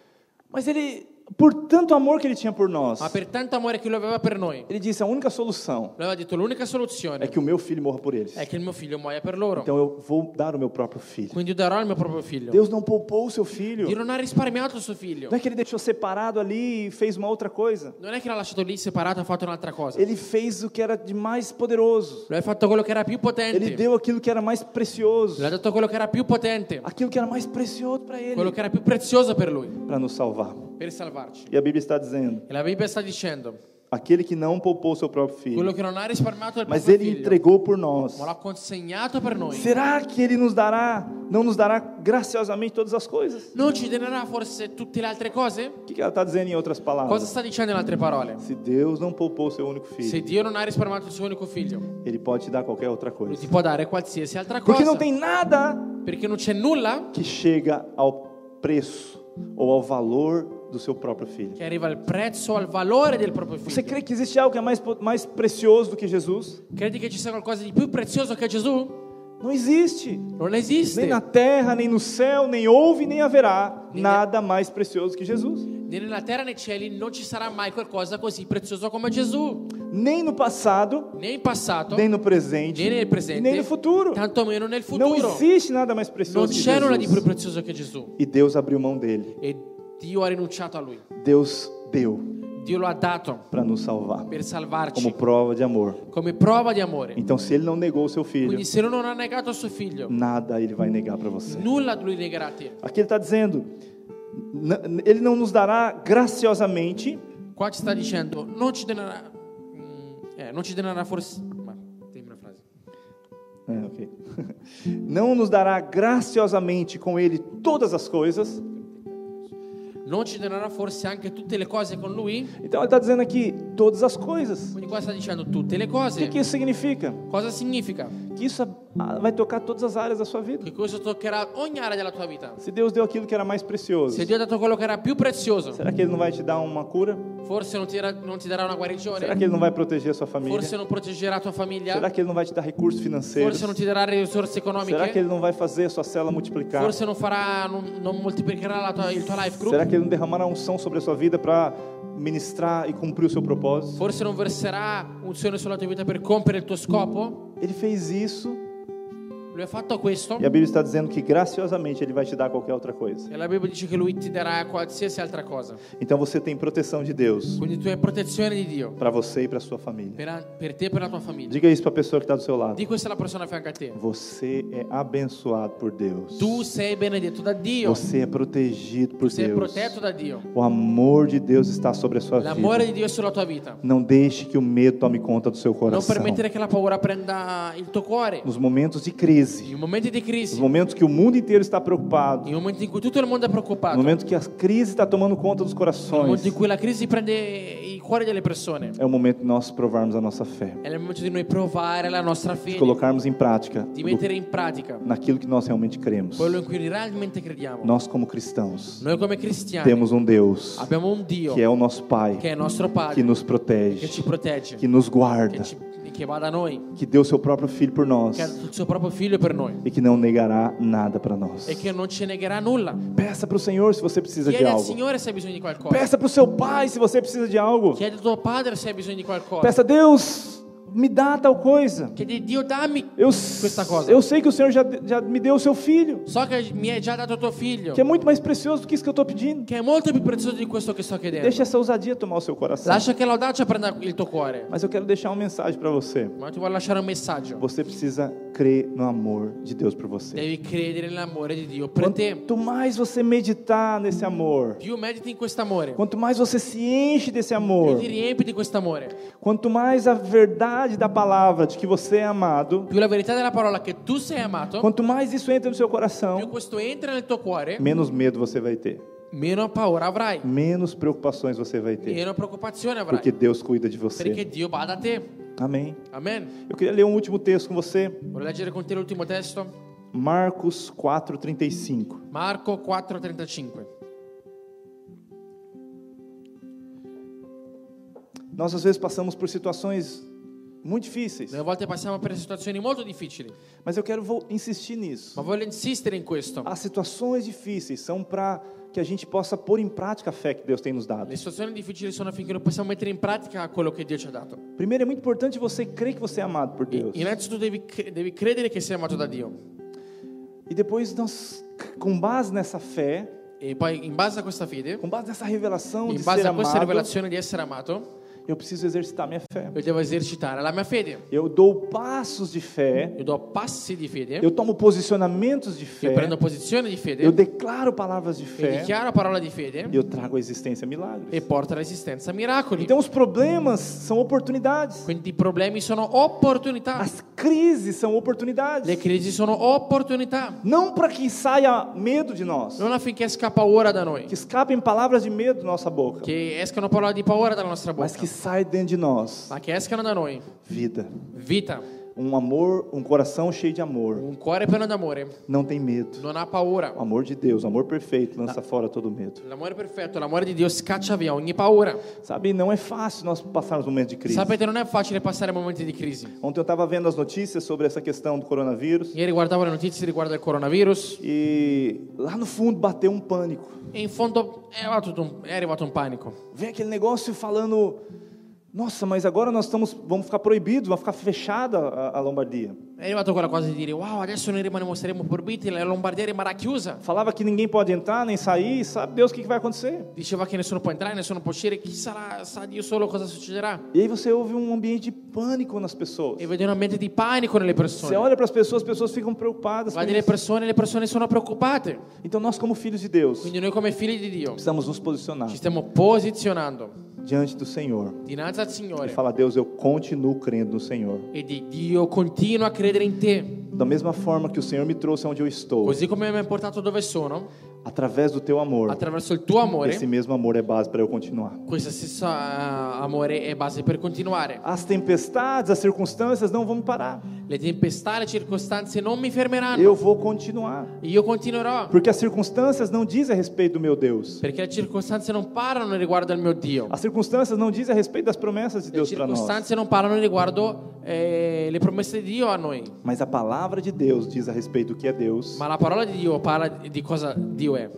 [SPEAKER 1] Mas ele, por tanto amor que ele tinha por nós,
[SPEAKER 2] Ma per tanto amore che lui aveva per noi, lui
[SPEAKER 1] ele disse: a única solução
[SPEAKER 2] aveva detto l'unica
[SPEAKER 1] é
[SPEAKER 2] soluzione
[SPEAKER 1] que o meu filho morra por eles.
[SPEAKER 2] è che il mio figlio muoia per loro.
[SPEAKER 1] Então eu vou dar o meu próprio filho.
[SPEAKER 2] Quindi io darò il mio proprio figlio.
[SPEAKER 1] Deus não poupou o seu filho.
[SPEAKER 2] Dio non ha risparmiato il suo figlio.
[SPEAKER 1] Não é que ele deixou separado ali e fez uma outra coisa.
[SPEAKER 2] Non è che l'ha lasciato lì separato e ha fatto un'altra cosa.
[SPEAKER 1] Ele fez o que era de mais poderoso.
[SPEAKER 2] Lui ha fatto quello che era più
[SPEAKER 1] Ele
[SPEAKER 2] potente.
[SPEAKER 1] deu aquilo que era mais precioso.
[SPEAKER 2] Lui ha dato quello che era più potente.
[SPEAKER 1] aquilo que era mais precioso para ele,
[SPEAKER 2] Quello che era più prezioso per lui.
[SPEAKER 1] para nos salvar.
[SPEAKER 2] per salvarci.
[SPEAKER 1] E a Bíblia está dizendo:
[SPEAKER 2] E la Bibbia sta dicendo,
[SPEAKER 1] aquele que não poupou seu próprio
[SPEAKER 2] quello
[SPEAKER 1] filho,
[SPEAKER 2] che non ha risparmiato il
[SPEAKER 1] mas
[SPEAKER 2] proprio
[SPEAKER 1] ele
[SPEAKER 2] figlio,
[SPEAKER 1] entregou por nós.
[SPEAKER 2] ma l'ha consegnato per noi,
[SPEAKER 1] Será que ele nos dará, não nos dará graciosamente todas as coisas?
[SPEAKER 2] non ci donerà forse tutte le altre cose?
[SPEAKER 1] O que que ela está dizendo em outras
[SPEAKER 2] Cosa
[SPEAKER 1] palavras?
[SPEAKER 2] sta dicendo in altre parole?
[SPEAKER 1] Se Deus não poupou seu único filho,
[SPEAKER 2] Se Dio non ha risparmiato il suo unico figlio,
[SPEAKER 1] ele pode te dar qualquer outra
[SPEAKER 2] lui ti
[SPEAKER 1] coisa.
[SPEAKER 2] può dare qualsiasi altra
[SPEAKER 1] Porque
[SPEAKER 2] cosa.
[SPEAKER 1] não tem nada
[SPEAKER 2] Perché non c'è nulla
[SPEAKER 1] que chega ao preço ou ao valor do seu próprio filho.
[SPEAKER 2] che arriva al prezzo, al valore del proprio
[SPEAKER 1] Você
[SPEAKER 2] figlio.
[SPEAKER 1] crê que existe algo que é mais, po- mais prezioso do que Jesus?
[SPEAKER 2] Credi che ci sia qualcosa di più prezioso che Gesù?
[SPEAKER 1] Não existe.
[SPEAKER 2] Non
[SPEAKER 1] Nem
[SPEAKER 2] esiste.
[SPEAKER 1] na terra, nem no céu, nem houve, nem haverá nada mais precioso que Jesus.
[SPEAKER 2] Né nella terra né nei cieli non ci sarà mai qualcosa così prezioso come Gesù,
[SPEAKER 1] Nem no passado,
[SPEAKER 2] né in passato,
[SPEAKER 1] nem
[SPEAKER 2] né
[SPEAKER 1] no presente,
[SPEAKER 2] nel presente,
[SPEAKER 1] nem no futuro.
[SPEAKER 2] tantomeno nel
[SPEAKER 1] Não
[SPEAKER 2] futuro.
[SPEAKER 1] existe nada mais
[SPEAKER 2] Non
[SPEAKER 1] precioso que
[SPEAKER 2] c'è nulla di più
[SPEAKER 1] Jesus.
[SPEAKER 2] prezioso che Gesù.
[SPEAKER 1] E Deus abriu mão dele.
[SPEAKER 2] E Dio ha rinunciato a lui.
[SPEAKER 1] Deus deu
[SPEAKER 2] Dio lo ha dato
[SPEAKER 1] para nos salvar,
[SPEAKER 2] per
[SPEAKER 1] como
[SPEAKER 2] salvarci
[SPEAKER 1] prova de amor.
[SPEAKER 2] come prova di amore.
[SPEAKER 1] Então, se ele não negou o seu filho,
[SPEAKER 2] Quindi se lui non ha negato suo figlio,
[SPEAKER 1] nada ele vai negar para você.
[SPEAKER 2] nulla lui negherà a te.
[SPEAKER 1] Aqui ele está dizendo: n- Ele não nos dará graciosamente,
[SPEAKER 2] Qua ci sta dicendo, non ci donerà, mm, eh, non ci donerà forse... Ma, dimmi una frase.
[SPEAKER 1] É, ok. <laughs> não nos dará graciosamente com Ele todas as coisas.
[SPEAKER 2] Non ci donerà forse anche tutte le cose con lui?
[SPEAKER 1] Então ele está dizendo aqui todas as coisas.
[SPEAKER 2] Quindi qua sta dicendo tutte le
[SPEAKER 1] O que,
[SPEAKER 2] cose.
[SPEAKER 1] que isso significa?
[SPEAKER 2] Cosa significa?
[SPEAKER 1] Que isso ah, vai tocar todas as áreas da sua vida.
[SPEAKER 2] Che questo toccherà ogni area della tua vita.
[SPEAKER 1] Se Deus deu aquilo que era mais precioso,
[SPEAKER 2] Se Dio ha dato quello che era più prezioso,
[SPEAKER 1] será que Ele não vai te dar uma cura?
[SPEAKER 2] forse non ti, darà- non ti darà una
[SPEAKER 1] Será
[SPEAKER 2] guarigione,
[SPEAKER 1] que Ele não vai proteger a sua família?
[SPEAKER 2] forse non proteggerà tua
[SPEAKER 1] Será
[SPEAKER 2] famiglia,
[SPEAKER 1] que Ele não vai te dar recursos financeiros?
[SPEAKER 2] forse non ti darà risorse
[SPEAKER 1] Será que
[SPEAKER 2] economiche,
[SPEAKER 1] Ele non vai fazer a sua célula multiplicar?
[SPEAKER 2] forse non, farà, non, non moltiplicherà la tua- il tuo life group,
[SPEAKER 1] Será que Ele não derramará unção sobre a sua vida para ministrar e cumprir o seu propósito?
[SPEAKER 2] forse non verserà unzione sulla tua vita per compiere il tuo scopo.
[SPEAKER 1] Ele fez isso
[SPEAKER 2] Lui ha fatto questo
[SPEAKER 1] e a Bíblia está dizendo que graciosamente Ele vai te dar qualquer outra coisa.
[SPEAKER 2] e la Bibbia dice che lui ti darà qualsiasi altra cosa.
[SPEAKER 1] Então você tem proteção de Deus
[SPEAKER 2] Quindi tu hai protezione di Dio
[SPEAKER 1] para você e para sua família.
[SPEAKER 2] per, per te e per la tua famiglia.
[SPEAKER 1] Diga isso para a pessoa que está do seu lado.
[SPEAKER 2] Di questa alla persona a fianco a te.
[SPEAKER 1] Você é abençoado por Deus.
[SPEAKER 2] Tu sei benedetto da Dio.
[SPEAKER 1] Você é protegido por
[SPEAKER 2] Sei
[SPEAKER 1] Deus.
[SPEAKER 2] protetto é da Dio.
[SPEAKER 1] O amor de Deus está sobre a sua
[SPEAKER 2] L'amore di
[SPEAKER 1] vida.
[SPEAKER 2] Dio è sulla tua vita.
[SPEAKER 1] Não deixe que o medo tome conta do seu
[SPEAKER 2] Non
[SPEAKER 1] coração.
[SPEAKER 2] permettere che la paura prenda il tuo cuore.
[SPEAKER 1] Nos momentos de crise,
[SPEAKER 2] In momenti di
[SPEAKER 1] nos
[SPEAKER 2] crisi,
[SPEAKER 1] momentos que o mundo inteiro está preocupado,
[SPEAKER 2] in momenti in cui tutto il mondo è
[SPEAKER 1] no
[SPEAKER 2] preoccupato, nel
[SPEAKER 1] momento que a crise está tomando conta dos corações,
[SPEAKER 2] momento in cui la crisi prende i cuori delle persone,
[SPEAKER 1] é o momento de nós provarmos a nossa fé,
[SPEAKER 2] è il momento di noi provare la nostra
[SPEAKER 1] de
[SPEAKER 2] fede,
[SPEAKER 1] colocarmos em prática
[SPEAKER 2] di
[SPEAKER 1] do-
[SPEAKER 2] mettere in pratica
[SPEAKER 1] naquilo que nós realmente cremos.
[SPEAKER 2] quello in cui realmente crediamo.
[SPEAKER 1] Nós, como cristãos,
[SPEAKER 2] Noi come cristiani
[SPEAKER 1] temos um Deus
[SPEAKER 2] abbiamo un Dio
[SPEAKER 1] que é o nosso Pai,
[SPEAKER 2] che è il nostro
[SPEAKER 1] que
[SPEAKER 2] Padre,
[SPEAKER 1] nos
[SPEAKER 2] che ci
[SPEAKER 1] protege,
[SPEAKER 2] protegge,
[SPEAKER 1] que é tipo nos guarda,
[SPEAKER 2] che, ci- che va da noi,
[SPEAKER 1] que deu seu próprio filho por nós
[SPEAKER 2] che ha il suo proprio figlio per noi
[SPEAKER 1] e que não negará nada para nós.
[SPEAKER 2] e che non ci negherà nulla.
[SPEAKER 1] Peça para o Senhor se você precisa de
[SPEAKER 2] Chiedi al
[SPEAKER 1] algo.
[SPEAKER 2] Signore se hai bisogno di qualcosa.
[SPEAKER 1] Peça para o seu pai se você precisa de algo.
[SPEAKER 2] Chiedi a tuo padre se hai bisogno di qualcosa.
[SPEAKER 1] Peça, Deus, me dá tal coisa.
[SPEAKER 2] Chiedi Dio dammi.
[SPEAKER 1] Eu,
[SPEAKER 2] Questa cosa.
[SPEAKER 1] eu sei que o Senhor já, já me deu o seu filho,
[SPEAKER 2] So che mi hai già dato tuo figlio,
[SPEAKER 1] que é muito mais precioso do que isso que eu estou pedindo.
[SPEAKER 2] che è molto più prezioso di questo che sto chiedendo.
[SPEAKER 1] Deixa essa ousadia tomar o seu coração.
[SPEAKER 2] Lascia che l'audacia prenda il tuo cuore.
[SPEAKER 1] Mas eu quero deixar uma mensagem para você.
[SPEAKER 2] Ma ti voglio lasciare un messaggio.
[SPEAKER 1] Você precisa crer no amor de Deus por você.
[SPEAKER 2] Devi credere nell'amore di Dio per te.
[SPEAKER 1] Quanto mais você meditar nesse amor,
[SPEAKER 2] Più mediti in quest'amore,
[SPEAKER 1] quanto mais você se enche desse
[SPEAKER 2] più
[SPEAKER 1] amor,
[SPEAKER 2] ti riempi di quest'amore,
[SPEAKER 1] quanto mais a verdade da palavra de que você é amado,
[SPEAKER 2] più la verità della parola che tu sei amato,
[SPEAKER 1] quanto mais isso entra no seu
[SPEAKER 2] più
[SPEAKER 1] coração,
[SPEAKER 2] questo entra nel tuo cuore,
[SPEAKER 1] menos medo você vai ter,
[SPEAKER 2] meno paura avrai,
[SPEAKER 1] menos preocupações você vai ter,
[SPEAKER 2] meno preoccupazione avrai,
[SPEAKER 1] porque Deus cuida de
[SPEAKER 2] perché
[SPEAKER 1] você.
[SPEAKER 2] Dio va da te.
[SPEAKER 1] Amém.
[SPEAKER 2] Amen.
[SPEAKER 1] Eu queria ler um último texto com você,
[SPEAKER 2] Vorrei leggere con te l'ultimo testo,
[SPEAKER 1] Marcos 4:35.
[SPEAKER 2] Marco 4:35.
[SPEAKER 1] Nós às vezes passamos por situações muito difíceis,
[SPEAKER 2] Noi a volte passiamo per situazioni molto difficili,
[SPEAKER 1] mas eu quero vo- insistir nisso.
[SPEAKER 2] ma voglio insistere in questo.
[SPEAKER 1] As situações difíceis são para que a gente possa pôr em prática a fé que Deus tem nos dado.
[SPEAKER 2] Le situazioni difficili sono affinché noi possiamo mettere in pratica quello che Dio ci ha dato.
[SPEAKER 1] Primeiro, é muito importante você crer que você é amado por
[SPEAKER 2] E-
[SPEAKER 1] Deus.
[SPEAKER 2] innanzitutto devi, cre- devi credere che sei amato da Dio
[SPEAKER 1] E depois nós, c- com base nessa fé,
[SPEAKER 2] e poi in base a questa fede,
[SPEAKER 1] com base nessa revelação de
[SPEAKER 2] in
[SPEAKER 1] ser
[SPEAKER 2] base a questa
[SPEAKER 1] amado,
[SPEAKER 2] revelazione di essere amato,
[SPEAKER 1] eu preciso exercitar minha fé.
[SPEAKER 2] Io devo esercitare la mia fede.
[SPEAKER 1] Eu dou passos de fé,
[SPEAKER 2] Io do passi di fede.
[SPEAKER 1] eu tomo posicionamentos de
[SPEAKER 2] Io
[SPEAKER 1] fé,
[SPEAKER 2] prendo posizione di fede.
[SPEAKER 1] eu declaro palavras de
[SPEAKER 2] Io
[SPEAKER 1] fé
[SPEAKER 2] dichiaro parola di fede.
[SPEAKER 1] e eu trago à existência
[SPEAKER 2] E
[SPEAKER 1] milagres.
[SPEAKER 2] porta resistenza a miracoli.
[SPEAKER 1] Então os problemas são oportunidades,
[SPEAKER 2] Quindi i problemi sono opportunità.
[SPEAKER 1] as crises são
[SPEAKER 2] Le
[SPEAKER 1] oportunidades.
[SPEAKER 2] crisi sono opportunità.
[SPEAKER 1] Não para que saia medo de nós,
[SPEAKER 2] Non affinché scappa ora da noi.
[SPEAKER 1] que escapem palavras de medo da nossa boca,
[SPEAKER 2] Che escano parole di paura dalla nostra bocca.
[SPEAKER 1] mas que saia dentro de nós
[SPEAKER 2] Ma che escano da noi.
[SPEAKER 1] vida,
[SPEAKER 2] Vita.
[SPEAKER 1] um amor, um coração cheio de amor,
[SPEAKER 2] Un cuore pieno d'amore.
[SPEAKER 1] não tem medo.
[SPEAKER 2] Non ha paura.
[SPEAKER 1] O amor de Deus, o amor perfeito, lança fora todo medo.
[SPEAKER 2] L'amore perfetto, l'amore di Dio scaccia via ogni paura.
[SPEAKER 1] Sabe, não é fácil nós passarmos momentos de crise.
[SPEAKER 2] Sapete, non è facile passare momenti di crisi.
[SPEAKER 1] Ontem eu estava vendo as notícias sobre essa questão do coronavírus
[SPEAKER 2] Ieri guardavo le notizie riguardo al coronavirus
[SPEAKER 1] e lá no fundo bateu um pânico.
[SPEAKER 2] e in fondo è arrivato un, è arrivato un panico.
[SPEAKER 1] Vem aquele negócio falando: nossa, mas agora nós estamos, vamos ficar proibidos, vai ficar fechada a, a Lombardia.
[SPEAKER 2] È arrivato quella cosa di dire, wow, adesso noi rimaniamo, saremo proibiti, la Lombardia rimarrà chiusa.
[SPEAKER 1] Falava que ninguém pode entrar nem sair, sabe Deus o que, que vai acontecer.
[SPEAKER 2] Diceva che nessuno può entrare, nessuno può uscire, chi sarà, sa Dio solo cosa succederà.
[SPEAKER 1] E aí você ouve um ambiente de pânico nas pessoas.
[SPEAKER 2] E vede un ambiente di panico nelle
[SPEAKER 1] Você
[SPEAKER 2] persone.
[SPEAKER 1] olha para as pessoas, as pessoas ficam preocupadas. com
[SPEAKER 2] Guardi le
[SPEAKER 1] isso.
[SPEAKER 2] persone, le persone sono preoccupate.
[SPEAKER 1] Então nós, como filhos de Deus,
[SPEAKER 2] Quindi noi come figli di Dio
[SPEAKER 1] precisamos nos posicionar
[SPEAKER 2] ci stiamo posizionando
[SPEAKER 1] diante do Senhor
[SPEAKER 2] dinanzi al
[SPEAKER 1] e
[SPEAKER 2] Signore
[SPEAKER 1] falar: Deus, eu continuo crendo no Senhor.
[SPEAKER 2] e di Dio continua a credere in te.
[SPEAKER 1] Da mesma forma que o Senhor me trouxe aonde eu estou,
[SPEAKER 2] Così come mi hai portato dove sono,
[SPEAKER 1] através do teu amor,
[SPEAKER 2] attraverso il tuo amore,
[SPEAKER 1] esse mesmo amor é base para eu continuar.
[SPEAKER 2] questo stesso eh, amore è base per continuare.
[SPEAKER 1] As tempestades, as circunstâncias não vão me parar.
[SPEAKER 2] Le tempestà, le circostanze non mi fermeranno.
[SPEAKER 1] Eu vou continuar.
[SPEAKER 2] Io continuerò.
[SPEAKER 1] Porque as circunstâncias não dizem a respeito do meu Deus.
[SPEAKER 2] Perché le circostanze non parlano riguardo al mio Dio.
[SPEAKER 1] As circunstâncias não dizem a respeito das promessas de
[SPEAKER 2] Le
[SPEAKER 1] Deus para nós.
[SPEAKER 2] circostanze non parlano riguardo eh, le promesse di Dio a noi.
[SPEAKER 1] Mas a palavra de Deus diz a respeito do que é Deus
[SPEAKER 2] Ma la parola di Dio parla di cosa Dio è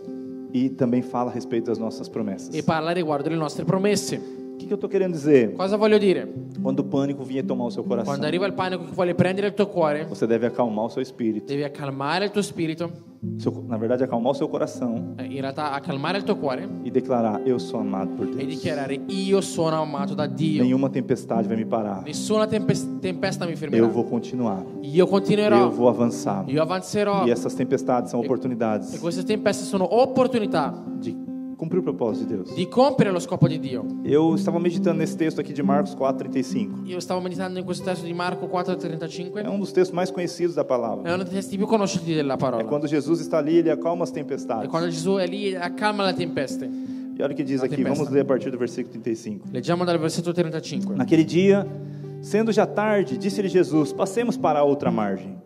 [SPEAKER 1] e também fala a respeito das nossas promessas.
[SPEAKER 2] e parla riguardo alle nostre promesse.
[SPEAKER 1] O que, que eu estou querendo dizer?
[SPEAKER 2] Cosa voglio dire?
[SPEAKER 1] Quando o pânico vier tomar o seu coração,
[SPEAKER 2] Quando arriva il panico che vuole prendere il tuo cuore,
[SPEAKER 1] você deve acalmar o seu espírito.
[SPEAKER 2] devi accalmare il tuo spirito,
[SPEAKER 1] Seu- na verdade, acalmar o seu coração
[SPEAKER 2] eh, in realtà accalmare il tuo cuore
[SPEAKER 1] e declarar: Eu sou amado por
[SPEAKER 2] e
[SPEAKER 1] Deus.
[SPEAKER 2] dichiarare io sono amato da Dio.
[SPEAKER 1] Nenhuma tempestade vai me parar.
[SPEAKER 2] Nessuna tempes- tempesta mi fermerà.
[SPEAKER 1] Eu vou continuar.
[SPEAKER 2] Io
[SPEAKER 1] Eu
[SPEAKER 2] continuerò.
[SPEAKER 1] vou avançar.
[SPEAKER 2] Io avanzerò.
[SPEAKER 1] E essas tempestades são
[SPEAKER 2] E
[SPEAKER 1] oportunidades
[SPEAKER 2] queste tempeste sono opportunità
[SPEAKER 1] de cumprir o propósito de Deus.
[SPEAKER 2] di compiere lo scopo di Dio.
[SPEAKER 1] Eu estava meditando nesse texto aqui de Marcos 4:35.
[SPEAKER 2] Io stavo meditando in questo testo di Marco
[SPEAKER 1] É
[SPEAKER 2] 4:35.
[SPEAKER 1] um dos textos mais conhecidos da palavra.
[SPEAKER 2] È uno dei testi più conosciuti della
[SPEAKER 1] É
[SPEAKER 2] parola.
[SPEAKER 1] quando Jesus está ali, ele acalma as
[SPEAKER 2] E
[SPEAKER 1] tempestades.
[SPEAKER 2] quando Gesù è lì accalma le tempeste.
[SPEAKER 1] E olha o que diz
[SPEAKER 2] A
[SPEAKER 1] aqui,
[SPEAKER 2] tempestade.
[SPEAKER 1] vamos ler a partir do versículo 35.
[SPEAKER 2] Leggiamo dal versetto 35.
[SPEAKER 1] Naquele dia, sendo já tarde, disse-lhe Jesus: Passemos para a outra margem.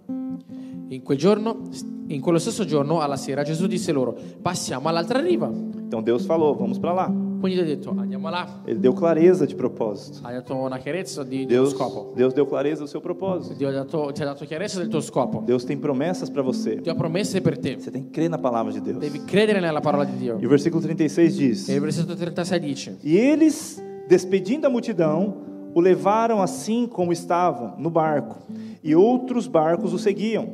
[SPEAKER 2] In quel giorno, in quello stesso giorno, alla sera, Gesù disse loro: Passiamo all'altra riva. Quindi
[SPEAKER 1] Então Deus falou: Vamos para lá.
[SPEAKER 2] gli ha detto: Andiamo là.
[SPEAKER 1] Ele deu clareza de propósito.
[SPEAKER 2] Ha dato una chiarezza di, di uno
[SPEAKER 1] Deus,
[SPEAKER 2] scopo.
[SPEAKER 1] Deus deu clareza do seu propósito.
[SPEAKER 2] Dio ha dato- ti ha dato chiarezza del tuo scopo.
[SPEAKER 1] Deus tem promessas para você.
[SPEAKER 2] Dio ha promesse per te.
[SPEAKER 1] Você tem que crer na palavra de Deus.
[SPEAKER 2] Devi credere nella parola di Dio.
[SPEAKER 1] E o versículo 36 diz:
[SPEAKER 2] E il versetto 36 dice:
[SPEAKER 1] E eles, despedindo a multidão, o levaram assim como estava, no barco, e outros barcos o seguiam.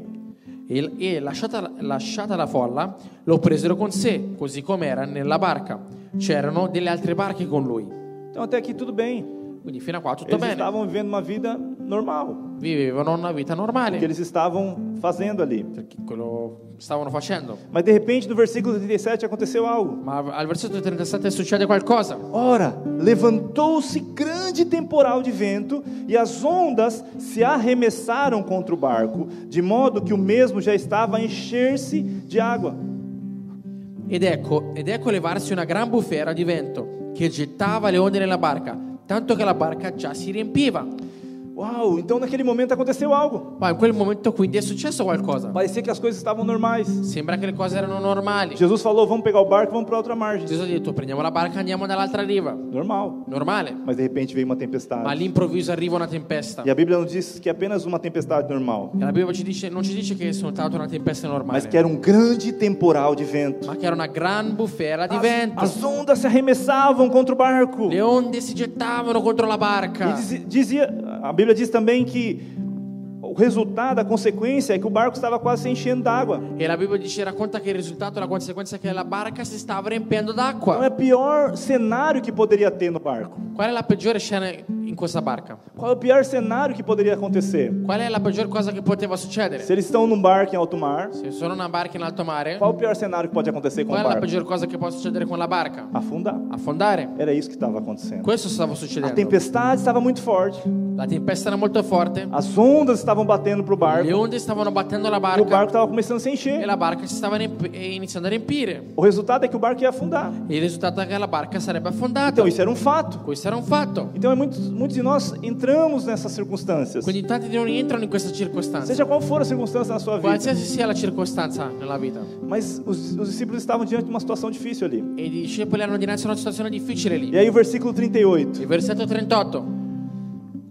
[SPEAKER 2] E, e lasciata, lasciata la folla, lo presero con sé, così com'era nella barca. C'erano delle altre barche con lui.
[SPEAKER 1] Então, até aqui tudo bem.
[SPEAKER 2] Quindi fino a qua tutto
[SPEAKER 1] Eles
[SPEAKER 2] bene.
[SPEAKER 1] estavam vivendo uma vida normal,
[SPEAKER 2] Vivevano una vita
[SPEAKER 1] o
[SPEAKER 2] normale.
[SPEAKER 1] que eles estavam fazendo ali.
[SPEAKER 2] Perché quello stavano facendo.
[SPEAKER 1] Mas de repente, no versículo 37 aconteceu algo.
[SPEAKER 2] Ma al versetto 37 succede qualcosa.
[SPEAKER 1] Ora, levantou-se grande temporal de vento e as ondas se arremessaram contra o barco, de modo que o mesmo já estava a encher-se de água.
[SPEAKER 2] Ed ecco, ed ecco levarsi una gran bufera di vento che gettava le onde nella barca, tanto che la barca già si riempiva.
[SPEAKER 1] Uau, então naquele momento aconteceu algo.
[SPEAKER 2] Ma in quel momento quindi è successo qualcosa.
[SPEAKER 1] Parecia que as coisas estavam normais.
[SPEAKER 2] Sembra che le cose erano normali.
[SPEAKER 1] Jesus falou: vamos pegar o barco, vamos para outra margem.
[SPEAKER 2] Gesù ha detto prendiamo la barca e andiamo dall'altra riva.
[SPEAKER 1] Normal.
[SPEAKER 2] Normale.
[SPEAKER 1] Mas de repente veio uma
[SPEAKER 2] Ma
[SPEAKER 1] tempestade.
[SPEAKER 2] all'improvviso arriva una tempesta.
[SPEAKER 1] E a Bíblia não diz que é apenas uma tempestade normal,
[SPEAKER 2] E la Bibbia ci dice, non ci dice che è soltanto una tempesta
[SPEAKER 1] mas
[SPEAKER 2] normale,
[SPEAKER 1] que era um grande temporal de vento.
[SPEAKER 2] ma che era una gran bufera di
[SPEAKER 1] As,
[SPEAKER 2] vento.
[SPEAKER 1] as ondas se arremessavam contra o barco.
[SPEAKER 2] Le onde si gettavano contro la
[SPEAKER 1] E
[SPEAKER 2] barca.
[SPEAKER 1] dizi- dizia, a Bíblia diz também que o resultado, a consequência é que o barco estava quase se enchendo d'água.
[SPEAKER 2] E la Bibbia dice, racconta che il risultato, la conseguenza è che la barca si stava riempiendo
[SPEAKER 1] Então é
[SPEAKER 2] d'acqua.
[SPEAKER 1] o pior cenário que poderia ter no barco.
[SPEAKER 2] Qual è la peggiore scena in questa barca?
[SPEAKER 1] Qual é o pior cenário que poderia acontecer?
[SPEAKER 2] Qual è la peggior cosa che poteva succedere?
[SPEAKER 1] Se eles estão num barco em alto mar,
[SPEAKER 2] Se sono una barca in alto mare,
[SPEAKER 1] qual é o pior cenário que pode acontecer com
[SPEAKER 2] qual
[SPEAKER 1] o
[SPEAKER 2] è la
[SPEAKER 1] barco?
[SPEAKER 2] peggior cosa che può succedere con la barca?
[SPEAKER 1] Afundar.
[SPEAKER 2] Affondare.
[SPEAKER 1] Era isso que estava acontecendo.
[SPEAKER 2] Questo stava
[SPEAKER 1] A
[SPEAKER 2] succedendo.
[SPEAKER 1] tempestade estava muito forte,
[SPEAKER 2] La tempesta era molto forte,
[SPEAKER 1] as ondas estavam batendo pro barco,
[SPEAKER 2] le onde stavano battendo la
[SPEAKER 1] e o barco
[SPEAKER 2] barca
[SPEAKER 1] estava começando a se
[SPEAKER 2] e
[SPEAKER 1] encher.
[SPEAKER 2] la barca si stava riemp- eh, iniziando a riempire.
[SPEAKER 1] O resultado é que o barco ia afundar.
[SPEAKER 2] Il risultato è che la barca sarebbe affondata.
[SPEAKER 1] Então isso era um fato.
[SPEAKER 2] Questo era un fatto.
[SPEAKER 1] Então é muitos, muitos de nós entramos nessas circunstâncias.
[SPEAKER 2] Quindi tanti di noi entrano in questa circostanza.
[SPEAKER 1] Seja qual for a circunstância na sua vida,
[SPEAKER 2] Qualsiasi sia la circostanza nella vita.
[SPEAKER 1] mas os, os discípulos estavam diante de uma situação difícil ali.
[SPEAKER 2] E i discepoli erano dinanzi a una situazione difficile lì.
[SPEAKER 1] E aí o versículo 38.
[SPEAKER 2] Il versetto 38.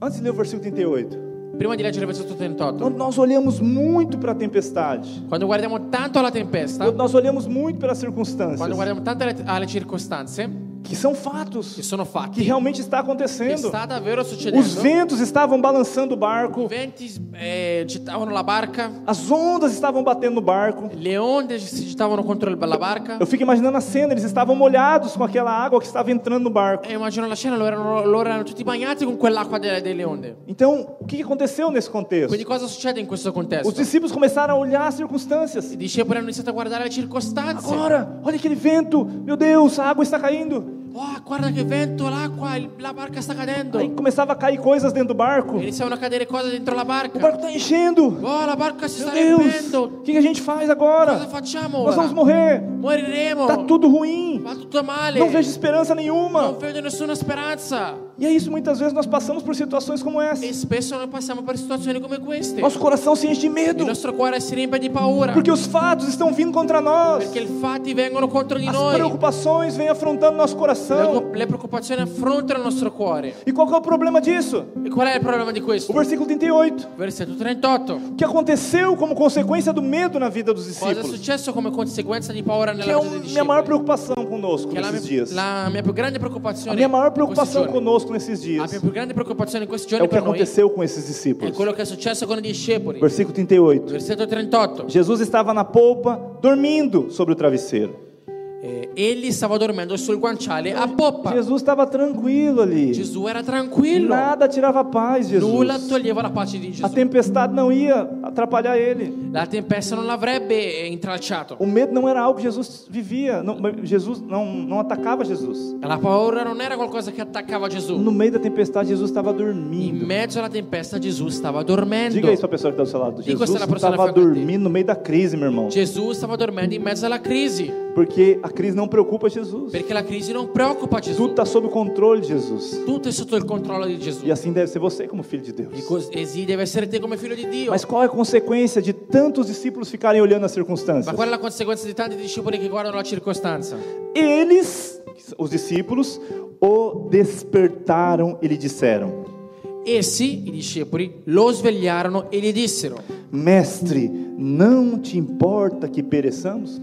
[SPEAKER 1] Antes de ler o versículo 38,
[SPEAKER 2] Prima di leggere il versetto 38.
[SPEAKER 1] quando nós olhamos muito para a tempestade,
[SPEAKER 2] Quando guardiamo tanto alla tempesta,
[SPEAKER 1] quando nós olhamos muito pelas
[SPEAKER 2] quando
[SPEAKER 1] circunstâncias,
[SPEAKER 2] guardiamo tanto alle, alle circostanze,
[SPEAKER 1] que são
[SPEAKER 2] che
[SPEAKER 1] fatos,
[SPEAKER 2] sono fatti,
[SPEAKER 1] que realmente está
[SPEAKER 2] che
[SPEAKER 1] acontecendo.
[SPEAKER 2] sta davvero
[SPEAKER 1] Os
[SPEAKER 2] succedendo,
[SPEAKER 1] ventos estavam balançando o
[SPEAKER 2] i
[SPEAKER 1] barco,
[SPEAKER 2] venti eh, agitavano la barca,
[SPEAKER 1] as ondas estavam batendo no barco.
[SPEAKER 2] le onde si agitavano contro il- la barca.
[SPEAKER 1] Eu fico imaginando a cena, eles estavam molhados com aquela água que estava entrando no barco.
[SPEAKER 2] E Eh, immagino la scena, loro erano, loro erano tutti bagnati con quell'acqua delle, delle onde.
[SPEAKER 1] Então, o que aconteceu nesse
[SPEAKER 2] Quindi
[SPEAKER 1] contexto?
[SPEAKER 2] cosa succede in questo
[SPEAKER 1] Os
[SPEAKER 2] contesto?
[SPEAKER 1] discípulos começaram a olhar as circunstâncias.
[SPEAKER 2] I discepoli hanno iniziato a guardare le circostanze.
[SPEAKER 1] Agora, olha aquele vento, meu Deus, a água está caindo.
[SPEAKER 2] Oh, guarda che vento, l'acqua, il- la barca sta cadendo.
[SPEAKER 1] Aí
[SPEAKER 2] E
[SPEAKER 1] começava a cair coisas dentro do barco. O
[SPEAKER 2] Iniziavano a cadere cose dentro la barca.
[SPEAKER 1] barco está enchendo.
[SPEAKER 2] Oh, la barca si
[SPEAKER 1] Meu
[SPEAKER 2] sta
[SPEAKER 1] Deus,
[SPEAKER 2] riempendo.
[SPEAKER 1] o que a gente faz
[SPEAKER 2] Cosa
[SPEAKER 1] agora?
[SPEAKER 2] facciamo
[SPEAKER 1] Nós vamos
[SPEAKER 2] ora?
[SPEAKER 1] morrer.
[SPEAKER 2] Moriremo.
[SPEAKER 1] Tá tudo ruim.
[SPEAKER 2] Va tutto male.
[SPEAKER 1] Não vejo esperança
[SPEAKER 2] Non
[SPEAKER 1] nenhuma.
[SPEAKER 2] vedo nessuna speranza.
[SPEAKER 1] E é isso, muitas vezes nós passamos por situações como essa.
[SPEAKER 2] E spesso noi passiamo per situazioni come queste.
[SPEAKER 1] Nosso coração se enche de medo,
[SPEAKER 2] Il nostro cuore si riempie di paura.
[SPEAKER 1] porque os fatos estão vindo contra nós.
[SPEAKER 2] Perché i fatti vengono contro di
[SPEAKER 1] As
[SPEAKER 2] noi.
[SPEAKER 1] preocupações vêm afrontando nosso coração.
[SPEAKER 2] Le- Le preoccupazioni affrontano il nostro cuore.
[SPEAKER 1] E qual que é o problema disso?
[SPEAKER 2] E qual è il problema di
[SPEAKER 1] O
[SPEAKER 2] questo?
[SPEAKER 1] versículo 38.
[SPEAKER 2] Versetto 38.
[SPEAKER 1] O que aconteceu como consequência do medo na vida dos
[SPEAKER 2] Cosa è
[SPEAKER 1] discípulos?
[SPEAKER 2] successo come conseguenza di paura
[SPEAKER 1] Que
[SPEAKER 2] nella
[SPEAKER 1] é
[SPEAKER 2] vita
[SPEAKER 1] a
[SPEAKER 2] dei
[SPEAKER 1] minha maior
[SPEAKER 2] discepoli?
[SPEAKER 1] preocupação conosco
[SPEAKER 2] Che è la
[SPEAKER 1] nesses
[SPEAKER 2] mia,
[SPEAKER 1] dias.
[SPEAKER 2] la mia più grande
[SPEAKER 1] A
[SPEAKER 2] preoccupazione.
[SPEAKER 1] minha maior
[SPEAKER 2] in questi
[SPEAKER 1] preocupação
[SPEAKER 2] giorni.
[SPEAKER 1] conosco nesses
[SPEAKER 2] La
[SPEAKER 1] dias
[SPEAKER 2] mia più grande preoccupazione in questi
[SPEAKER 1] é
[SPEAKER 2] giorni
[SPEAKER 1] o que
[SPEAKER 2] per noi
[SPEAKER 1] aconteceu com É esses
[SPEAKER 2] è
[SPEAKER 1] discípulos.
[SPEAKER 2] quello che è successo con i discepoli.
[SPEAKER 1] Versículo 38.
[SPEAKER 2] Versetto 38.
[SPEAKER 1] Jesus estava na polpa, dormindo sobre o travesseiro.
[SPEAKER 2] Eh, egli stava dormendo sul guanciale a poppa.
[SPEAKER 1] Jesus estava tranquilo ali.
[SPEAKER 2] Gesù era tranquillo.
[SPEAKER 1] Nada tirava a paz,
[SPEAKER 2] Nulla
[SPEAKER 1] Jesus.
[SPEAKER 2] toglieva la pace di Gesù.
[SPEAKER 1] A tempestade não ia atrapalhar ele.
[SPEAKER 2] La tempesta non l'avrebbe eh, intralciato.
[SPEAKER 1] O medo não era algo que Jesus vivia. Não, Jesus não, não atacava Jesus.
[SPEAKER 2] La paura non era qualcosa che attaccava Gesù.
[SPEAKER 1] No meio da tempestade, Jesus estava
[SPEAKER 2] In
[SPEAKER 1] dormindo.
[SPEAKER 2] mezzo alla tempesta Gesù stava
[SPEAKER 1] Diga isso para
[SPEAKER 2] dormendo.
[SPEAKER 1] a pessoa que está do seu lado.
[SPEAKER 2] Diga
[SPEAKER 1] Jesus
[SPEAKER 2] isso pra pessoa
[SPEAKER 1] estava
[SPEAKER 2] na frente dele.
[SPEAKER 1] dormindo no meio da crise, meu irmão.
[SPEAKER 2] Gesù stava dormendo in mezzo alla crisi.
[SPEAKER 1] Porque a crise não preocupa Jesus.
[SPEAKER 2] Perché la crisi non preoccupa
[SPEAKER 1] Tudo
[SPEAKER 2] Gesù.
[SPEAKER 1] está sob o controle de Jesus.
[SPEAKER 2] Tutto è sotto il controllo di Gesù.
[SPEAKER 1] E assim deve ser você como filho de
[SPEAKER 2] E
[SPEAKER 1] Deus.
[SPEAKER 2] così eh, deve essere te come figlio di Dio.
[SPEAKER 1] Mas qual é a consequência de tantos discípulos ficarem olhando as
[SPEAKER 2] Ma
[SPEAKER 1] circunstâncias?
[SPEAKER 2] qual è la conseguenza di tanti discepoli che guardano la circostanza?
[SPEAKER 1] Eles, os discípulos, o despertaram e lhe disseram:
[SPEAKER 2] Essi, i discepoli, lo svegliarono e gli dissero:
[SPEAKER 1] Mestre, não te importa que pereçamos?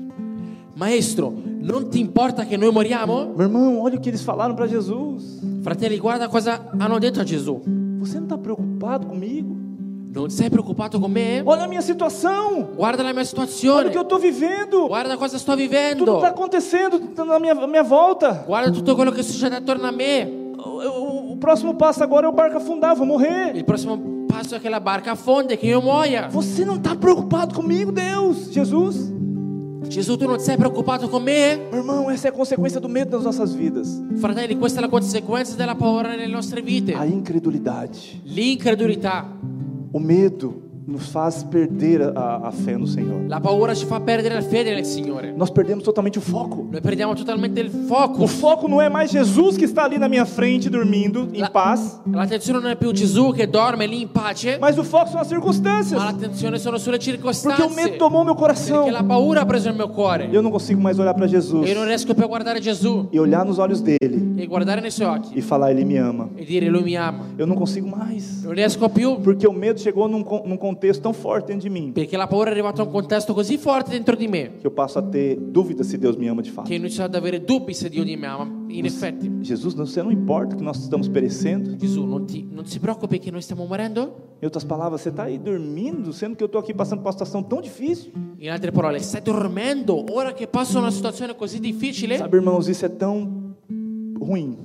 [SPEAKER 2] Maestro, non ti importa che noi moriamo?
[SPEAKER 1] Meu irmão, olha o que eles falaram para Jesus.
[SPEAKER 2] Fratelli, guarda cosa hanno detto a Gesù.
[SPEAKER 1] Você não está preocupado comigo?
[SPEAKER 2] Non sei preoccupato con me?
[SPEAKER 1] Olha a minha situação.
[SPEAKER 2] Guarda la mia
[SPEAKER 1] Olha o que eu
[SPEAKER 2] situazione.
[SPEAKER 1] estou vivendo.
[SPEAKER 2] Guarda cosa sto
[SPEAKER 1] Tudo está
[SPEAKER 2] vivendo.
[SPEAKER 1] acontecendo tá na minha, à minha volta.
[SPEAKER 2] Guarda tutto quello che succede attorno a me.
[SPEAKER 1] O, o- o próximo passo agora é o barco afundar, eu vou morrer.
[SPEAKER 2] Il prossimo passo è che la barca affonde e che io muoia.
[SPEAKER 1] Você não está preocupado comigo, Deus, Jesus?
[SPEAKER 2] Gesù, tu non sei preoccupato con me?
[SPEAKER 1] Meu irmão, essa é a consequência do medo nas nossas vidas.
[SPEAKER 2] Fratelli, questa è la conseguenza della paura nelle nostre
[SPEAKER 1] A
[SPEAKER 2] vite.
[SPEAKER 1] incredulidade.
[SPEAKER 2] L'incredulità.
[SPEAKER 1] O medo nos faz perder a, a fé no Senhor.
[SPEAKER 2] La paura ci fa perdere la fede nel Signore.
[SPEAKER 1] Nós perdemos totalmente o foco.
[SPEAKER 2] Noi perdiamo totalmente il
[SPEAKER 1] O
[SPEAKER 2] focus.
[SPEAKER 1] foco não é mais Jesus que está ali na minha frente dormindo em
[SPEAKER 2] La-
[SPEAKER 1] paz,
[SPEAKER 2] L'attenzione non è più Gesù che dorme lì in pace,
[SPEAKER 1] mas o foco são as circunstâncias.
[SPEAKER 2] ma l'attenzione sono sulle
[SPEAKER 1] Porque o
[SPEAKER 2] circostanze.
[SPEAKER 1] medo tomou meu coração.
[SPEAKER 2] Perché la paura ha preso il mio cuore.
[SPEAKER 1] Eu não consigo mais olhar para Jesus
[SPEAKER 2] E io non riesco più a guardare Gesù
[SPEAKER 1] e olhar nos olhos dele
[SPEAKER 2] e guardare nei suoi occhi
[SPEAKER 1] e falar ele me ama.
[SPEAKER 2] e dire Lui mi ama.
[SPEAKER 1] Eu não consigo mais.
[SPEAKER 2] Non riesco più
[SPEAKER 1] Porque o medo chegou num, con- num contexto tão forte dentro de mim
[SPEAKER 2] Perché la paura è arrivata a un contesto così forte dentro di me
[SPEAKER 1] que eu passo a ter dúvida se Deus me ama de fato.
[SPEAKER 2] che ho iniziato ad avere dubbi se Dio mi ama. In effetti,
[SPEAKER 1] Jesus, você não importa que nós estamos perecendo.
[SPEAKER 2] Gesù non, ti, non si preoccupi che noi stiamo morendo?
[SPEAKER 1] Em outras palavras, você está aí dormindo, sendo que eu estou aqui passando por uma situação tão difícil.
[SPEAKER 2] In altre parole, stai dormendo ora che passa una situazione così difficile?
[SPEAKER 1] Sabe, irmãos, isso é tão ruim.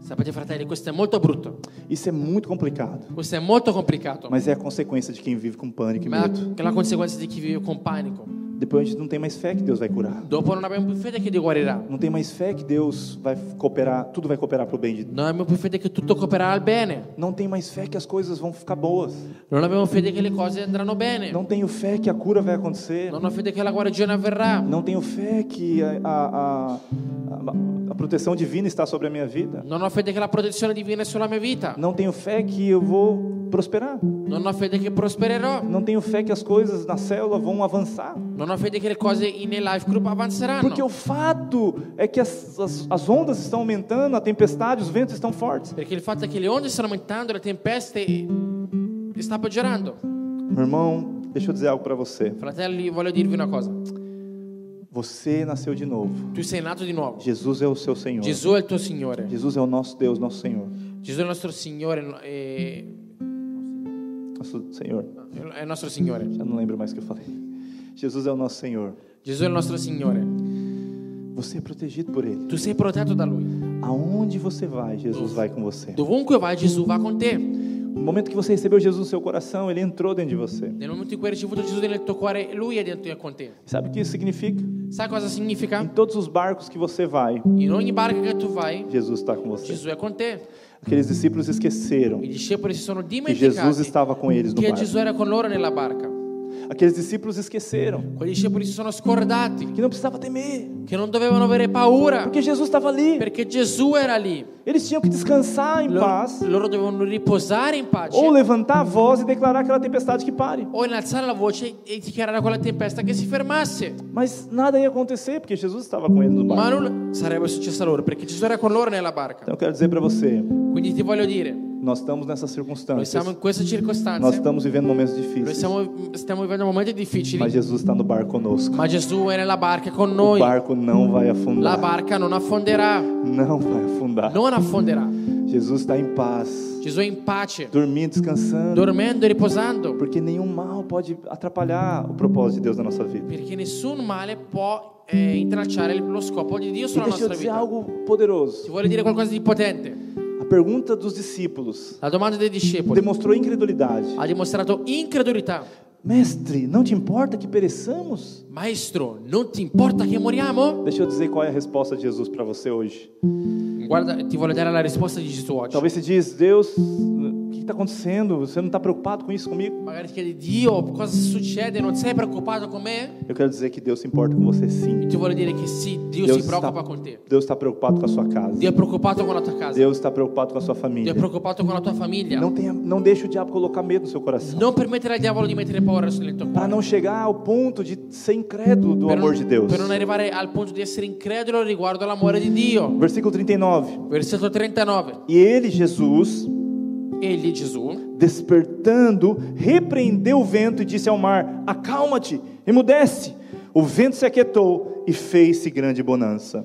[SPEAKER 2] Sapete, fratelli, questo è molto brutto.
[SPEAKER 1] Isso é muito complicado.
[SPEAKER 2] Questo è molto complicato.
[SPEAKER 1] Mas é a consequência de quem vive com pânico e
[SPEAKER 2] Ma
[SPEAKER 1] medo.
[SPEAKER 2] è la conseguenza di chi vive con panico.
[SPEAKER 1] Depois a gente não tem mais fé que Deus vai curar.
[SPEAKER 2] Dopo non abbiamo più fede che Dio guarirà.
[SPEAKER 1] Não tem mais fé que Deus vai cooperar, tudo vai cooperar para o bem de Deus.
[SPEAKER 2] Non abbiamo più fede che tutto coopererà al bene.
[SPEAKER 1] Não tem mais fé que as coisas vão ficar boas.
[SPEAKER 2] Non abbiamo fede che le cose andranno bene.
[SPEAKER 1] Não tenho fé que a cura vai acontecer.
[SPEAKER 2] Non ho fede che la guarigione avverrà.
[SPEAKER 1] Não tenho fé que a, a, a, a- a proteção divina está sobre a minha vida.
[SPEAKER 2] Non ho fede che la protezione divina è sulla mia vita.
[SPEAKER 1] Não tenho fé que eu vou prosperar.
[SPEAKER 2] Non ho fede che prospererò.
[SPEAKER 1] Não tenho fé que as coisas na célula vão avançar.
[SPEAKER 2] Non ho fede che le cose in life group avanzeranno.
[SPEAKER 1] Porque o fato é que as, as, as ondas estão aumentando, a tempestade, os ventos estão fortes.
[SPEAKER 2] Perché il fatto è che le onde stanno aumentando, le tempeste eh, sta peggiorando.
[SPEAKER 1] Meu irmão, deixa eu dizer algo para você.
[SPEAKER 2] Fratelli, voglio dirvi una cosa.
[SPEAKER 1] Você nasceu de novo.
[SPEAKER 2] Tu sei nato di nuovo.
[SPEAKER 1] Jesus é o seu Senhor.
[SPEAKER 2] Gesù è il tuo Signore.
[SPEAKER 1] Jesus é o nosso Deus, nosso Senhor.
[SPEAKER 2] Gesù è il nostro Signore. no- eh,
[SPEAKER 1] Nosso Senhor.
[SPEAKER 2] È il nostro Signore.
[SPEAKER 1] Já não lembro mais o que eu falei. Jesus é o nosso Senhor.
[SPEAKER 2] Gesù è il nostro Signore.
[SPEAKER 1] Você é protegido por Ele.
[SPEAKER 2] Tu sei protetto da Lui.
[SPEAKER 1] Aonde você vai, Jesus vai com você.
[SPEAKER 2] Dovunque vai, Gesù va con te. Nel
[SPEAKER 1] No momento que você recebeu Jesus no seu coração, Ele entrou dentro de você.
[SPEAKER 2] momento in cui hai ricevuto Gesù nel tuo cuore, Lui è dentro e con te.
[SPEAKER 1] Sabe o que isso significa?
[SPEAKER 2] Sai cosa
[SPEAKER 1] Em
[SPEAKER 2] significa?
[SPEAKER 1] todos os barcos que você vai,
[SPEAKER 2] In ogni barca che tu vai,
[SPEAKER 1] Jesus está com você.
[SPEAKER 2] Gesù è con te.
[SPEAKER 1] Aqueles discípulos esqueceram
[SPEAKER 2] I discepoli si sono
[SPEAKER 1] que Jesus
[SPEAKER 2] dimenticati
[SPEAKER 1] estava com eles no
[SPEAKER 2] che
[SPEAKER 1] barco.
[SPEAKER 2] Gesù era con loro nella barca.
[SPEAKER 1] Aqueles discípulos esqueceram
[SPEAKER 2] Quei discepoli si sono scordati
[SPEAKER 1] que não precisava temer,
[SPEAKER 2] che non dovevano avere paura
[SPEAKER 1] porque Jesus estava ali.
[SPEAKER 2] perché Gesù era lì.
[SPEAKER 1] Eles tinham que descansar em
[SPEAKER 2] Loro,
[SPEAKER 1] paz
[SPEAKER 2] loro dovevano riposare in pace
[SPEAKER 1] ou levantar a voz e declarar aquela tempestade que pare.
[SPEAKER 2] o innalzare la voce e dichiarare a quella tempesta che si fermasse.
[SPEAKER 1] Mas nada ia acontecer porque Jesus estava com eles no
[SPEAKER 2] Ma
[SPEAKER 1] barco.
[SPEAKER 2] non sarebbe successo a loro perché Gesù era con loro nella barca.
[SPEAKER 1] Então eu quero dizer para você,
[SPEAKER 2] Quindi ti voglio dire,
[SPEAKER 1] nós estamos nessas
[SPEAKER 2] noi
[SPEAKER 1] circunstâncias,
[SPEAKER 2] siamo in queste
[SPEAKER 1] nós
[SPEAKER 2] circostanze,
[SPEAKER 1] estamos vivendo momentos
[SPEAKER 2] noi
[SPEAKER 1] difíceis,
[SPEAKER 2] siamo- stiamo vivendo momenti
[SPEAKER 1] mas
[SPEAKER 2] difficili,
[SPEAKER 1] Jesus está no barco conosco.
[SPEAKER 2] ma Gesù è nella barca con
[SPEAKER 1] O
[SPEAKER 2] noi.
[SPEAKER 1] barco não vai
[SPEAKER 2] La
[SPEAKER 1] afundar.
[SPEAKER 2] barca non affonderà,
[SPEAKER 1] Não vai afundar.
[SPEAKER 2] non affonderà.
[SPEAKER 1] Jesus está em paz,
[SPEAKER 2] Gesù è in pace,
[SPEAKER 1] dormindo, descansando,
[SPEAKER 2] dormendo e riposando,
[SPEAKER 1] porque nenhum mal pode atrapalhar o propósito de Deus na nossa vida.
[SPEAKER 2] perché nessun male può eh, intralciare lo scopo di Dio
[SPEAKER 1] E
[SPEAKER 2] sulla
[SPEAKER 1] deixa eu
[SPEAKER 2] nostra
[SPEAKER 1] dizer
[SPEAKER 2] vita.
[SPEAKER 1] algo
[SPEAKER 2] Ti
[SPEAKER 1] poderoso.
[SPEAKER 2] vuole dire qualcosa di potente.
[SPEAKER 1] A pergunta dos discípulos
[SPEAKER 2] La domanda dei discepoli
[SPEAKER 1] demonstrou incredulidade.
[SPEAKER 2] ha dimostrato incredulità.
[SPEAKER 1] Mestre, não te importa que pereçamos?
[SPEAKER 2] Maestro, non ti importa che moriamo?
[SPEAKER 1] Deixa eu dizer qual é a resposta de Jesus para você hoje.
[SPEAKER 2] Guarda, ti voglio dare la risposta di Gesù oggi.
[SPEAKER 1] Talvez você diz, Deus, o que está acontecendo? Você não está preocupado com isso comigo?
[SPEAKER 2] Magari ti chiedi Dio cosa succede, non sei preoccupato con me?
[SPEAKER 1] Eu quero dizer que Deus se importa com você sim.
[SPEAKER 2] Ti vuole dire che sì, Dio si
[SPEAKER 1] está,
[SPEAKER 2] preoccupa con te.
[SPEAKER 1] Deus está preocupado com a sua casa.
[SPEAKER 2] Dio è preoccupato con la tua casa.
[SPEAKER 1] Deus está preocupado com a sua
[SPEAKER 2] Dio
[SPEAKER 1] família.
[SPEAKER 2] è preoccupato con la tua famiglia.
[SPEAKER 1] Não, tenha, não deixe o diabo colocar medo no seu coração.
[SPEAKER 2] Non permettere al diavolo di mettere paura nel tuo cuore.
[SPEAKER 1] Para não chegar ao ponto de ser incrédulo do
[SPEAKER 2] Per
[SPEAKER 1] amor
[SPEAKER 2] non,
[SPEAKER 1] de Deus.
[SPEAKER 2] per non arrivare al punto di essere incredulo riguardo all'amore di Dio.
[SPEAKER 1] Versículo 39.
[SPEAKER 2] Versetto 39.
[SPEAKER 1] E ele, Jesus,
[SPEAKER 2] Egli, Gesù,
[SPEAKER 1] despertando, repreendeu o vento e disse ao mar: Acalma-te, emudece. O vento se aquietou e fez-se grande bonança.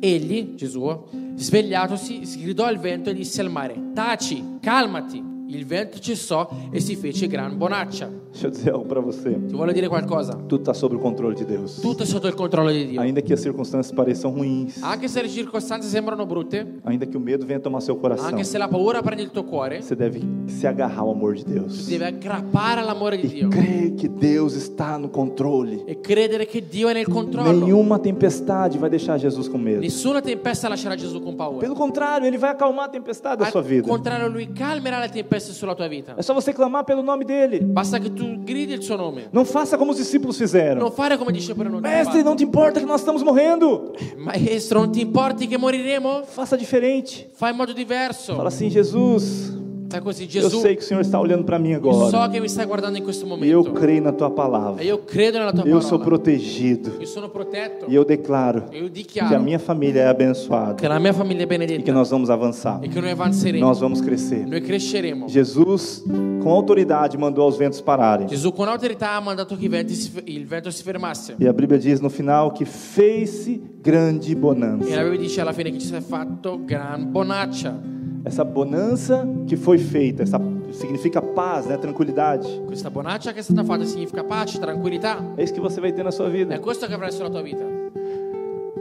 [SPEAKER 2] egli, Gesù, svegliatosi, si gridò al vento e disse al mare, taci, calmati. Il vento cessò e si fece gran bonaccia.
[SPEAKER 1] Deixa eu dizer algo para você.
[SPEAKER 2] Ti voglio dire qualcosa?
[SPEAKER 1] Tudo está sob o controle de Deus.
[SPEAKER 2] Tutto è sotto il controllo di Dio.
[SPEAKER 1] Ainda que as circunstâncias pareçam ruins,
[SPEAKER 2] Anche se le circostanze sembrano brutte,
[SPEAKER 1] ainda que o medo venha tomar seu coração,
[SPEAKER 2] anche se la paura prende il tuo cuore,
[SPEAKER 1] você deve se agarrar ao amor de Deus.
[SPEAKER 2] ti devi aggrappare all'amore di Dio
[SPEAKER 1] Crer que Deus está no controle.
[SPEAKER 2] e credere che Dio è nel controllo.
[SPEAKER 1] Nenhuma tempestade vai deixar Jesus com medo.
[SPEAKER 2] Nessuna tempesta lascerà Gesù con paura.
[SPEAKER 1] Pelo contrário, ele vai acalmar a tempestade da sua
[SPEAKER 2] Al
[SPEAKER 1] vida.
[SPEAKER 2] contrario, lui calmerà le tempeste sulla tua vita.
[SPEAKER 1] É só você clamar pelo nome dele.
[SPEAKER 2] Basta che tu gridi il suo nome.
[SPEAKER 1] Não faça como os discípulos fizeram.
[SPEAKER 2] Non fare come dice per non
[SPEAKER 1] Mestre,
[SPEAKER 2] ti
[SPEAKER 1] não te importa que nós estamos morrendo?
[SPEAKER 2] fa- Maestro, non ti importi che moriremo?
[SPEAKER 1] Faça diferente.
[SPEAKER 2] Fai in modo diverso.
[SPEAKER 1] Fala assim, Jesus,
[SPEAKER 2] Fai così,
[SPEAKER 1] Eu
[SPEAKER 2] Gesù,
[SPEAKER 1] sei que o Senhor está olhando para mim
[SPEAKER 2] so
[SPEAKER 1] agora.
[SPEAKER 2] che mi stai guardando in questo
[SPEAKER 1] E eu
[SPEAKER 2] momento.
[SPEAKER 1] creio na tua palavra.
[SPEAKER 2] E io credo nella tua
[SPEAKER 1] Eu sou
[SPEAKER 2] parola.
[SPEAKER 1] protegido.
[SPEAKER 2] Io sono protetto.
[SPEAKER 1] E eu declaro
[SPEAKER 2] E io
[SPEAKER 1] que a
[SPEAKER 2] dichiaro
[SPEAKER 1] minha família é abençoada
[SPEAKER 2] che la mia famiglia è
[SPEAKER 1] e que
[SPEAKER 2] benedetta
[SPEAKER 1] nós vamos avançar.
[SPEAKER 2] e che noi avanzeremo,
[SPEAKER 1] Nós vamos crescer.
[SPEAKER 2] noi cresceremo.
[SPEAKER 1] Jesus, com autoridade, mandou aos ventos pararem.
[SPEAKER 2] Gesù con autorità ha mandato che i venti si- il vento si fermasse.
[SPEAKER 1] E a Bíblia diz no final que fez-se grande
[SPEAKER 2] E
[SPEAKER 1] bonança.
[SPEAKER 2] la Bibbia dice alla fine che ci si è fatto gran bonaccia.
[SPEAKER 1] Essa bonança que foi feita, essa significa paz, né, tranquilidade.
[SPEAKER 2] Questa bonaccia che è stata fatta significa pace, tranquillità.
[SPEAKER 1] É isso que você vai ter na sua
[SPEAKER 2] È
[SPEAKER 1] vida.
[SPEAKER 2] questo che avrai sulla tua vita.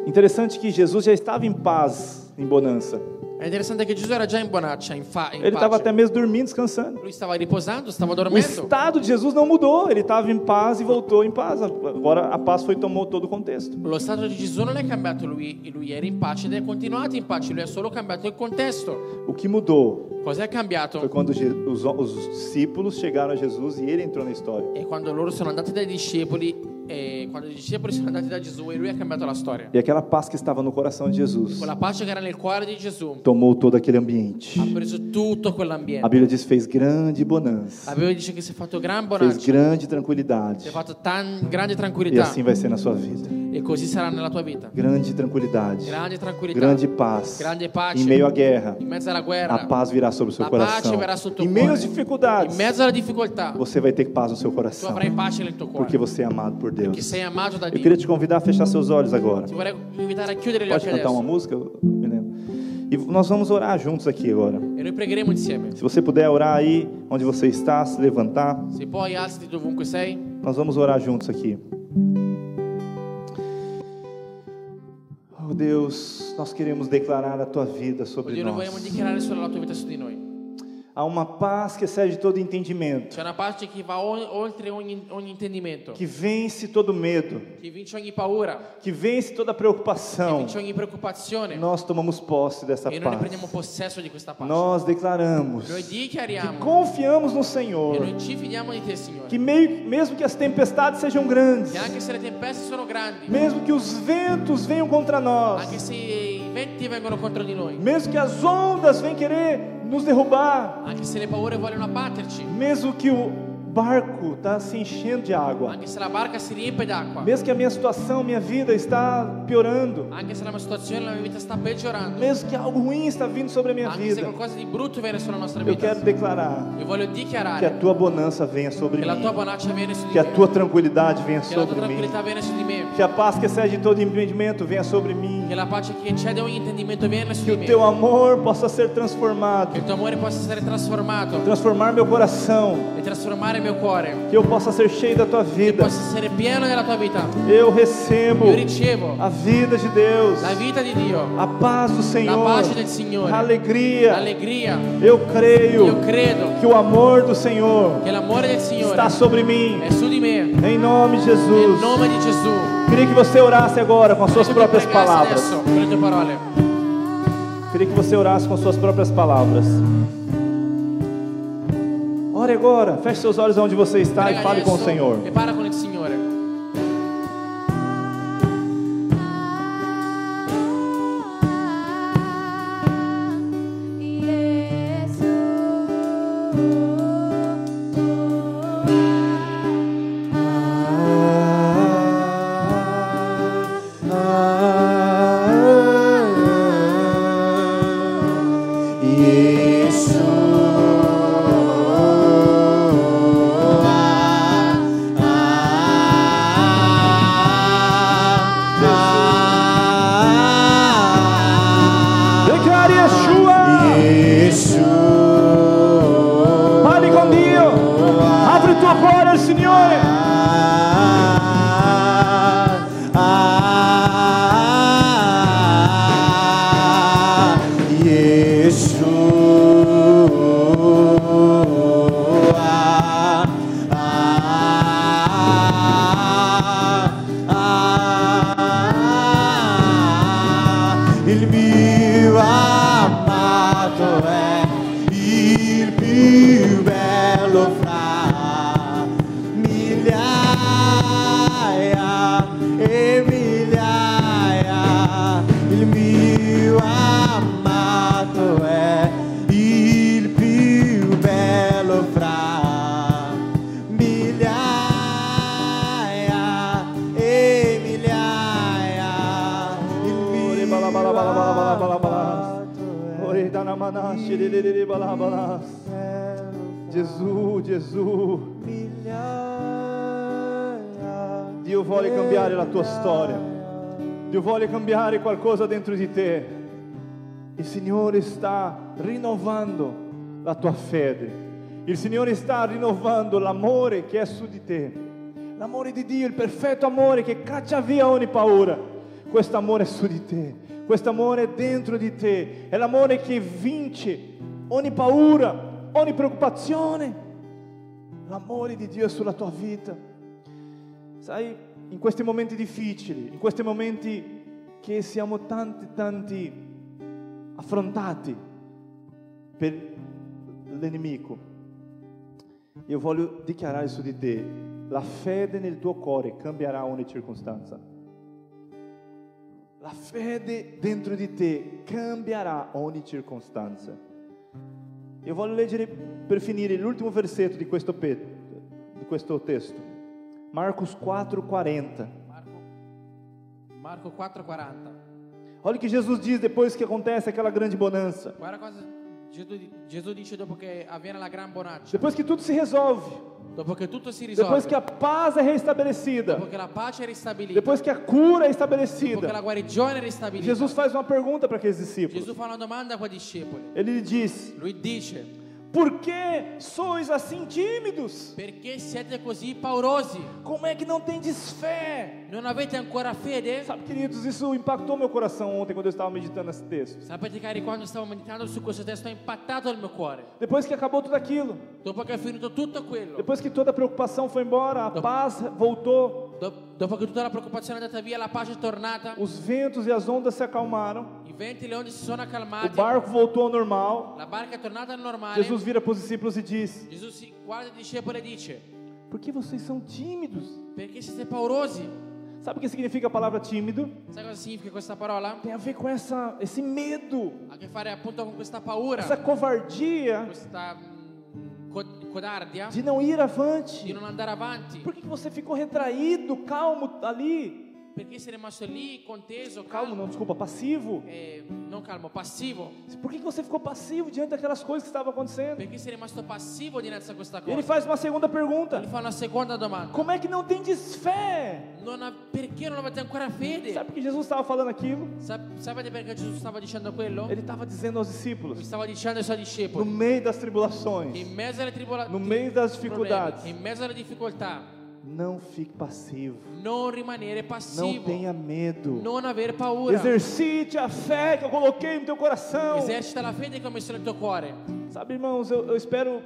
[SPEAKER 1] Interessante que Jesus já estava em paz, em bonança.
[SPEAKER 2] È interessante che Gesù era già in bonaccia, in, fa- in
[SPEAKER 1] Ele estava
[SPEAKER 2] pace.
[SPEAKER 1] até mesmo dormindo, descansando.
[SPEAKER 2] Lui stava riposando, stava
[SPEAKER 1] O
[SPEAKER 2] dormendo.
[SPEAKER 1] estado de Jesus não mudou, ele estava em paz e voltou em paz. Agora a paz foi tomou todo o contexto.
[SPEAKER 2] Lo stato di Gesù non è cambiato, lui, lui era in pace ed è continuato in pace, lui ha solo cambiato il contesto.
[SPEAKER 1] O que mudou
[SPEAKER 2] Cos'è
[SPEAKER 1] foi
[SPEAKER 2] cambiato?
[SPEAKER 1] quando Je- os, os discípulos chegaram a Jesus e ele entrou na história.
[SPEAKER 2] È quando loro sono andati dai discepoli e quando i discepoli sono andati da Gesù e lui ha cambiato la storia.
[SPEAKER 1] E aquela paz que estava no coração de Jesus
[SPEAKER 2] Quella pace che era nel cuore di Gesù
[SPEAKER 1] tomou todo aquele ambiente.
[SPEAKER 2] ha preso tutto
[SPEAKER 1] A
[SPEAKER 2] quell'ambiente.
[SPEAKER 1] Bíblia diz fez grande bonança,
[SPEAKER 2] La Bibbia dice che si è fatto gran
[SPEAKER 1] fez
[SPEAKER 2] bonaccia,
[SPEAKER 1] grande
[SPEAKER 2] si
[SPEAKER 1] tranquilidade.
[SPEAKER 2] è fatto tan- grande
[SPEAKER 1] E
[SPEAKER 2] tranquillità
[SPEAKER 1] assim vai ser na sua vida.
[SPEAKER 2] e così sarà nella tua vita.
[SPEAKER 1] Grande tranquilidade,
[SPEAKER 2] Grande tranquillità,
[SPEAKER 1] grande paz.
[SPEAKER 2] grande pace.
[SPEAKER 1] Em meio à guerra,
[SPEAKER 2] in mezzo alla
[SPEAKER 1] a
[SPEAKER 2] guerra,
[SPEAKER 1] paz virá sobre o seu
[SPEAKER 2] la pace
[SPEAKER 1] coração.
[SPEAKER 2] verrà sul tuo
[SPEAKER 1] Em meio
[SPEAKER 2] cuore.
[SPEAKER 1] às dificuldades,
[SPEAKER 2] In mezzo alla difficoltà,
[SPEAKER 1] você vai ter paz no seu
[SPEAKER 2] tu
[SPEAKER 1] coração,
[SPEAKER 2] avrai pace nel tuo cuore,
[SPEAKER 1] porque você é amado por
[SPEAKER 2] che
[SPEAKER 1] Deus.
[SPEAKER 2] sei amato da
[SPEAKER 1] Eu
[SPEAKER 2] Dio.
[SPEAKER 1] queria te convidar a fechar seus olhos agora.
[SPEAKER 2] Ti vorrei invitare a chiudere gli
[SPEAKER 1] Pode
[SPEAKER 2] occhi
[SPEAKER 1] cantar uma
[SPEAKER 2] adesso
[SPEAKER 1] música, Milena? E nós vamos orar juntos aqui agora.
[SPEAKER 2] e noi pregheremo insieme.
[SPEAKER 1] Se você puder orar aí onde você está, se levantar,
[SPEAKER 2] Se poi alzati dovunque sei,
[SPEAKER 1] nós vamos orar juntos aqui. Oh Deus, nós queremos declarar a tua vida sobre
[SPEAKER 2] Dio, noi vogliamo
[SPEAKER 1] nós.
[SPEAKER 2] dichiarare solo la tua vita su di noi.
[SPEAKER 1] Há uma paz que excede todo entendimento,
[SPEAKER 2] C'è una pace che va o- oltre ogni, ogni intendimento,
[SPEAKER 1] que vence todo medo,
[SPEAKER 2] che vince ogni paura,
[SPEAKER 1] que vence toda
[SPEAKER 2] che
[SPEAKER 1] preocupação.
[SPEAKER 2] vince ogni preoccupazione.
[SPEAKER 1] Nós tomamos posse dessa
[SPEAKER 2] e noi ne prendiamo
[SPEAKER 1] paz.
[SPEAKER 2] possesso di questa pace.
[SPEAKER 1] Nós declaramos
[SPEAKER 2] Noi
[SPEAKER 1] que
[SPEAKER 2] dichiariamo
[SPEAKER 1] confiamos no
[SPEAKER 2] e
[SPEAKER 1] Senhor,
[SPEAKER 2] noi ci fidiamo di te, Signore.
[SPEAKER 1] que meio- mesmo que as tempestades sejam grandes,
[SPEAKER 2] Che anche se le tempeste sono grandi,
[SPEAKER 1] mesmo que os ventos venham contra nós,
[SPEAKER 2] anche se i venti vengono contro di noi,
[SPEAKER 1] mesmo que as ondas venham querer nos derrubar,
[SPEAKER 2] anche se le paure vogliono abbatterci,
[SPEAKER 1] mesmo que o barco está se enchendo de água,
[SPEAKER 2] anche se la barca si riempie d'acqua,
[SPEAKER 1] mesmo que a minha situação, minha vida está piorando,
[SPEAKER 2] anche se la mia situazione, la mia vita sta peggiorando,
[SPEAKER 1] mesmo que algo ruim está vindo sobre a minha
[SPEAKER 2] anche se
[SPEAKER 1] vida,
[SPEAKER 2] qualcosa di brutto viene sulla nostra
[SPEAKER 1] eu quero
[SPEAKER 2] vita,
[SPEAKER 1] declarar
[SPEAKER 2] io voglio
[SPEAKER 1] que a
[SPEAKER 2] dichiarare
[SPEAKER 1] tua bonanza venha sobre
[SPEAKER 2] che la tua
[SPEAKER 1] mim,
[SPEAKER 2] bonaccia viene su di
[SPEAKER 1] que a tua
[SPEAKER 2] me,
[SPEAKER 1] tranquilidade venha
[SPEAKER 2] che la tua
[SPEAKER 1] sobre mim,
[SPEAKER 2] tranquillità viene su di me,
[SPEAKER 1] que a paz que excede todo impedimento venha sobre mim,
[SPEAKER 2] che la pace che eccede ogni intendimento viene su di
[SPEAKER 1] que o
[SPEAKER 2] me,
[SPEAKER 1] teu
[SPEAKER 2] che
[SPEAKER 1] amor possa ser transformado,
[SPEAKER 2] il tuo amore possa essere trasformato
[SPEAKER 1] transformar meu coração,
[SPEAKER 2] e trasformare il mio cuore,
[SPEAKER 1] que eu possa ser cheio da tua
[SPEAKER 2] che
[SPEAKER 1] vida.
[SPEAKER 2] possa essere pieno della tua vita.
[SPEAKER 1] Eu recebo
[SPEAKER 2] Io ricevo
[SPEAKER 1] a vida de Deus,
[SPEAKER 2] la vita di Dio,
[SPEAKER 1] a paz do
[SPEAKER 2] la
[SPEAKER 1] Senhor,
[SPEAKER 2] pace del
[SPEAKER 1] a
[SPEAKER 2] Signore,
[SPEAKER 1] alegria.
[SPEAKER 2] l'allegria.
[SPEAKER 1] Eu
[SPEAKER 2] Io
[SPEAKER 1] creio
[SPEAKER 2] credo
[SPEAKER 1] que o amor do Senhor
[SPEAKER 2] che l'amore del Signore
[SPEAKER 1] está sobre mim,
[SPEAKER 2] è su di me,
[SPEAKER 1] em nome de
[SPEAKER 2] nel
[SPEAKER 1] Jesus.
[SPEAKER 2] nome di Gesù.
[SPEAKER 1] Queria que você orasse agora com as suas
[SPEAKER 2] Voglio che tu
[SPEAKER 1] próprias
[SPEAKER 2] pregassi
[SPEAKER 1] palavras.
[SPEAKER 2] adesso con le tue parole.
[SPEAKER 1] Queria que você orasse com suas próprias palavras. Ore agora, feche seus olhos onde você está
[SPEAKER 2] Prega
[SPEAKER 1] e fale com o
[SPEAKER 2] adesso
[SPEAKER 1] Senhor.
[SPEAKER 2] E parla con il Signore.
[SPEAKER 3] Yeshua,
[SPEAKER 1] Mananamaná, xererererabalabalás. Jesus, Jesus, Dio vuole cambiare la tua storia. Dio vuole cambiare qualcosa dentro di te. Il Signore sta rinnovando la tua fede. Il Signore sta rinnovando l'amore che è su di te. L'amore di Dio, il perfetto amore che caccia via ogni paura. Questo amore è su di te. Questo amore è dentro di te. È l'amore che vince ogni paura, ogni preoccupazione. L'amore di Dio è sulla tua vita. Sai, in questi momenti difficili, in questi momenti che siamo tanti, tanti affrontati per l'nemico, io voglio dichiarare su di te, la fede nel tuo cuore cambierà ogni circostanza. La fede dentro di te cambierà ogni circostanza. Io voglio leggere per finire l'ultimo versetto di questo, pe- di questo testo. Marcos 4:40.
[SPEAKER 2] Marco, Marco 4,40.
[SPEAKER 1] Olha o que Jesus diz depois que acontece aquela grande bonança.
[SPEAKER 2] Guarda cosa Gesù, di- Gesù dice dopo che avviene la gran bonaccia,
[SPEAKER 1] Depois que tudo se resolve,
[SPEAKER 2] dopo che tutto si risolve,
[SPEAKER 1] depois que a paz é
[SPEAKER 2] dopo
[SPEAKER 1] restabelecida,
[SPEAKER 2] che la pace è ristabilita,
[SPEAKER 1] depois que a cura é
[SPEAKER 2] dopo che la
[SPEAKER 1] estabelecida,
[SPEAKER 2] guarigione è ristabilita,
[SPEAKER 1] Jesus faz uma pergunta para aqueles discípulos.
[SPEAKER 2] Gesù fa una domanda a quei discepoli.
[SPEAKER 1] Ele lhe diz:
[SPEAKER 2] Lui dice,
[SPEAKER 1] Por que sois assim tímidos?
[SPEAKER 2] perché siete così paurosi?
[SPEAKER 1] Como é que não tendes fé?
[SPEAKER 2] Non avete ancora fede?
[SPEAKER 1] Sabe, queridos, isso impactou meu coração ontem quando eu estava meditando esse texto.
[SPEAKER 2] Sapete cari, quando stavo meditando su questo testo ha impattato il mio cuore.
[SPEAKER 1] Depois que acabou tudo aquilo,
[SPEAKER 2] Dopo che ho finito tutto quello,
[SPEAKER 1] depois que toda a preocupação foi embora, a paz voltou,
[SPEAKER 2] do- dopo che tutta la preoccupazione è andata via, la pace è tornata,
[SPEAKER 1] os ventos e as ondas se acalmaram,
[SPEAKER 2] i venti e le onde si sono
[SPEAKER 1] o
[SPEAKER 2] accalmati,
[SPEAKER 1] barco voltou ao normal.
[SPEAKER 2] la barca è tornata al normale.
[SPEAKER 1] Jesus vira para os discípulos e diz:
[SPEAKER 2] Gesù si guarda i discepoli e dice,
[SPEAKER 1] Por que vocês são tímidos?
[SPEAKER 2] perché siete paurosi?
[SPEAKER 1] Sabe o que significa a palavra tímido?
[SPEAKER 2] Sai cosa significa questa parola?
[SPEAKER 1] Tem a ver com essa, esse medo,
[SPEAKER 2] Ha a che fare appunto con questa paura,
[SPEAKER 1] essa covardia
[SPEAKER 2] questa mh, co- codardia
[SPEAKER 1] de não ir avante.
[SPEAKER 2] di non andare avanti.
[SPEAKER 1] Por que, que você ficou retraído, calmo ali?
[SPEAKER 2] Perché sei rimasto lì conteso,
[SPEAKER 1] Calmo,
[SPEAKER 2] calmo,
[SPEAKER 1] não, desculpa, passivo.
[SPEAKER 2] eh, non calmo, passivo.
[SPEAKER 1] Por que, que você ficou passivo diante daquelas coisas que estavam acontecendo?
[SPEAKER 2] Perché sei rimasto passivo dinanzi a questa
[SPEAKER 1] E ele
[SPEAKER 2] cosa?
[SPEAKER 1] faz uma segunda
[SPEAKER 2] Gli
[SPEAKER 1] pergunta:
[SPEAKER 2] fa una seconda domanda.
[SPEAKER 1] Como é que não tem desfé?
[SPEAKER 2] Non ha- perché non avete ancora fede?
[SPEAKER 1] Sabe por que Jesus estava falando aquilo?
[SPEAKER 2] Sa- sapete perché Gesù stava dicendo quello?
[SPEAKER 1] Ele estava dizendo aos
[SPEAKER 2] Mi
[SPEAKER 1] discípulos:
[SPEAKER 2] stava dicendo ai suoi
[SPEAKER 1] No
[SPEAKER 2] discepoli.
[SPEAKER 1] meio das
[SPEAKER 2] che
[SPEAKER 1] tribulações,
[SPEAKER 2] In mezzo alle tribula-
[SPEAKER 1] no meio das dificuldades,
[SPEAKER 2] in mezzo alle difficoltà,
[SPEAKER 1] não fique passivo.
[SPEAKER 2] non rimanere
[SPEAKER 1] Não
[SPEAKER 2] passivo.
[SPEAKER 1] tenha medo.
[SPEAKER 2] Non aver paura.
[SPEAKER 1] Exercite a fé que eu coloquei no teu coração.
[SPEAKER 2] Esercita la fede che ho messo nel tuo cuore.
[SPEAKER 1] Sabe, irmãos, eu, eu espero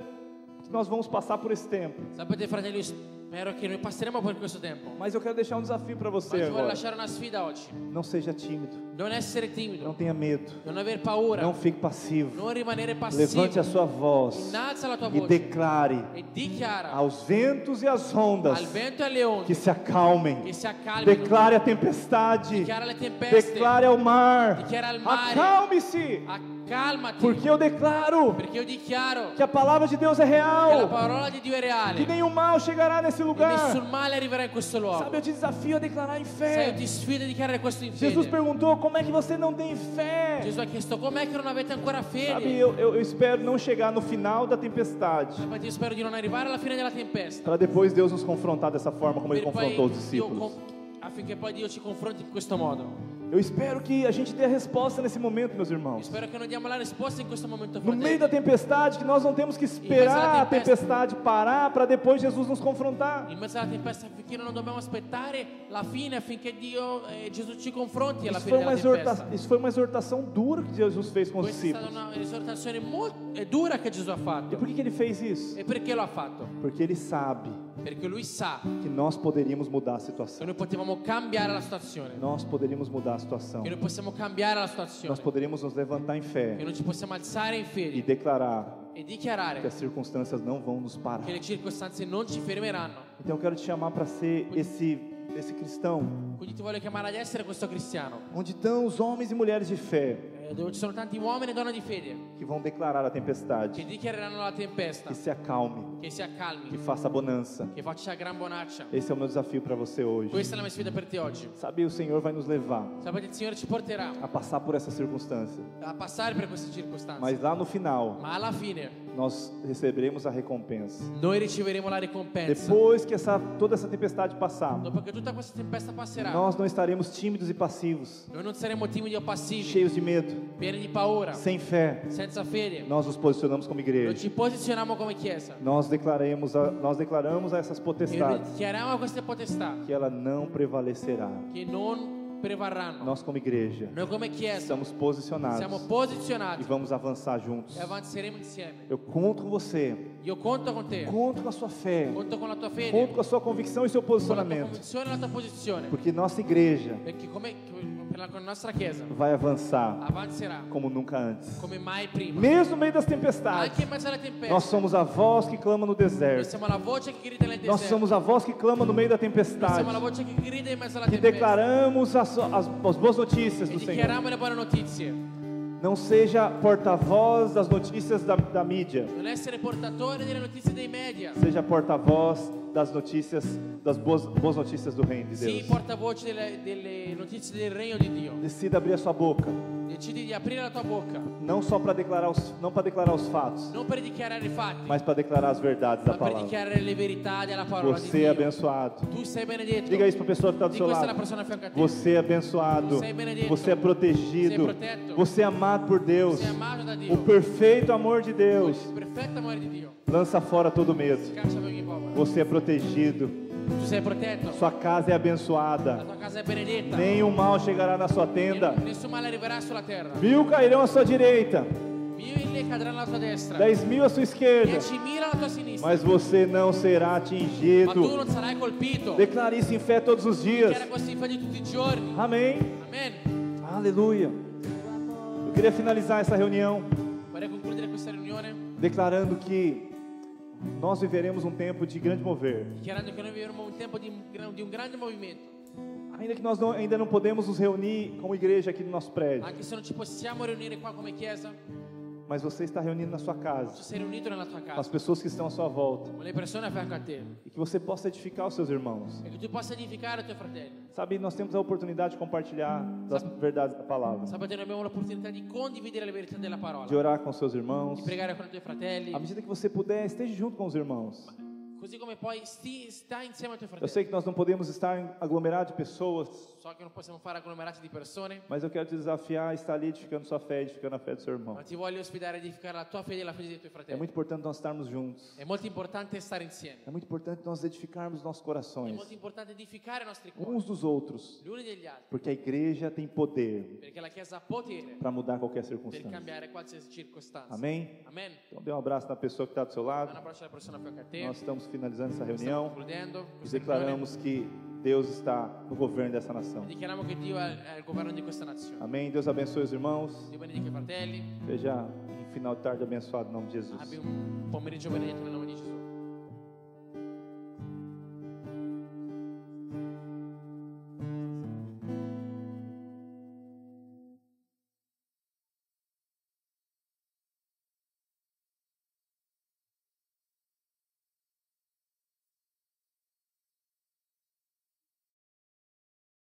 [SPEAKER 1] que nós vamos passar por esse tempo.
[SPEAKER 2] Sapete, fratelli, io spero che noi passeremo per questo tempo.
[SPEAKER 1] Mas eu quero deixar um desafio para
[SPEAKER 2] Ma
[SPEAKER 1] você
[SPEAKER 2] ti voglio
[SPEAKER 1] agora.
[SPEAKER 2] lasciare una sfida oggi.
[SPEAKER 1] Não seja tímido,
[SPEAKER 2] Non essere
[SPEAKER 1] não
[SPEAKER 2] timido,
[SPEAKER 1] tenha medo,
[SPEAKER 2] non aver paura,
[SPEAKER 1] não fique passivo.
[SPEAKER 2] non rimanere
[SPEAKER 1] Levante
[SPEAKER 2] passivo.
[SPEAKER 1] a sua voz
[SPEAKER 2] Innalza la tua
[SPEAKER 1] e
[SPEAKER 2] voce
[SPEAKER 1] declare
[SPEAKER 2] e dichiara
[SPEAKER 1] aos ventos e às
[SPEAKER 2] al
[SPEAKER 1] ondas
[SPEAKER 2] vento e alle
[SPEAKER 1] que
[SPEAKER 2] onde
[SPEAKER 1] se acalmem.
[SPEAKER 2] che si accalmino,
[SPEAKER 1] Declare a tempestade,
[SPEAKER 2] dichiara le tempeste,
[SPEAKER 1] declare ao mar.
[SPEAKER 2] Declara ao mar.
[SPEAKER 1] Acalme-se,
[SPEAKER 2] accalmati,
[SPEAKER 1] porque eu declaro
[SPEAKER 2] perché io dichiaro
[SPEAKER 1] que a palavra de Deus é
[SPEAKER 2] che la
[SPEAKER 1] real,
[SPEAKER 2] parola di Dio è
[SPEAKER 1] que
[SPEAKER 2] reale
[SPEAKER 1] nenhum mal chegará nesse
[SPEAKER 2] e nessun
[SPEAKER 1] lugar.
[SPEAKER 2] male arriverà in questo
[SPEAKER 1] Sabe,
[SPEAKER 2] luogo.
[SPEAKER 1] eu te desafio a declarar em
[SPEAKER 2] Sai, io
[SPEAKER 1] fé.
[SPEAKER 2] ti sfido a dichiarare questo in
[SPEAKER 1] Jesus
[SPEAKER 2] fede.
[SPEAKER 1] perguntou: como é que você não tem fé?
[SPEAKER 2] Gesù ha chiesto com'è che non avete ancora
[SPEAKER 1] Sabe,
[SPEAKER 2] fede.
[SPEAKER 1] eu, eu, eu espero não chegar no final da tempestade,
[SPEAKER 2] Infatti io spero di non arrivare alla fine della tempesta.
[SPEAKER 1] para depois Deus nos confrontar dessa forma como Ele
[SPEAKER 2] Per poi
[SPEAKER 1] confrontou os
[SPEAKER 2] Dio
[SPEAKER 1] discípulos.
[SPEAKER 2] con- affinché poi Dio ci confronti in questo modo.
[SPEAKER 1] Eu espero que a gente dê a resposta nesse momento, meus
[SPEAKER 2] Io
[SPEAKER 1] irmãos.
[SPEAKER 2] spero che non diamo la risposta in questo momento,
[SPEAKER 1] No
[SPEAKER 2] fratelli.
[SPEAKER 1] meio da tempestade, que nós não temos que esperar a tempestade parar para depois Jesus nos confrontar.
[SPEAKER 2] In mezzo alla tempesta affinché non dobbiamo aspettare la fine affinché Dio eh, Gesù ci confronti alla
[SPEAKER 1] Isso
[SPEAKER 2] fine
[SPEAKER 1] foi, uma
[SPEAKER 2] della tempesta.
[SPEAKER 1] exorta... Isso foi uma exortação dura que Jesus fez com os
[SPEAKER 2] Questa è stata
[SPEAKER 1] discípulos.
[SPEAKER 2] una esortazione molto eh, dura che Gesù ha
[SPEAKER 1] E
[SPEAKER 2] fatto.
[SPEAKER 1] por que, que ele fez isso?
[SPEAKER 2] E perché lo ha fatto?
[SPEAKER 1] Porque ele sabe
[SPEAKER 2] Perché lui sa
[SPEAKER 1] que nós poderíamos mudar a
[SPEAKER 2] che
[SPEAKER 1] situação.
[SPEAKER 2] noi potevamo cambiare la situazione,
[SPEAKER 1] Nós poderíamos mudar a situação.
[SPEAKER 2] che noi possiamo cambiare la
[SPEAKER 1] Nós
[SPEAKER 2] situazione,
[SPEAKER 1] poderíamos nos levantar em
[SPEAKER 2] che
[SPEAKER 1] fé
[SPEAKER 2] noi ci possiamo alzare in
[SPEAKER 1] e
[SPEAKER 2] fede
[SPEAKER 1] declarar
[SPEAKER 2] e
[SPEAKER 1] que
[SPEAKER 2] dichiarare
[SPEAKER 1] as circunstâncias não vão nos parar.
[SPEAKER 2] che le circostanze non ci fermeranno.
[SPEAKER 1] Então eu quero te chamar para ser esse esse cristão,
[SPEAKER 2] Quindi ti voglio chiamare ad essere questo cristiano,
[SPEAKER 1] onde estão os homens e mulheres de fé
[SPEAKER 2] eh, eh, dove ci sono tanti uomini e donne di fede
[SPEAKER 1] que vão declarar a
[SPEAKER 2] che
[SPEAKER 1] tempestade,
[SPEAKER 2] dichiareranno la tempesta,
[SPEAKER 1] que se acalme,
[SPEAKER 2] che si
[SPEAKER 1] que
[SPEAKER 2] accalmi,
[SPEAKER 1] faça bonanza.
[SPEAKER 2] che faccia gran bonaccia.
[SPEAKER 1] Esse é o meu desafio para você hoje.
[SPEAKER 2] Questa è la mia sfida per te oggi.
[SPEAKER 1] Sabe, o Senhor vai nos levar
[SPEAKER 2] Sapete, il Signore ci porterà
[SPEAKER 1] a passar por essa circunstância,
[SPEAKER 2] a passare per queste circostanze,
[SPEAKER 1] mas lá no final
[SPEAKER 2] ma alla fine
[SPEAKER 1] nós receberemos a recompensa.
[SPEAKER 2] noi riceveremo la ricompensa.
[SPEAKER 1] Depois que essa toda essa tempestade passar,
[SPEAKER 2] Dopo che tutta questa tempesta passerà,
[SPEAKER 1] nós não estaremos tímidos e passivos,
[SPEAKER 2] noi non saremo timidi o passivi,
[SPEAKER 1] cheios de medo,
[SPEAKER 2] pieni di paura,
[SPEAKER 1] sem fé.
[SPEAKER 2] senza fede.
[SPEAKER 1] Nós nos posicionamos como
[SPEAKER 2] Noi
[SPEAKER 1] igreja.
[SPEAKER 2] ci posizioniamo come Chiesa
[SPEAKER 1] Nós declaremos a, nós declaramos a essas
[SPEAKER 2] e
[SPEAKER 1] potestades
[SPEAKER 2] dichiariamo a queste potestà
[SPEAKER 1] que ela não prevalecerá.
[SPEAKER 2] che non prevarranno.
[SPEAKER 1] Nós como igreja
[SPEAKER 2] Noi come Chiesa
[SPEAKER 1] estamos
[SPEAKER 2] siamo
[SPEAKER 1] posicionados e
[SPEAKER 2] posizionati
[SPEAKER 1] vamos avançar juntos.
[SPEAKER 2] e avanzeremo insieme.
[SPEAKER 1] Eu conto com você,
[SPEAKER 2] Io conto con te,
[SPEAKER 1] conto com a sua fé,
[SPEAKER 2] conto con la tua
[SPEAKER 1] conto
[SPEAKER 2] fede,
[SPEAKER 1] com a sua convicção e seu
[SPEAKER 2] con la tua
[SPEAKER 1] posicionamento,
[SPEAKER 2] convinzione e la tua posizione,
[SPEAKER 1] porque nossa igreja
[SPEAKER 2] perché come per la nostra Chiesa
[SPEAKER 1] vai avançar
[SPEAKER 2] avanzerà
[SPEAKER 1] como nunca antes.
[SPEAKER 2] come mai prima.
[SPEAKER 1] Mesmo no meio das
[SPEAKER 2] Anche in
[SPEAKER 1] tempestades,
[SPEAKER 2] mezzo alla
[SPEAKER 1] nós
[SPEAKER 2] tempesta,
[SPEAKER 1] somos a voz que clama no
[SPEAKER 2] noi
[SPEAKER 1] deserto.
[SPEAKER 2] siamo la voce che grida nel
[SPEAKER 1] Nós
[SPEAKER 2] deserto.
[SPEAKER 1] somos a voz que clama no meio da
[SPEAKER 2] Noi siamo la
[SPEAKER 1] tempestade.
[SPEAKER 2] voce che grida in mezzo alla
[SPEAKER 1] Que
[SPEAKER 2] tempesta
[SPEAKER 1] declaramos as, as- as boas notícias
[SPEAKER 2] e
[SPEAKER 1] do Senhor.
[SPEAKER 2] dichiariamo le buone notizie.
[SPEAKER 1] Não seja porta-voz das notícias da, da mídia.
[SPEAKER 2] Non essere portatore delle notizie dei media.
[SPEAKER 1] Seja porta-voz das notícias, das boas, boas notícias do Reino de
[SPEAKER 2] Sii
[SPEAKER 1] Deus.
[SPEAKER 2] portavoce delle, delle notizie del regno di Dio.
[SPEAKER 1] Decida abrir a sua boca,
[SPEAKER 2] Decidi di aprire la tua bocca,
[SPEAKER 1] não só para declarar os, não para declarar os fatos,
[SPEAKER 2] non per dichiarare i fatti, ma
[SPEAKER 1] mas para declarar as verdades da
[SPEAKER 2] per
[SPEAKER 1] palavra.
[SPEAKER 2] dichiarare le verità della parola di
[SPEAKER 1] Você
[SPEAKER 2] Dio.
[SPEAKER 1] é abençoado.
[SPEAKER 2] Tu sei benedetto.
[SPEAKER 1] Diga isso para a pessoa que está do
[SPEAKER 2] Dico
[SPEAKER 1] seu
[SPEAKER 2] questa alla
[SPEAKER 1] lado.
[SPEAKER 2] persona a fianco a te.
[SPEAKER 1] Você é abençoado.
[SPEAKER 2] Você é benedito.
[SPEAKER 1] Você é
[SPEAKER 2] Você
[SPEAKER 1] protegido.
[SPEAKER 2] é protetto.
[SPEAKER 1] Você é amado por Deus.
[SPEAKER 2] Sei amato da Dio.
[SPEAKER 1] O perfeito amor de Deus
[SPEAKER 2] Il perfetto amore di Dio.
[SPEAKER 1] lança fora todo medo.
[SPEAKER 2] Caccia ogni paura.
[SPEAKER 1] Você é protegido.
[SPEAKER 2] Tu sei protetto.
[SPEAKER 1] Sua casa é
[SPEAKER 2] La
[SPEAKER 1] abençoada.
[SPEAKER 2] tua casa è benedetta.
[SPEAKER 1] Nenhum mal chegará na sua tenda.
[SPEAKER 2] Nessun male arriverà sulla terra.
[SPEAKER 1] Mil cairão à sua direita,
[SPEAKER 2] Mille cadranno alla tua destra.
[SPEAKER 1] dez mil à sua esquerda,
[SPEAKER 2] 10.000 alla tua sinistra.
[SPEAKER 1] mas você não
[SPEAKER 2] Ma
[SPEAKER 1] será
[SPEAKER 2] tu
[SPEAKER 1] atingido.
[SPEAKER 2] non sarai colpito.
[SPEAKER 1] Declare isso em fé todos os dias.
[SPEAKER 2] Dichiara così fai di tutti i giorni.
[SPEAKER 1] Amém.
[SPEAKER 2] Amen.
[SPEAKER 1] Aleluia. Eu queria finalizar essa reunião
[SPEAKER 2] Vorrei concludere questa riunione
[SPEAKER 1] declarando que nós viveremos um tempo de grande mover.
[SPEAKER 2] dichiarando che noi vivremo un tempo di, di un grande movimento.
[SPEAKER 1] Ainda que nós não, ainda não podemos nos reunir como igreja aqui no nosso prédio,
[SPEAKER 2] Anche se non ci possiamo riunire qua come chiesa, tu
[SPEAKER 1] mas você está reunindo na sua casa,
[SPEAKER 2] sei riunito nella tua
[SPEAKER 1] com as
[SPEAKER 2] casa,
[SPEAKER 1] pessoas que estão à sua volta,
[SPEAKER 2] con le persone a fianco a te,
[SPEAKER 1] e que você possa edificar os seus irmãos.
[SPEAKER 2] e che tu possa edificare i tuoi fratelli.
[SPEAKER 1] Sabe, nós temos a oportunidade de compartilhar das verdades da palavra,
[SPEAKER 2] Sapete, noi abbiamo l'opportunità di condividere le verità della parola,
[SPEAKER 1] de orar com seus irmãos.
[SPEAKER 2] di pregare con i tuoi
[SPEAKER 1] À
[SPEAKER 2] fratelli,
[SPEAKER 1] medida que você puder, esteja junto com os irmãos.
[SPEAKER 2] così come poi sti, sta insieme ai tuoi
[SPEAKER 1] Eu
[SPEAKER 2] fratelli.
[SPEAKER 1] sei que nós não podemos estar em aglomerado de pessoas,
[SPEAKER 2] So che non possiamo fare agglomerati di persone,
[SPEAKER 1] mas eu quero te desafiar a estar ali edificando sua fé, edificando a fé do seu irmão.
[SPEAKER 2] ma ti voglio sfidare a edificare la tua fede e la fede dei tuoi
[SPEAKER 1] É
[SPEAKER 2] fratelli.
[SPEAKER 1] muito importante nós estarmos juntos.
[SPEAKER 2] È molto importante stare insieme,
[SPEAKER 1] É muito importante nós edificarmos nossos
[SPEAKER 2] è
[SPEAKER 1] corações,
[SPEAKER 2] molto importante edificare i nostri cuori,
[SPEAKER 1] uns dos outros,
[SPEAKER 2] gli uni degli altri,
[SPEAKER 1] porque a igreja tem poder
[SPEAKER 2] perché la chiesa ha potere
[SPEAKER 1] para mudar qualquer
[SPEAKER 2] per
[SPEAKER 1] circunstância.
[SPEAKER 2] cambiare qualsiasi circostanza.
[SPEAKER 1] Amém?
[SPEAKER 2] Amen.
[SPEAKER 1] Então dê um abraço na pessoa que está do seu
[SPEAKER 2] Un
[SPEAKER 1] lado.
[SPEAKER 2] abbraccio alla persona a fianco a te.
[SPEAKER 1] Nós estamos finalizando essa
[SPEAKER 2] Stiamo
[SPEAKER 1] reunião
[SPEAKER 2] concludendo
[SPEAKER 1] e
[SPEAKER 2] questa riunione.
[SPEAKER 1] declaramos que Deus está no governo dessa nação.
[SPEAKER 2] Dichiariamo che Dio è, è il governo di questa nazione.
[SPEAKER 1] Amém? Deus abençoe os irmãos.
[SPEAKER 2] Dio benedica i fratelli,
[SPEAKER 1] Seja um final de tarde abençoado em nome de Jesus.
[SPEAKER 2] abbia un pomeriggio benedetto nel nome di Gesù.